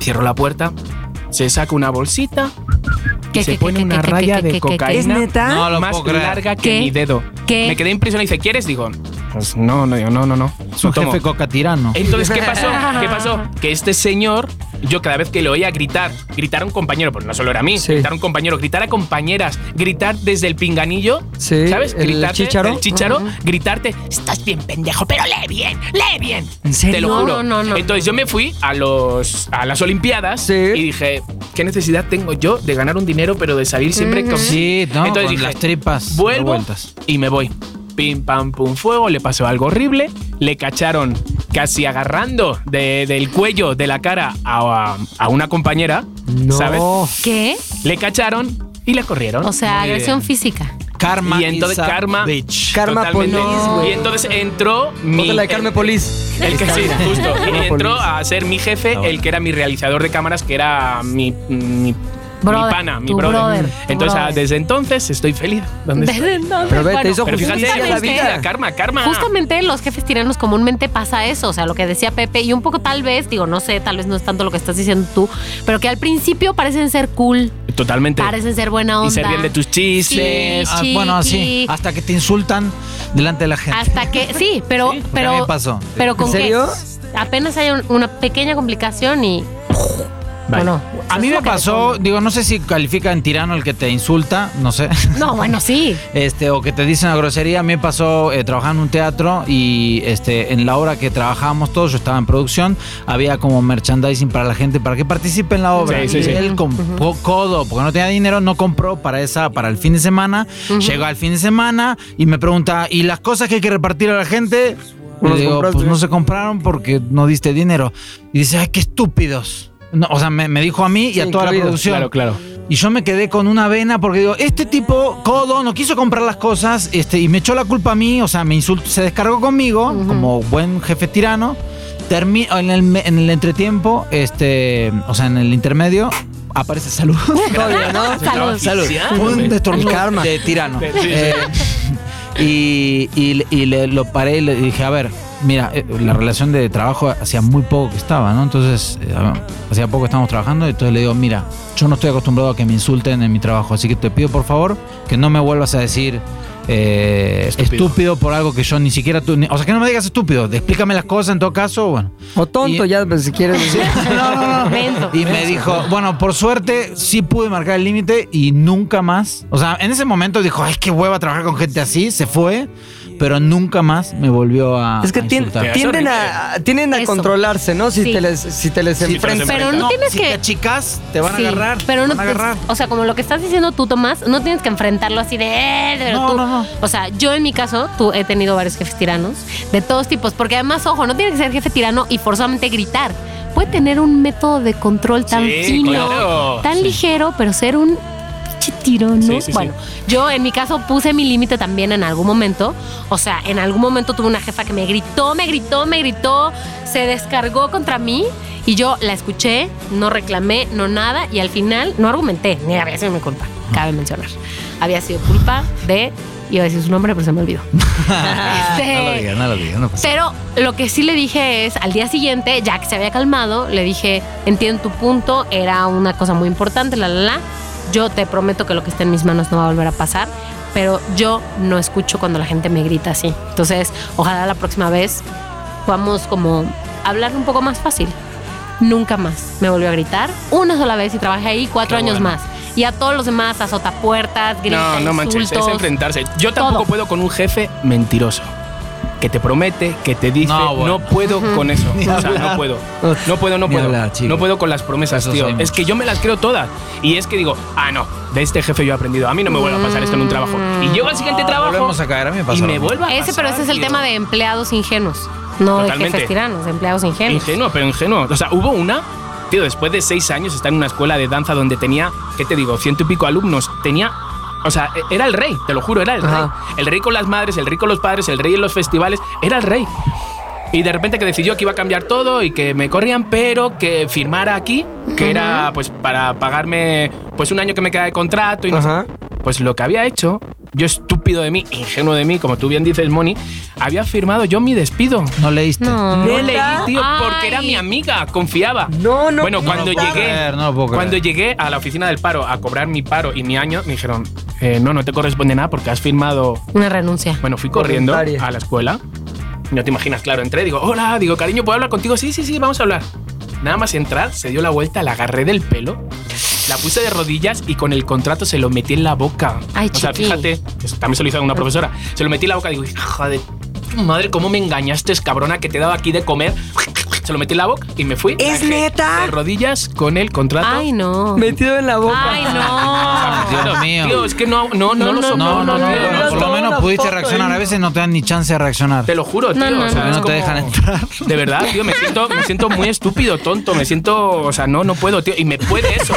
[SPEAKER 3] Cierro la puerta, se saca una bolsita,
[SPEAKER 4] ¿Qué,
[SPEAKER 3] se
[SPEAKER 4] qué,
[SPEAKER 3] pone
[SPEAKER 4] qué,
[SPEAKER 3] una
[SPEAKER 4] qué, qué,
[SPEAKER 3] raya
[SPEAKER 4] qué,
[SPEAKER 3] de
[SPEAKER 4] qué, qué, qué?
[SPEAKER 2] ¿Es
[SPEAKER 3] cocaína
[SPEAKER 2] neta?
[SPEAKER 5] No lo
[SPEAKER 3] más
[SPEAKER 5] puedo creer.
[SPEAKER 3] larga que
[SPEAKER 4] ¿Qué?
[SPEAKER 3] mi dedo.
[SPEAKER 4] ¿Qué?
[SPEAKER 3] Me quedé impresionado y dice, ¿quieres? Digo, pues no, no, digo, no, no, no.
[SPEAKER 5] Es un
[SPEAKER 3] Tomo.
[SPEAKER 5] jefe coca tirano.
[SPEAKER 3] Entonces, ¿qué pasó? ¿Qué pasó? Que este señor, yo cada vez que le oía gritar, gritar a un compañero, pues no solo era a mí,
[SPEAKER 2] Sí.
[SPEAKER 3] gritar a un compañero, gritar a compañeras, gritar desde el pinganillo,
[SPEAKER 2] Sí,
[SPEAKER 3] ¿sabes?
[SPEAKER 2] el
[SPEAKER 3] Gritarte,
[SPEAKER 2] chícharo.
[SPEAKER 3] el chícharo, gritarte, estás bien pendejo, pero lee bien, lee bien.
[SPEAKER 2] ¿En serio?
[SPEAKER 3] Te lo juro.
[SPEAKER 4] No, no, no.
[SPEAKER 3] Entonces yo me fui a, los, a las Olimpiadas
[SPEAKER 2] Sí.
[SPEAKER 3] y dije, ¿qué necesidad tengo yo de ganar un dinero, pero de salir siempre con...
[SPEAKER 5] Sí, ¿no?
[SPEAKER 3] Entonces
[SPEAKER 5] Con
[SPEAKER 3] dije,
[SPEAKER 5] las tripas
[SPEAKER 3] vuelvo
[SPEAKER 5] revueltas.
[SPEAKER 3] y me voy. Pim, pam, pum, fuego, le pasó algo horrible, le cacharon casi agarrando de- del cuello, de la cara a, a una compañera,
[SPEAKER 2] No.
[SPEAKER 3] ¿sabes?
[SPEAKER 4] ¿Qué?
[SPEAKER 3] Le cacharon y le corrieron.
[SPEAKER 4] O sea, agresión física.
[SPEAKER 5] Karma
[SPEAKER 3] Y entonces
[SPEAKER 5] is a
[SPEAKER 3] karma-
[SPEAKER 5] bitch.
[SPEAKER 2] Karma
[SPEAKER 3] Totalmente.
[SPEAKER 2] police, güey.
[SPEAKER 3] Y entonces entró mi...
[SPEAKER 2] Ponte la de Carmen Polis.
[SPEAKER 3] El que sí, justo.
[SPEAKER 2] Karma
[SPEAKER 3] entró
[SPEAKER 2] police.
[SPEAKER 3] a ser mi jefe,
[SPEAKER 5] bueno.
[SPEAKER 3] el que era mi realizador de cámaras, que era mi, mi, mi
[SPEAKER 4] Brother,
[SPEAKER 3] pana, mi
[SPEAKER 4] tu
[SPEAKER 3] brother.
[SPEAKER 4] brother, tu
[SPEAKER 3] entonces, ah,
[SPEAKER 4] brother.
[SPEAKER 3] desde entonces estoy feliz. ¿Dónde estoy?
[SPEAKER 4] Desde entonces,
[SPEAKER 2] Pero ve, te
[SPEAKER 4] bueno,
[SPEAKER 2] hizo
[SPEAKER 3] Pero fíjate,
[SPEAKER 2] Justicia a la
[SPEAKER 3] justicia,
[SPEAKER 2] vida.
[SPEAKER 3] karma, karma.
[SPEAKER 4] Justamente los jefes tiranos comúnmente pasa eso, o sea, lo que decía Pepe, y un poco tal vez, digo, no sé, tal vez no es tanto lo que estás diciendo tú, pero que al principio parecen ser cool,
[SPEAKER 3] Totalmente.
[SPEAKER 4] parecen ser buena onda.
[SPEAKER 3] Y se ríen de tus chistes.
[SPEAKER 5] Ah,
[SPEAKER 4] Sí,
[SPEAKER 5] bueno, así.
[SPEAKER 4] sí.
[SPEAKER 5] Hasta que te insultan delante de la gente.
[SPEAKER 4] Hasta que, sí, pero,
[SPEAKER 5] A mí
[SPEAKER 4] Ah, pero,
[SPEAKER 5] me pasó.
[SPEAKER 4] pero con
[SPEAKER 2] ¿En serio?
[SPEAKER 4] que apenas haya un- una pequeña complicación y, bueno.
[SPEAKER 5] A
[SPEAKER 4] eso
[SPEAKER 5] mí
[SPEAKER 4] es
[SPEAKER 5] me
[SPEAKER 4] lo que
[SPEAKER 5] pasó, digo, no sé si califica en tirano el que te insulta, no sé.
[SPEAKER 4] No, bueno, sí.
[SPEAKER 5] Este, o que te dicen una grosería. A mí me pasó eh, trabajando en un teatro y este, en la obra que trabajábamos todos, yo estaba en producción, había como merchandising para la gente para que participe en la obra.
[SPEAKER 3] Sí, sí,
[SPEAKER 5] y
[SPEAKER 3] sí.
[SPEAKER 5] él con po- codo, porque no tenía dinero, no compró para esa, para el fin de semana. Llegó al fin de semana y me pregunta, ¿y las cosas que hay que repartir a la gente?
[SPEAKER 2] No
[SPEAKER 5] Y
[SPEAKER 2] las
[SPEAKER 5] le digo,
[SPEAKER 2] compraste.
[SPEAKER 5] pues no se compraron porque no diste dinero. Y dice, ay, qué estúpidos. No, o sea, me, me dijo a mí y
[SPEAKER 2] Sí,
[SPEAKER 5] a toda la
[SPEAKER 2] incluido.
[SPEAKER 5] producción.
[SPEAKER 3] Claro, claro.
[SPEAKER 5] Y yo me quedé con una vena porque digo, este tipo, codo, no quiso comprar las cosas este, y me echó la culpa a mí, o sea, me insultó, se descargó conmigo
[SPEAKER 4] Ujú.
[SPEAKER 5] como buen jefe tirano. Termi- en, el, me- en el entretiempo, este, o sea, en el intermedio, aparece salud.
[SPEAKER 2] Todavía, ¿no?
[SPEAKER 4] Oh, Salud.
[SPEAKER 5] salud.
[SPEAKER 3] Sí, ah,
[SPEAKER 5] Fue
[SPEAKER 3] hombre.
[SPEAKER 5] un destornillador
[SPEAKER 2] El karma.
[SPEAKER 5] de tirano.
[SPEAKER 3] Sí, sí, sí.
[SPEAKER 5] Eh, y y- y le, lo paré y le dije, a ver, mira, eh, la relación de trabajo hacía muy poco que estaba, ¿no? Entonces, eh, hacía poco que estábamos trabajando, entonces le digo, mira, yo no estoy acostumbrado a que me insulten en mi trabajo, así que te pido por favor que no me vuelvas a decir eh, estúpido. por algo que yo ni siquiera tú... ni- o sea, que no me digas estúpido, explícame las cosas en todo caso, bueno.
[SPEAKER 2] O tonto,
[SPEAKER 5] Y-
[SPEAKER 2] ya, pues, si quieres decir.
[SPEAKER 5] No, no, no.
[SPEAKER 4] Menso.
[SPEAKER 5] Y me dijo, bueno, por suerte sí pude marcar el límite y nunca más. O sea, en ese momento dijo, ay, qué hueva trabajar con gente así, se fue, pero nunca más me volvió a.
[SPEAKER 2] Es que
[SPEAKER 5] a
[SPEAKER 2] tien-
[SPEAKER 5] insultar.
[SPEAKER 2] tienden a, tienden a
[SPEAKER 4] Eso.
[SPEAKER 2] controlarse, ¿no? Si
[SPEAKER 4] Sí.
[SPEAKER 2] te les, si te les
[SPEAKER 3] te los
[SPEAKER 2] enfrentas.
[SPEAKER 4] Pero no tienes
[SPEAKER 5] si
[SPEAKER 4] que-
[SPEAKER 5] te chicas, te van
[SPEAKER 4] Sí,
[SPEAKER 5] a agarrar.
[SPEAKER 4] Pero
[SPEAKER 5] te
[SPEAKER 4] no
[SPEAKER 5] van a
[SPEAKER 4] te-
[SPEAKER 5] agarrar.
[SPEAKER 4] O sea, como lo que estás diciendo tú, Tomás, no tienes que enfrentarlo así de. "Eh", pero
[SPEAKER 5] No,
[SPEAKER 4] tú-
[SPEAKER 5] no, no.
[SPEAKER 4] O sea, yo en mi caso, tú he tenido varios jefes tiranos de todos tipos, porque además, ojo, no tiene que ser jefe tirano y forzosamente gritar. puede tener un método de control tan
[SPEAKER 3] Sí,
[SPEAKER 4] fino,
[SPEAKER 3] claro.
[SPEAKER 4] tan
[SPEAKER 3] Sí.
[SPEAKER 4] ligero, pero ser un chitiro, ¿no?
[SPEAKER 3] Sí, sí, sí.
[SPEAKER 4] bueno, yo en mi caso puse mi límite también en algún momento. O sea, en algún momento tuve una jefa que me gritó, me gritó, me gritó, se descargó contra mí y yo la escuché, no reclamé, no nada y al final no argumenté, ni había sido mi culpa, cabe mencionar. Había sido culpa de, iba a decir su nombre, pero se me olvidó. Ah,
[SPEAKER 5] Ah,
[SPEAKER 4] este-
[SPEAKER 5] No lo digas, no lo digas, no pasa
[SPEAKER 4] Pero lo que sí le dije es, al día siguiente, ya que se había calmado, le dije, entiendo tu punto, era una cosa muy importante, la, la, la. Yo te prometo que lo que está en mis manos no va a volver a pasar, pero yo no escucho cuando la gente me grita así. Entonces, ojalá la próxima vez podamos como hablar un poco más fácil. Nunca más me volvió a gritar. Una sola vez y trabajé ahí cuatro
[SPEAKER 3] Qué
[SPEAKER 4] años
[SPEAKER 3] bueno.
[SPEAKER 4] más. Y a todos los demás, azotapuertas, gritos,
[SPEAKER 3] No, no manches, es
[SPEAKER 4] insultos.
[SPEAKER 3] enfrentarse. Yo tampoco
[SPEAKER 4] Todo.
[SPEAKER 3] puedo con un jefe mentiroso. Que te promete, que te dice,
[SPEAKER 5] No,
[SPEAKER 3] no,
[SPEAKER 5] bueno.
[SPEAKER 3] puedo con eso.
[SPEAKER 5] Ni
[SPEAKER 3] O sea,
[SPEAKER 5] hablar.
[SPEAKER 3] no puedo. No puedo, no
[SPEAKER 5] Ni
[SPEAKER 3] puedo.
[SPEAKER 5] hablar, chico.
[SPEAKER 3] no puedo con las promesas,
[SPEAKER 5] Eso
[SPEAKER 3] tío.
[SPEAKER 5] soy
[SPEAKER 3] Es
[SPEAKER 5] mucho.
[SPEAKER 3] que yo me las creo todas. Y es que digo, ah, no, de este jefe yo he aprendido. A mí no me vuelve a pasar esto en un trabajo. Y llego al siguiente trabajo
[SPEAKER 5] Ah, Volvemos a caer, a mí me pasa
[SPEAKER 3] y
[SPEAKER 5] lo
[SPEAKER 3] me
[SPEAKER 5] mismo.
[SPEAKER 3] vuelvo a
[SPEAKER 4] Ese, pero ese es el
[SPEAKER 3] tío.
[SPEAKER 4] tema de empleados ingenuos. No de
[SPEAKER 3] Totalmente.
[SPEAKER 4] jefes tiranos, de empleados ingenuos.
[SPEAKER 3] Ingenuo, pero ingenuo. O sea, hubo una, tío, después de seis años está en una escuela de danza donde tenía, ¿qué te digo? Ciento y pico alumnos. Tenía. O sea, e- era el rey, te lo juro, era el
[SPEAKER 2] Ajá.
[SPEAKER 3] rey. El rey con las madres, el rey con los padres, el rey en los festivales, era el rey. Y de repente que decidió que iba a cambiar todo y que me corrían, pero que firmara aquí, que era pues para pagarme pues un año que me queda de contrato y no sé
[SPEAKER 2] Ajá.
[SPEAKER 3] pues lo que había hecho, yo estúpido de mí, ingenuo de mí, como tú bien dices, Moni, había firmado yo mi despido.
[SPEAKER 5] No leíste.
[SPEAKER 4] No.
[SPEAKER 3] No
[SPEAKER 2] ¿Neta?
[SPEAKER 3] leí, tío, porque era
[SPEAKER 4] Ay.
[SPEAKER 3] mi amiga, confiaba.
[SPEAKER 2] No, no.
[SPEAKER 3] bueno,
[SPEAKER 2] no,
[SPEAKER 3] cuando
[SPEAKER 2] no,
[SPEAKER 5] puedo
[SPEAKER 3] llegué,
[SPEAKER 5] creer, no lo puedo creer.
[SPEAKER 3] cuando llegué a la oficina del paro a cobrar mi paro y mi año, me dijeron, eh, no, no te corresponde nada porque has firmado.
[SPEAKER 4] Una renuncia.
[SPEAKER 3] Bueno, fui corriendo
[SPEAKER 2] Voluntaria.
[SPEAKER 3] a la escuela. No te imaginas, claro, entré, digo, hola, digo, cariño, ¿puedo hablar contigo? Sí, sí, sí, vamos a hablar. Nada más entrar, se dio la vuelta, la agarré del pelo, la puse de rodillas y con el contrato se lo metí en la boca.
[SPEAKER 4] Ay,
[SPEAKER 3] o sea,
[SPEAKER 4] chiqui.
[SPEAKER 3] fíjate, eso también se lo hizo a una profesora. Se lo metí en la boca, digo, "Hija joder, madre, ¿cómo me engañaste, cabrona, que te he dado aquí de comer? Se lo metí en la boca y me fui.
[SPEAKER 2] ¿Es
[SPEAKER 3] Bajé
[SPEAKER 2] neta?
[SPEAKER 3] De rodillas con el contrato.
[SPEAKER 4] Ay, no.
[SPEAKER 2] Metido en la boca.
[SPEAKER 4] Ay, no.
[SPEAKER 5] Dios mío.
[SPEAKER 3] Tío, es que no, no, no,
[SPEAKER 4] No,
[SPEAKER 3] lo
[SPEAKER 4] no,
[SPEAKER 3] soporto,
[SPEAKER 5] No, no, no,
[SPEAKER 3] tío.
[SPEAKER 5] no, por lo menos pudiste reaccionar. A veces no te dan ni chance de reaccionar.
[SPEAKER 3] Te lo juro, tío.
[SPEAKER 4] No, no,
[SPEAKER 3] o sea,
[SPEAKER 4] no.
[SPEAKER 3] es
[SPEAKER 5] No te
[SPEAKER 3] como-
[SPEAKER 5] dejan entrar.
[SPEAKER 3] De verdad, tío, me siento, me siento muy estúpido, tonto. Me siento, o sea, no, no puedo, tío. Y me puede eso.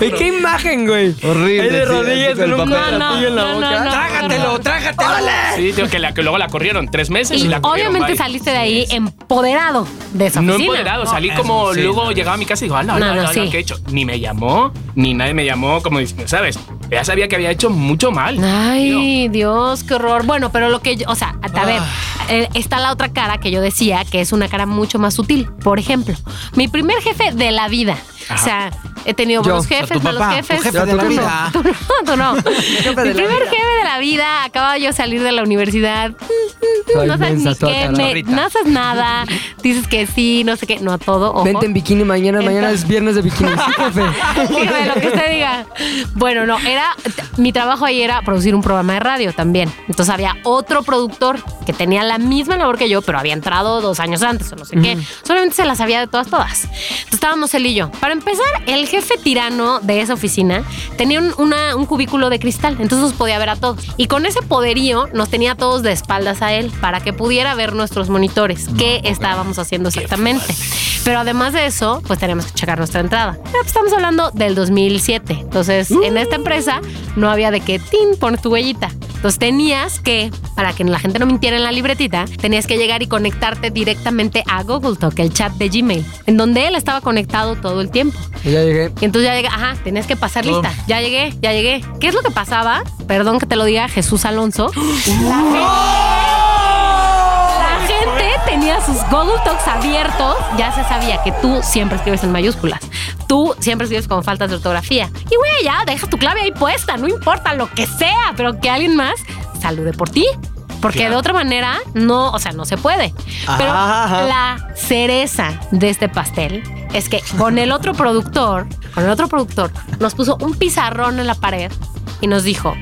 [SPEAKER 2] Ay, ¿Qué imagen, güey?
[SPEAKER 5] Horrible,
[SPEAKER 2] Ahí de
[SPEAKER 5] sí,
[SPEAKER 2] rodillas
[SPEAKER 5] así con
[SPEAKER 2] con
[SPEAKER 5] el
[SPEAKER 2] un
[SPEAKER 5] papel.
[SPEAKER 2] platillo en la
[SPEAKER 4] No, no,
[SPEAKER 2] boca.
[SPEAKER 4] no, no,
[SPEAKER 2] trágatelo,
[SPEAKER 4] no.
[SPEAKER 2] trágatelo.
[SPEAKER 3] Sí, tío, que, la, que luego la corrieron tres meses y,
[SPEAKER 4] Y
[SPEAKER 3] la corrieron,
[SPEAKER 4] obviamente
[SPEAKER 3] bye.
[SPEAKER 4] saliste de ahí empoderado de esa
[SPEAKER 3] No
[SPEAKER 4] oficina.
[SPEAKER 3] empoderado, salí
[SPEAKER 5] No,
[SPEAKER 3] como
[SPEAKER 5] eso sí,
[SPEAKER 3] luego
[SPEAKER 5] no,
[SPEAKER 3] llegaba a mi casa y digo, ala, ala,
[SPEAKER 4] No, no,
[SPEAKER 3] ala,
[SPEAKER 4] sí.
[SPEAKER 3] ¿qué he hecho? Ni me llamó, ni nadie me llamó, como dices, ¿sabes? Ya sabía que había hecho mucho mal. tío.
[SPEAKER 4] Ay, Dios, qué horror. Bueno, pero lo que yo, o sea, a ver, eh, está la otra cara que yo decía, que es una cara mucho más sutil. Por ejemplo, mi primer jefe de la vida. O sea, he tenido
[SPEAKER 2] Yo,
[SPEAKER 4] buenos
[SPEAKER 2] o sea,
[SPEAKER 4] jefes,
[SPEAKER 5] tu
[SPEAKER 4] malos
[SPEAKER 5] papá, tu
[SPEAKER 4] jefes.
[SPEAKER 5] jefe de
[SPEAKER 4] Tú
[SPEAKER 5] la
[SPEAKER 4] no,
[SPEAKER 5] vida.
[SPEAKER 4] Tú no, tú no.
[SPEAKER 2] jefe de
[SPEAKER 4] mi
[SPEAKER 2] la
[SPEAKER 4] primer
[SPEAKER 2] vida.
[SPEAKER 4] jefe de la vida, acababa yo de salir de la universidad.
[SPEAKER 2] Toda
[SPEAKER 4] No sabes
[SPEAKER 2] inmensa,
[SPEAKER 4] ni
[SPEAKER 2] toda
[SPEAKER 4] qué, me-
[SPEAKER 2] cachorrita.
[SPEAKER 4] no haces nada, dices que sí, no sé qué, no a todo. Ojo.
[SPEAKER 2] Vente en bikini mañana, mañana
[SPEAKER 4] Entonces-
[SPEAKER 2] es viernes de bikini. Sí, jefe.
[SPEAKER 4] Dígame lo que usted diga. Bueno, no, era. t- Mi trabajo ahí era producir un programa de radio también. Entonces había otro productor que tenía la misma labor que yo, pero había entrado dos años antes o no sé qué. Solamente se las sabía de todas, todas. Entonces estábamos él y yo. Para empezar, el jefe tirano de esa oficina tenía un, una- un cubículo de cristal, entonces nos podía ver a todos. Y con ese poderío nos tenía a todos de espaldas a él para que pudiera ver nuestros monitores, qué estábamos haciendo exactamente. Pero además de eso, pues teníamos que checar nuestra entrada. Pero, pues, estamos hablando del 2007. Entonces, en esta empresa no había de que, tin, pones tu huellita. Entonces tenías que, para que la gente no mintiera en la libretita, tenías que llegar y conectarte directamente a Google Talk, el chat de Gmail, en donde él estaba conectado todo el tiempo.
[SPEAKER 2] Y ya llegué.
[SPEAKER 4] Y entonces ya llegué, ajá, tenías que pasar
[SPEAKER 5] Todo.
[SPEAKER 4] lista. Ya llegué, ya llegué. ¿Qué es lo que pasaba? Perdón que te lo diga Jesús Alonso. La gente, la gente tenía sus Google Talks abiertos. Ya se sabía que tú siempre escribes en mayúsculas. Tú siempre escribes con faltas de ortografía. Y güey, ya deja tu clave ahí puesta, no importa lo que sea, pero que alguien más salude por ti. Porque de otra manera, no, o sea, no se puede. Pero
[SPEAKER 2] Ajá.
[SPEAKER 4] la cereza de este pastel es que con el otro productor, con el otro productor, nos puso un pizarrón en la pared y nos dijo,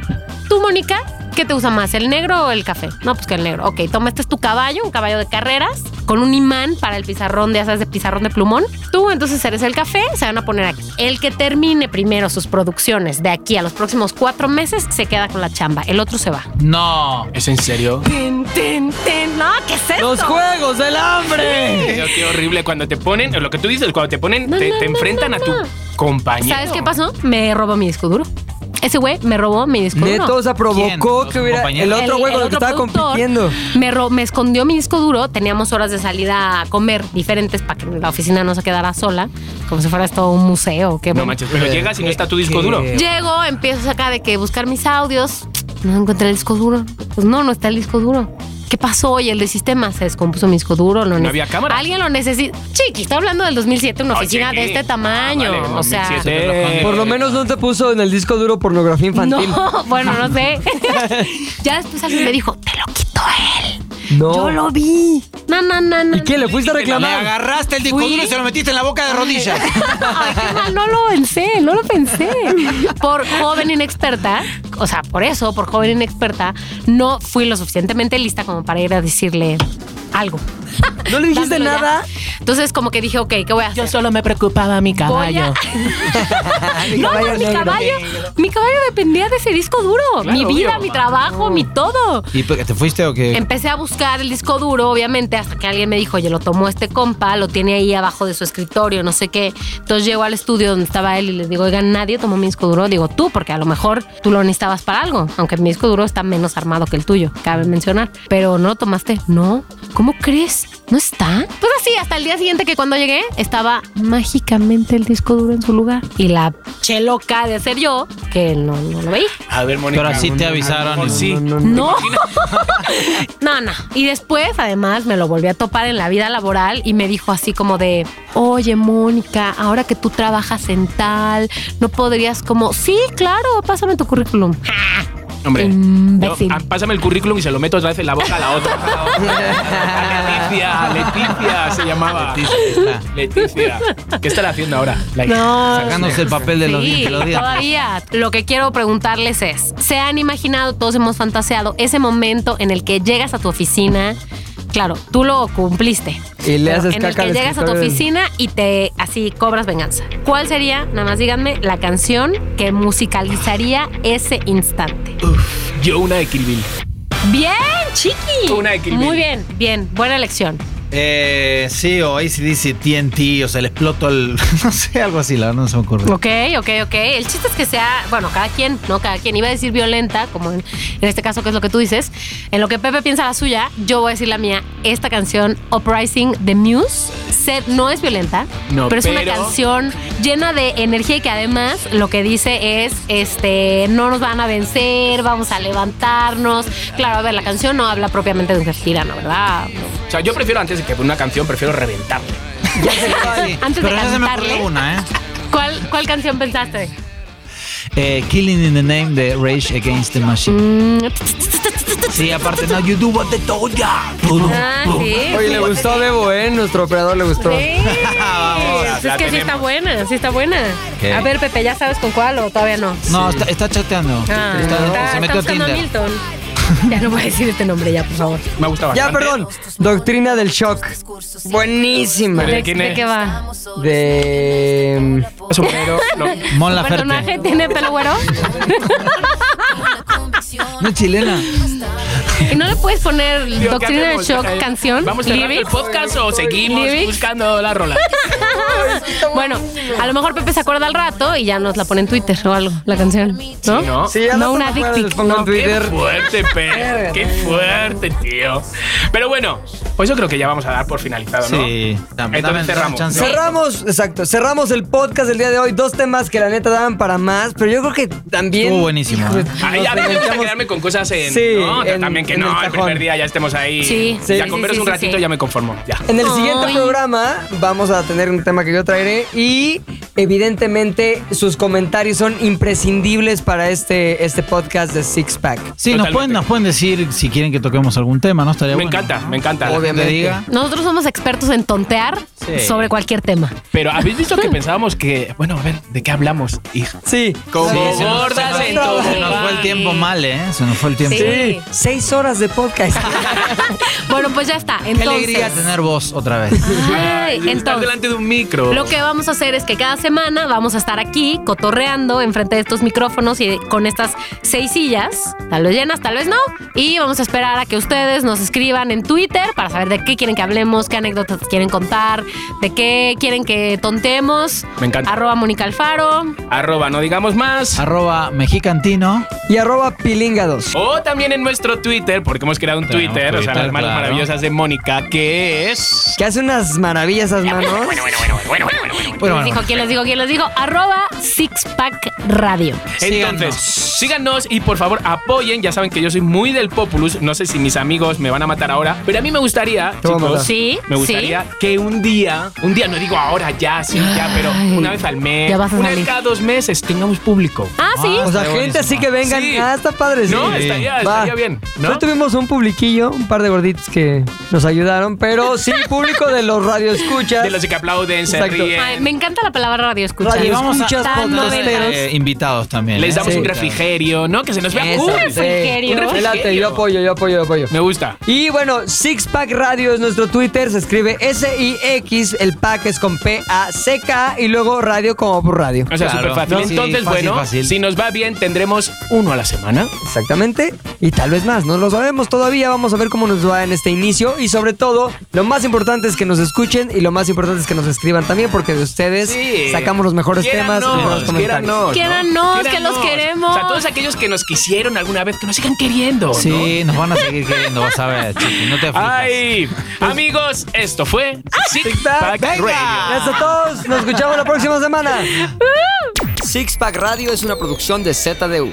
[SPEAKER 4] tú, Mónica, ¿qué te gusta más, el negro o el café? No, pues que el negro. Ok, toma, este es tu caballo, un caballo de carreras, con un imán para el pizarrón, de, ya sabes, de pizarrón de plumón. Tú entonces eres el café, se van a poner aquí. El que termine primero sus producciones de aquí a los próximos cuatro meses se queda con la chamba, el otro se va.
[SPEAKER 5] No.
[SPEAKER 3] ¿Es en serio?
[SPEAKER 4] Tin, tin, tin. No, ¿qué es esto?
[SPEAKER 2] ¡Los juegos del hambre!
[SPEAKER 3] Pero qué horrible cuando te ponen, lo que tú dices, cuando te ponen,
[SPEAKER 4] No,
[SPEAKER 3] te,
[SPEAKER 4] no,
[SPEAKER 3] te
[SPEAKER 4] no,
[SPEAKER 3] enfrentan
[SPEAKER 4] no,
[SPEAKER 3] a
[SPEAKER 4] no.
[SPEAKER 3] tu compañero.
[SPEAKER 4] ¿Sabes qué pasó? Me robó mi disco duro. Ese güey me robó mi disco duro.
[SPEAKER 2] Neto, o sea, provocó
[SPEAKER 5] ¿Quién?
[SPEAKER 2] que hubiera
[SPEAKER 5] ¿Compañero?
[SPEAKER 2] el otro güey con el que
[SPEAKER 4] otro
[SPEAKER 2] estaba
[SPEAKER 4] productor
[SPEAKER 2] compitiendo.
[SPEAKER 4] Me, ro- me escondió mi disco duro. Teníamos horas de salida a comer diferentes para que la oficina no se quedara sola, como si fuera esto un museo. Qué
[SPEAKER 3] No
[SPEAKER 4] bueno.
[SPEAKER 3] manches, pero llegas y no está tu disco
[SPEAKER 2] qué-
[SPEAKER 3] duro.
[SPEAKER 4] Llego, empiezo acá de que buscar mis audios. No encontré el disco duro. Pues no, no está el disco duro. ¿Qué pasó? Oye, el de sistema se descompuso mi disco duro. Lo
[SPEAKER 3] No
[SPEAKER 4] nece-
[SPEAKER 3] había cámara.
[SPEAKER 4] Alguien lo necesita. Chiqui, está hablando del 2007, una
[SPEAKER 3] Ah,
[SPEAKER 4] oficina
[SPEAKER 3] chiqui.
[SPEAKER 4] de este
[SPEAKER 3] Ah,
[SPEAKER 4] tamaño.
[SPEAKER 3] vale,
[SPEAKER 4] o sea,
[SPEAKER 3] 2007.
[SPEAKER 2] Por lo menos no te puso en el disco duro pornografía infantil.
[SPEAKER 4] no, bueno, no sé. ya después alguien me dijo, te lo quitó él.
[SPEAKER 2] No.
[SPEAKER 4] Yo lo vi. No, no, no, no.
[SPEAKER 2] ¿Y qué? ¿Le fuiste a
[SPEAKER 5] Le
[SPEAKER 2] reclamar?
[SPEAKER 5] agarraste el disco
[SPEAKER 4] Fui.
[SPEAKER 5] duro y se lo metiste en la boca de rodillas.
[SPEAKER 4] Ay, qué mal, no lo pensé, no lo pensé. Por joven inexperta, o sea, por eso, por joven inexperta, no fui lo suficientemente lista como para ir a decirle algo.
[SPEAKER 2] ¿No le dijiste
[SPEAKER 4] Dándole ya.
[SPEAKER 2] nada?
[SPEAKER 4] Entonces, como que dije, ok, ¿qué voy a hacer?
[SPEAKER 6] solo me preocupaba mi
[SPEAKER 4] Voy a-
[SPEAKER 2] Mi
[SPEAKER 4] No,
[SPEAKER 2] caballo
[SPEAKER 4] no, mi
[SPEAKER 2] negro.
[SPEAKER 4] caballo, mi caballo dependía de ese disco duro. mi vida,
[SPEAKER 3] obvio.
[SPEAKER 4] mi trabajo, mi todo.
[SPEAKER 5] ¿Y por qué te fuiste o qué?
[SPEAKER 4] Empecé a buscar el disco duro, obviamente, hasta que alguien me dijo, oye, lo tomó este compa, lo tiene ahí abajo de su escritorio, no sé qué. Entonces llego al estudio donde estaba él y les digo, oigan, nadie tomó mi disco duro. Digo, tú, porque a lo mejor tú lo necesitabas para algo, aunque mi disco duro está menos armado que el tuyo, cabe mencionar. Pero no lo tomaste. No, ¿cómo crees? ¿No está? Pues así, hasta el día siguiente que cuando llegué, estaba mágicamente el disco duro en su lugar. Y la cheloca de ser yo, que no, no lo veía.
[SPEAKER 3] A ver, Mónica.
[SPEAKER 5] Pero así te avisaron.
[SPEAKER 3] Por sí.
[SPEAKER 4] No. No, no. Y después, además, me lo volví a topar en la vida laboral y me dijo así como de, oye, Mónica, ahora que tú trabajas en tal, no podrías como, sí, claro, pásame tu currículum.
[SPEAKER 3] Hombre, yo-
[SPEAKER 4] Imbécil.
[SPEAKER 3] ah, pásame el currículum y se lo meto otra vez en la boca a la otra. A Leticia, Leticia se llamaba.
[SPEAKER 5] Está
[SPEAKER 3] Leticia. ¿Qué estará haciendo ahora? La hija.
[SPEAKER 4] No.
[SPEAKER 5] Sacándose el papel de los
[SPEAKER 4] Sí,
[SPEAKER 5] dientes los días.
[SPEAKER 4] todavía. Lo que quiero preguntarles es, ¿se han imaginado, todos hemos fantaseado, ese momento en el que llegas a tu oficina? Claro, tú lo cumpliste.
[SPEAKER 2] Y le
[SPEAKER 4] pero
[SPEAKER 2] haces
[SPEAKER 4] en el
[SPEAKER 2] caca
[SPEAKER 4] que
[SPEAKER 2] al
[SPEAKER 4] llegas a tu
[SPEAKER 2] escritorio.
[SPEAKER 4] oficina y te así cobras venganza. ¿Cuál sería, nada más díganme, la canción que musicalizaría ese instante?
[SPEAKER 3] Yo una de Kill Bill.
[SPEAKER 4] Bien, chiqui.
[SPEAKER 3] Una de Kill Bill.
[SPEAKER 4] Muy bien, bien, buena elección.
[SPEAKER 5] Eh, sí, o ACDC, TNT, o sea, le exploto el. No sé, algo así, la verdad no se me ocurre.
[SPEAKER 4] Ok, ok, ok. El chiste es que sea, bueno, cada quien, ¿no? Cada quien iba a decir violenta, como en, en este caso que es lo que tú dices. En lo que Pepe piensa la suya, yo voy a decir la mía. Esta canción, Uprising de Muse, se- no es violenta,
[SPEAKER 3] No,
[SPEAKER 4] pero es una
[SPEAKER 3] pero-
[SPEAKER 4] canción llena de energía y que además lo que dice es, este, no nos van a vencer, vamos a levantarnos. Claro, a ver, la canción no habla propiamente de un girano, ¿verdad?
[SPEAKER 3] O sea, yo prefiero antes de que poner una canción, prefiero reventarle.
[SPEAKER 4] Antes
[SPEAKER 5] Pero
[SPEAKER 4] de
[SPEAKER 5] ya se me
[SPEAKER 4] cantarle,
[SPEAKER 5] ocurrió una, ¿eh?
[SPEAKER 4] ¿cuál, ¿cuál canción pensaste?
[SPEAKER 5] Eh, Killing in the Name de Rage Against the Machine.
[SPEAKER 4] Mm,
[SPEAKER 5] Sí, aparte, no, you do what they told ya.
[SPEAKER 4] Ah, sí.
[SPEAKER 2] Oye, le gustó a Bebo, ¿eh? Nuestro operador le gustó.
[SPEAKER 4] Sí.
[SPEAKER 5] Ah,
[SPEAKER 4] Pues
[SPEAKER 3] la
[SPEAKER 4] es que sí
[SPEAKER 3] tenemos.
[SPEAKER 4] está buena, sí está buena.
[SPEAKER 5] ¿Qué?
[SPEAKER 4] A ver, Pepe, ¿ya sabes con cuál o todavía no?
[SPEAKER 5] No, está, está chateando.
[SPEAKER 4] Ah,
[SPEAKER 5] Está-
[SPEAKER 4] está,
[SPEAKER 5] se
[SPEAKER 4] está
[SPEAKER 5] metió a
[SPEAKER 4] buscando a
[SPEAKER 5] Tinder.
[SPEAKER 4] Milton. Ya no voy a decir este nombre ya, por favor.
[SPEAKER 3] Me gusta
[SPEAKER 2] Ya,
[SPEAKER 3] bastante.
[SPEAKER 2] perdón. Doctrina del shock. Buenísima.
[SPEAKER 3] ¿De
[SPEAKER 4] ¿De,
[SPEAKER 3] quién
[SPEAKER 4] de
[SPEAKER 3] es?
[SPEAKER 4] qué va?
[SPEAKER 2] De.
[SPEAKER 3] Es un pero, no.
[SPEAKER 5] Mon
[SPEAKER 4] ¿Tu personaje
[SPEAKER 5] Laferte.
[SPEAKER 4] tiene pelo güero?
[SPEAKER 5] No es chilena.
[SPEAKER 4] ¿Y no le puedes poner
[SPEAKER 3] Tío, ¿qué
[SPEAKER 4] Doctrina del
[SPEAKER 3] hacemos?
[SPEAKER 4] Shock canción?
[SPEAKER 3] ¿Vamos a cerrar el
[SPEAKER 4] lyrics?
[SPEAKER 3] podcast o seguimos
[SPEAKER 4] Lyrics.
[SPEAKER 3] buscando la rola?
[SPEAKER 4] Bueno, a lo mejor Pepe se acuerda al rato y ya nos la pone en Twitter o algo, la canción. ¿No?
[SPEAKER 3] ¿no?
[SPEAKER 2] Sí, ya
[SPEAKER 4] No,
[SPEAKER 2] no,
[SPEAKER 4] una
[SPEAKER 2] se acuerdan,
[SPEAKER 4] dick
[SPEAKER 2] les
[SPEAKER 4] pic.
[SPEAKER 2] pongo en
[SPEAKER 4] No, qué
[SPEAKER 3] Qué
[SPEAKER 2] Twitter.
[SPEAKER 3] fuerte, Pedro. Qué fuerte, tío. Pero bueno, pues yo creo que ya vamos a dar por finalizado, ¿no?
[SPEAKER 5] Sí. Dame- dame-
[SPEAKER 3] Entonces
[SPEAKER 5] dame
[SPEAKER 3] cerramos.
[SPEAKER 5] chance.
[SPEAKER 2] Cerramos, exacto, cerramos el podcast del día de hoy. Dos temas que la neta daban para más, pero yo creo que también.
[SPEAKER 5] Estuvo buenísimo, ¿eh?
[SPEAKER 2] nos
[SPEAKER 3] Ahí a mí me gusta
[SPEAKER 2] dedicamos-
[SPEAKER 3] quedarme con cosas en.
[SPEAKER 2] Sí,
[SPEAKER 3] no,
[SPEAKER 2] en-
[SPEAKER 3] también que
[SPEAKER 2] en
[SPEAKER 3] no,
[SPEAKER 2] el
[SPEAKER 3] el, primer
[SPEAKER 2] cajón.
[SPEAKER 3] día ya estemos ahí.
[SPEAKER 4] Sí.
[SPEAKER 2] Sí.
[SPEAKER 3] Ya con
[SPEAKER 4] Sí,
[SPEAKER 3] veros
[SPEAKER 4] sí,
[SPEAKER 3] un
[SPEAKER 4] sí,
[SPEAKER 3] ratito
[SPEAKER 4] sí.
[SPEAKER 3] ya me conformo. Ya.
[SPEAKER 2] En el siguiente
[SPEAKER 4] Ay.
[SPEAKER 2] programa vamos a tener un tema que yo muere y evidentemente sus comentarios son imprescindibles para este, este podcast de Six Pack.
[SPEAKER 5] Sí, nos
[SPEAKER 3] Totalmente.
[SPEAKER 5] pueden, nos pueden decir si quieren que toquemos algún tema, ¿no? Estaría
[SPEAKER 3] Me
[SPEAKER 5] bueno,
[SPEAKER 3] encanta,
[SPEAKER 5] ¿no?
[SPEAKER 3] me encanta.
[SPEAKER 5] Que la gente
[SPEAKER 2] Obviamente.
[SPEAKER 5] diga.
[SPEAKER 4] Nosotros somos expertos en tontear
[SPEAKER 5] Sí.
[SPEAKER 4] sobre cualquier tema.
[SPEAKER 3] Pero habéis visto que pensábamos que, bueno, a ver, ¿de qué hablamos, hija?
[SPEAKER 2] Sí.
[SPEAKER 3] Como
[SPEAKER 5] Sí, se nos-
[SPEAKER 3] gordas
[SPEAKER 2] se
[SPEAKER 3] en
[SPEAKER 2] nos-
[SPEAKER 3] tobogán.
[SPEAKER 5] Se nos fue el tiempo mal, ¿eh? Se nos fue el tiempo.
[SPEAKER 4] Sí.
[SPEAKER 2] Seis horas de podcast.
[SPEAKER 4] Bueno, pues ya está.
[SPEAKER 5] Qué
[SPEAKER 4] Entonces,
[SPEAKER 5] alegría tener voz otra vez.
[SPEAKER 4] Ay,
[SPEAKER 3] Estar
[SPEAKER 4] entonces,
[SPEAKER 3] delante de un micro.
[SPEAKER 4] Lo que vamos a hacer es que cada semana vamos a estar aquí cotorreando enfrente de estos micrófonos y con estas seis sillas, tal vez llenas, tal vez no, y vamos a esperar a que ustedes nos escriban en Twitter para saber de qué quieren que hablemos, qué anécdotas quieren contar, de qué quieren que tontemos.
[SPEAKER 3] Me encanta.
[SPEAKER 4] Arroba Mónica Alfaro.
[SPEAKER 3] Arroba, no digamos más.
[SPEAKER 5] Arroba mexicantino.
[SPEAKER 2] y arroba pilinga 2.
[SPEAKER 3] O también en nuestro Twitter, porque hemos creado un
[SPEAKER 5] Tenemos
[SPEAKER 3] Twitter, o sea,
[SPEAKER 5] Twitter,
[SPEAKER 3] las manos
[SPEAKER 5] claro.
[SPEAKER 3] maravillosas de Mónica, que es...
[SPEAKER 2] Que hace unas maravillas esas manos.
[SPEAKER 5] Bueno,
[SPEAKER 4] les dijo,
[SPEAKER 5] bueno.
[SPEAKER 4] ¿quién les dijo? ¿Quién les dijo? Arroba Sixpack Radio.
[SPEAKER 3] Entonces,
[SPEAKER 5] Síganos.
[SPEAKER 3] síganos y por favor apoyen. Ya saben que yo soy muy del Populus. No sé si mis amigos me van a matar ahora, pero a mí me gustaría,
[SPEAKER 2] Te voy a
[SPEAKER 3] chicos,
[SPEAKER 2] matar.
[SPEAKER 4] Sí,
[SPEAKER 3] me gustaría que un día, un día no digo ahora ya, sí, ya, pero
[SPEAKER 4] Ay,
[SPEAKER 3] una vez al mes,
[SPEAKER 4] ya vas a
[SPEAKER 3] una
[SPEAKER 4] salir.
[SPEAKER 3] vez cada dos meses tengamos público.
[SPEAKER 4] Ah, sí.
[SPEAKER 5] Ah,
[SPEAKER 2] O sea,
[SPEAKER 5] Está
[SPEAKER 2] gente así
[SPEAKER 5] buenísimo.
[SPEAKER 2] que vengan.
[SPEAKER 3] Sí.
[SPEAKER 2] Ah, está padre. sí.
[SPEAKER 3] no, estaría,
[SPEAKER 2] Va.
[SPEAKER 3] estaría bien, ¿no?
[SPEAKER 2] Solo tuvimos un publiquillo, un par de gorditos que nos ayudaron, pero sí, público de los radioescuchas.
[SPEAKER 3] De los que aplauden,
[SPEAKER 2] Ah.
[SPEAKER 3] se
[SPEAKER 2] Exacto.
[SPEAKER 3] ríen.
[SPEAKER 4] Ay, me encanta la palabra radio escucha.
[SPEAKER 5] Y
[SPEAKER 2] Radio
[SPEAKER 5] vamos a
[SPEAKER 2] escuchas,
[SPEAKER 5] otros,
[SPEAKER 4] podcasteros.
[SPEAKER 5] eh, invitados también.
[SPEAKER 3] Les
[SPEAKER 5] ¿eh?
[SPEAKER 3] damos
[SPEAKER 2] Sí,
[SPEAKER 3] un
[SPEAKER 2] claro.
[SPEAKER 3] refrigerio, ¿no? Que se nos vea
[SPEAKER 2] Eso,
[SPEAKER 3] cool.
[SPEAKER 2] sí.
[SPEAKER 4] refrigerio.
[SPEAKER 2] Un Adelante, yo apoyo, yo apoyo, yo apoyo.
[SPEAKER 3] Me gusta.
[SPEAKER 2] Y bueno, Six Pack Radio es nuestro Twitter, se escribe S-I-X, el pack es con P-A-C-K y luego radio como por radio.
[SPEAKER 3] O sea,
[SPEAKER 5] Claro.
[SPEAKER 3] súper fácil.
[SPEAKER 5] No, sí,
[SPEAKER 3] Entonces,
[SPEAKER 5] fácil,
[SPEAKER 3] bueno,
[SPEAKER 5] fácil.
[SPEAKER 3] si nos va bien, tendremos uno a la semana.
[SPEAKER 2] Exactamente. Y tal vez más, no lo sabemos todavía, vamos a ver cómo nos va en este inicio y sobre todo, lo más importante es que nos escuchen y lo más importante es que nos escriban también porque de ustedes
[SPEAKER 3] Sí.
[SPEAKER 2] sacamos los mejores temas,
[SPEAKER 3] Quiéranos,
[SPEAKER 2] los mejores comentarios.
[SPEAKER 3] quiéranos, ¿no?
[SPEAKER 4] Quiéranos, que los
[SPEAKER 3] Quiéranos.
[SPEAKER 4] queremos.
[SPEAKER 3] O sea, todos aquellos que nos quisieron alguna vez, que nos sigan queriendo. ¿no?
[SPEAKER 5] Sí, nos van a seguir queriendo, vas a ver, chiqui, no te aflijas.
[SPEAKER 3] Ay, amigos, esto fue Six Pack
[SPEAKER 2] Ah, Venga.
[SPEAKER 3] Radio.
[SPEAKER 2] Gracias a todos, nos escuchamos la próxima semana. Six Pack Radio es una producción de ZDU.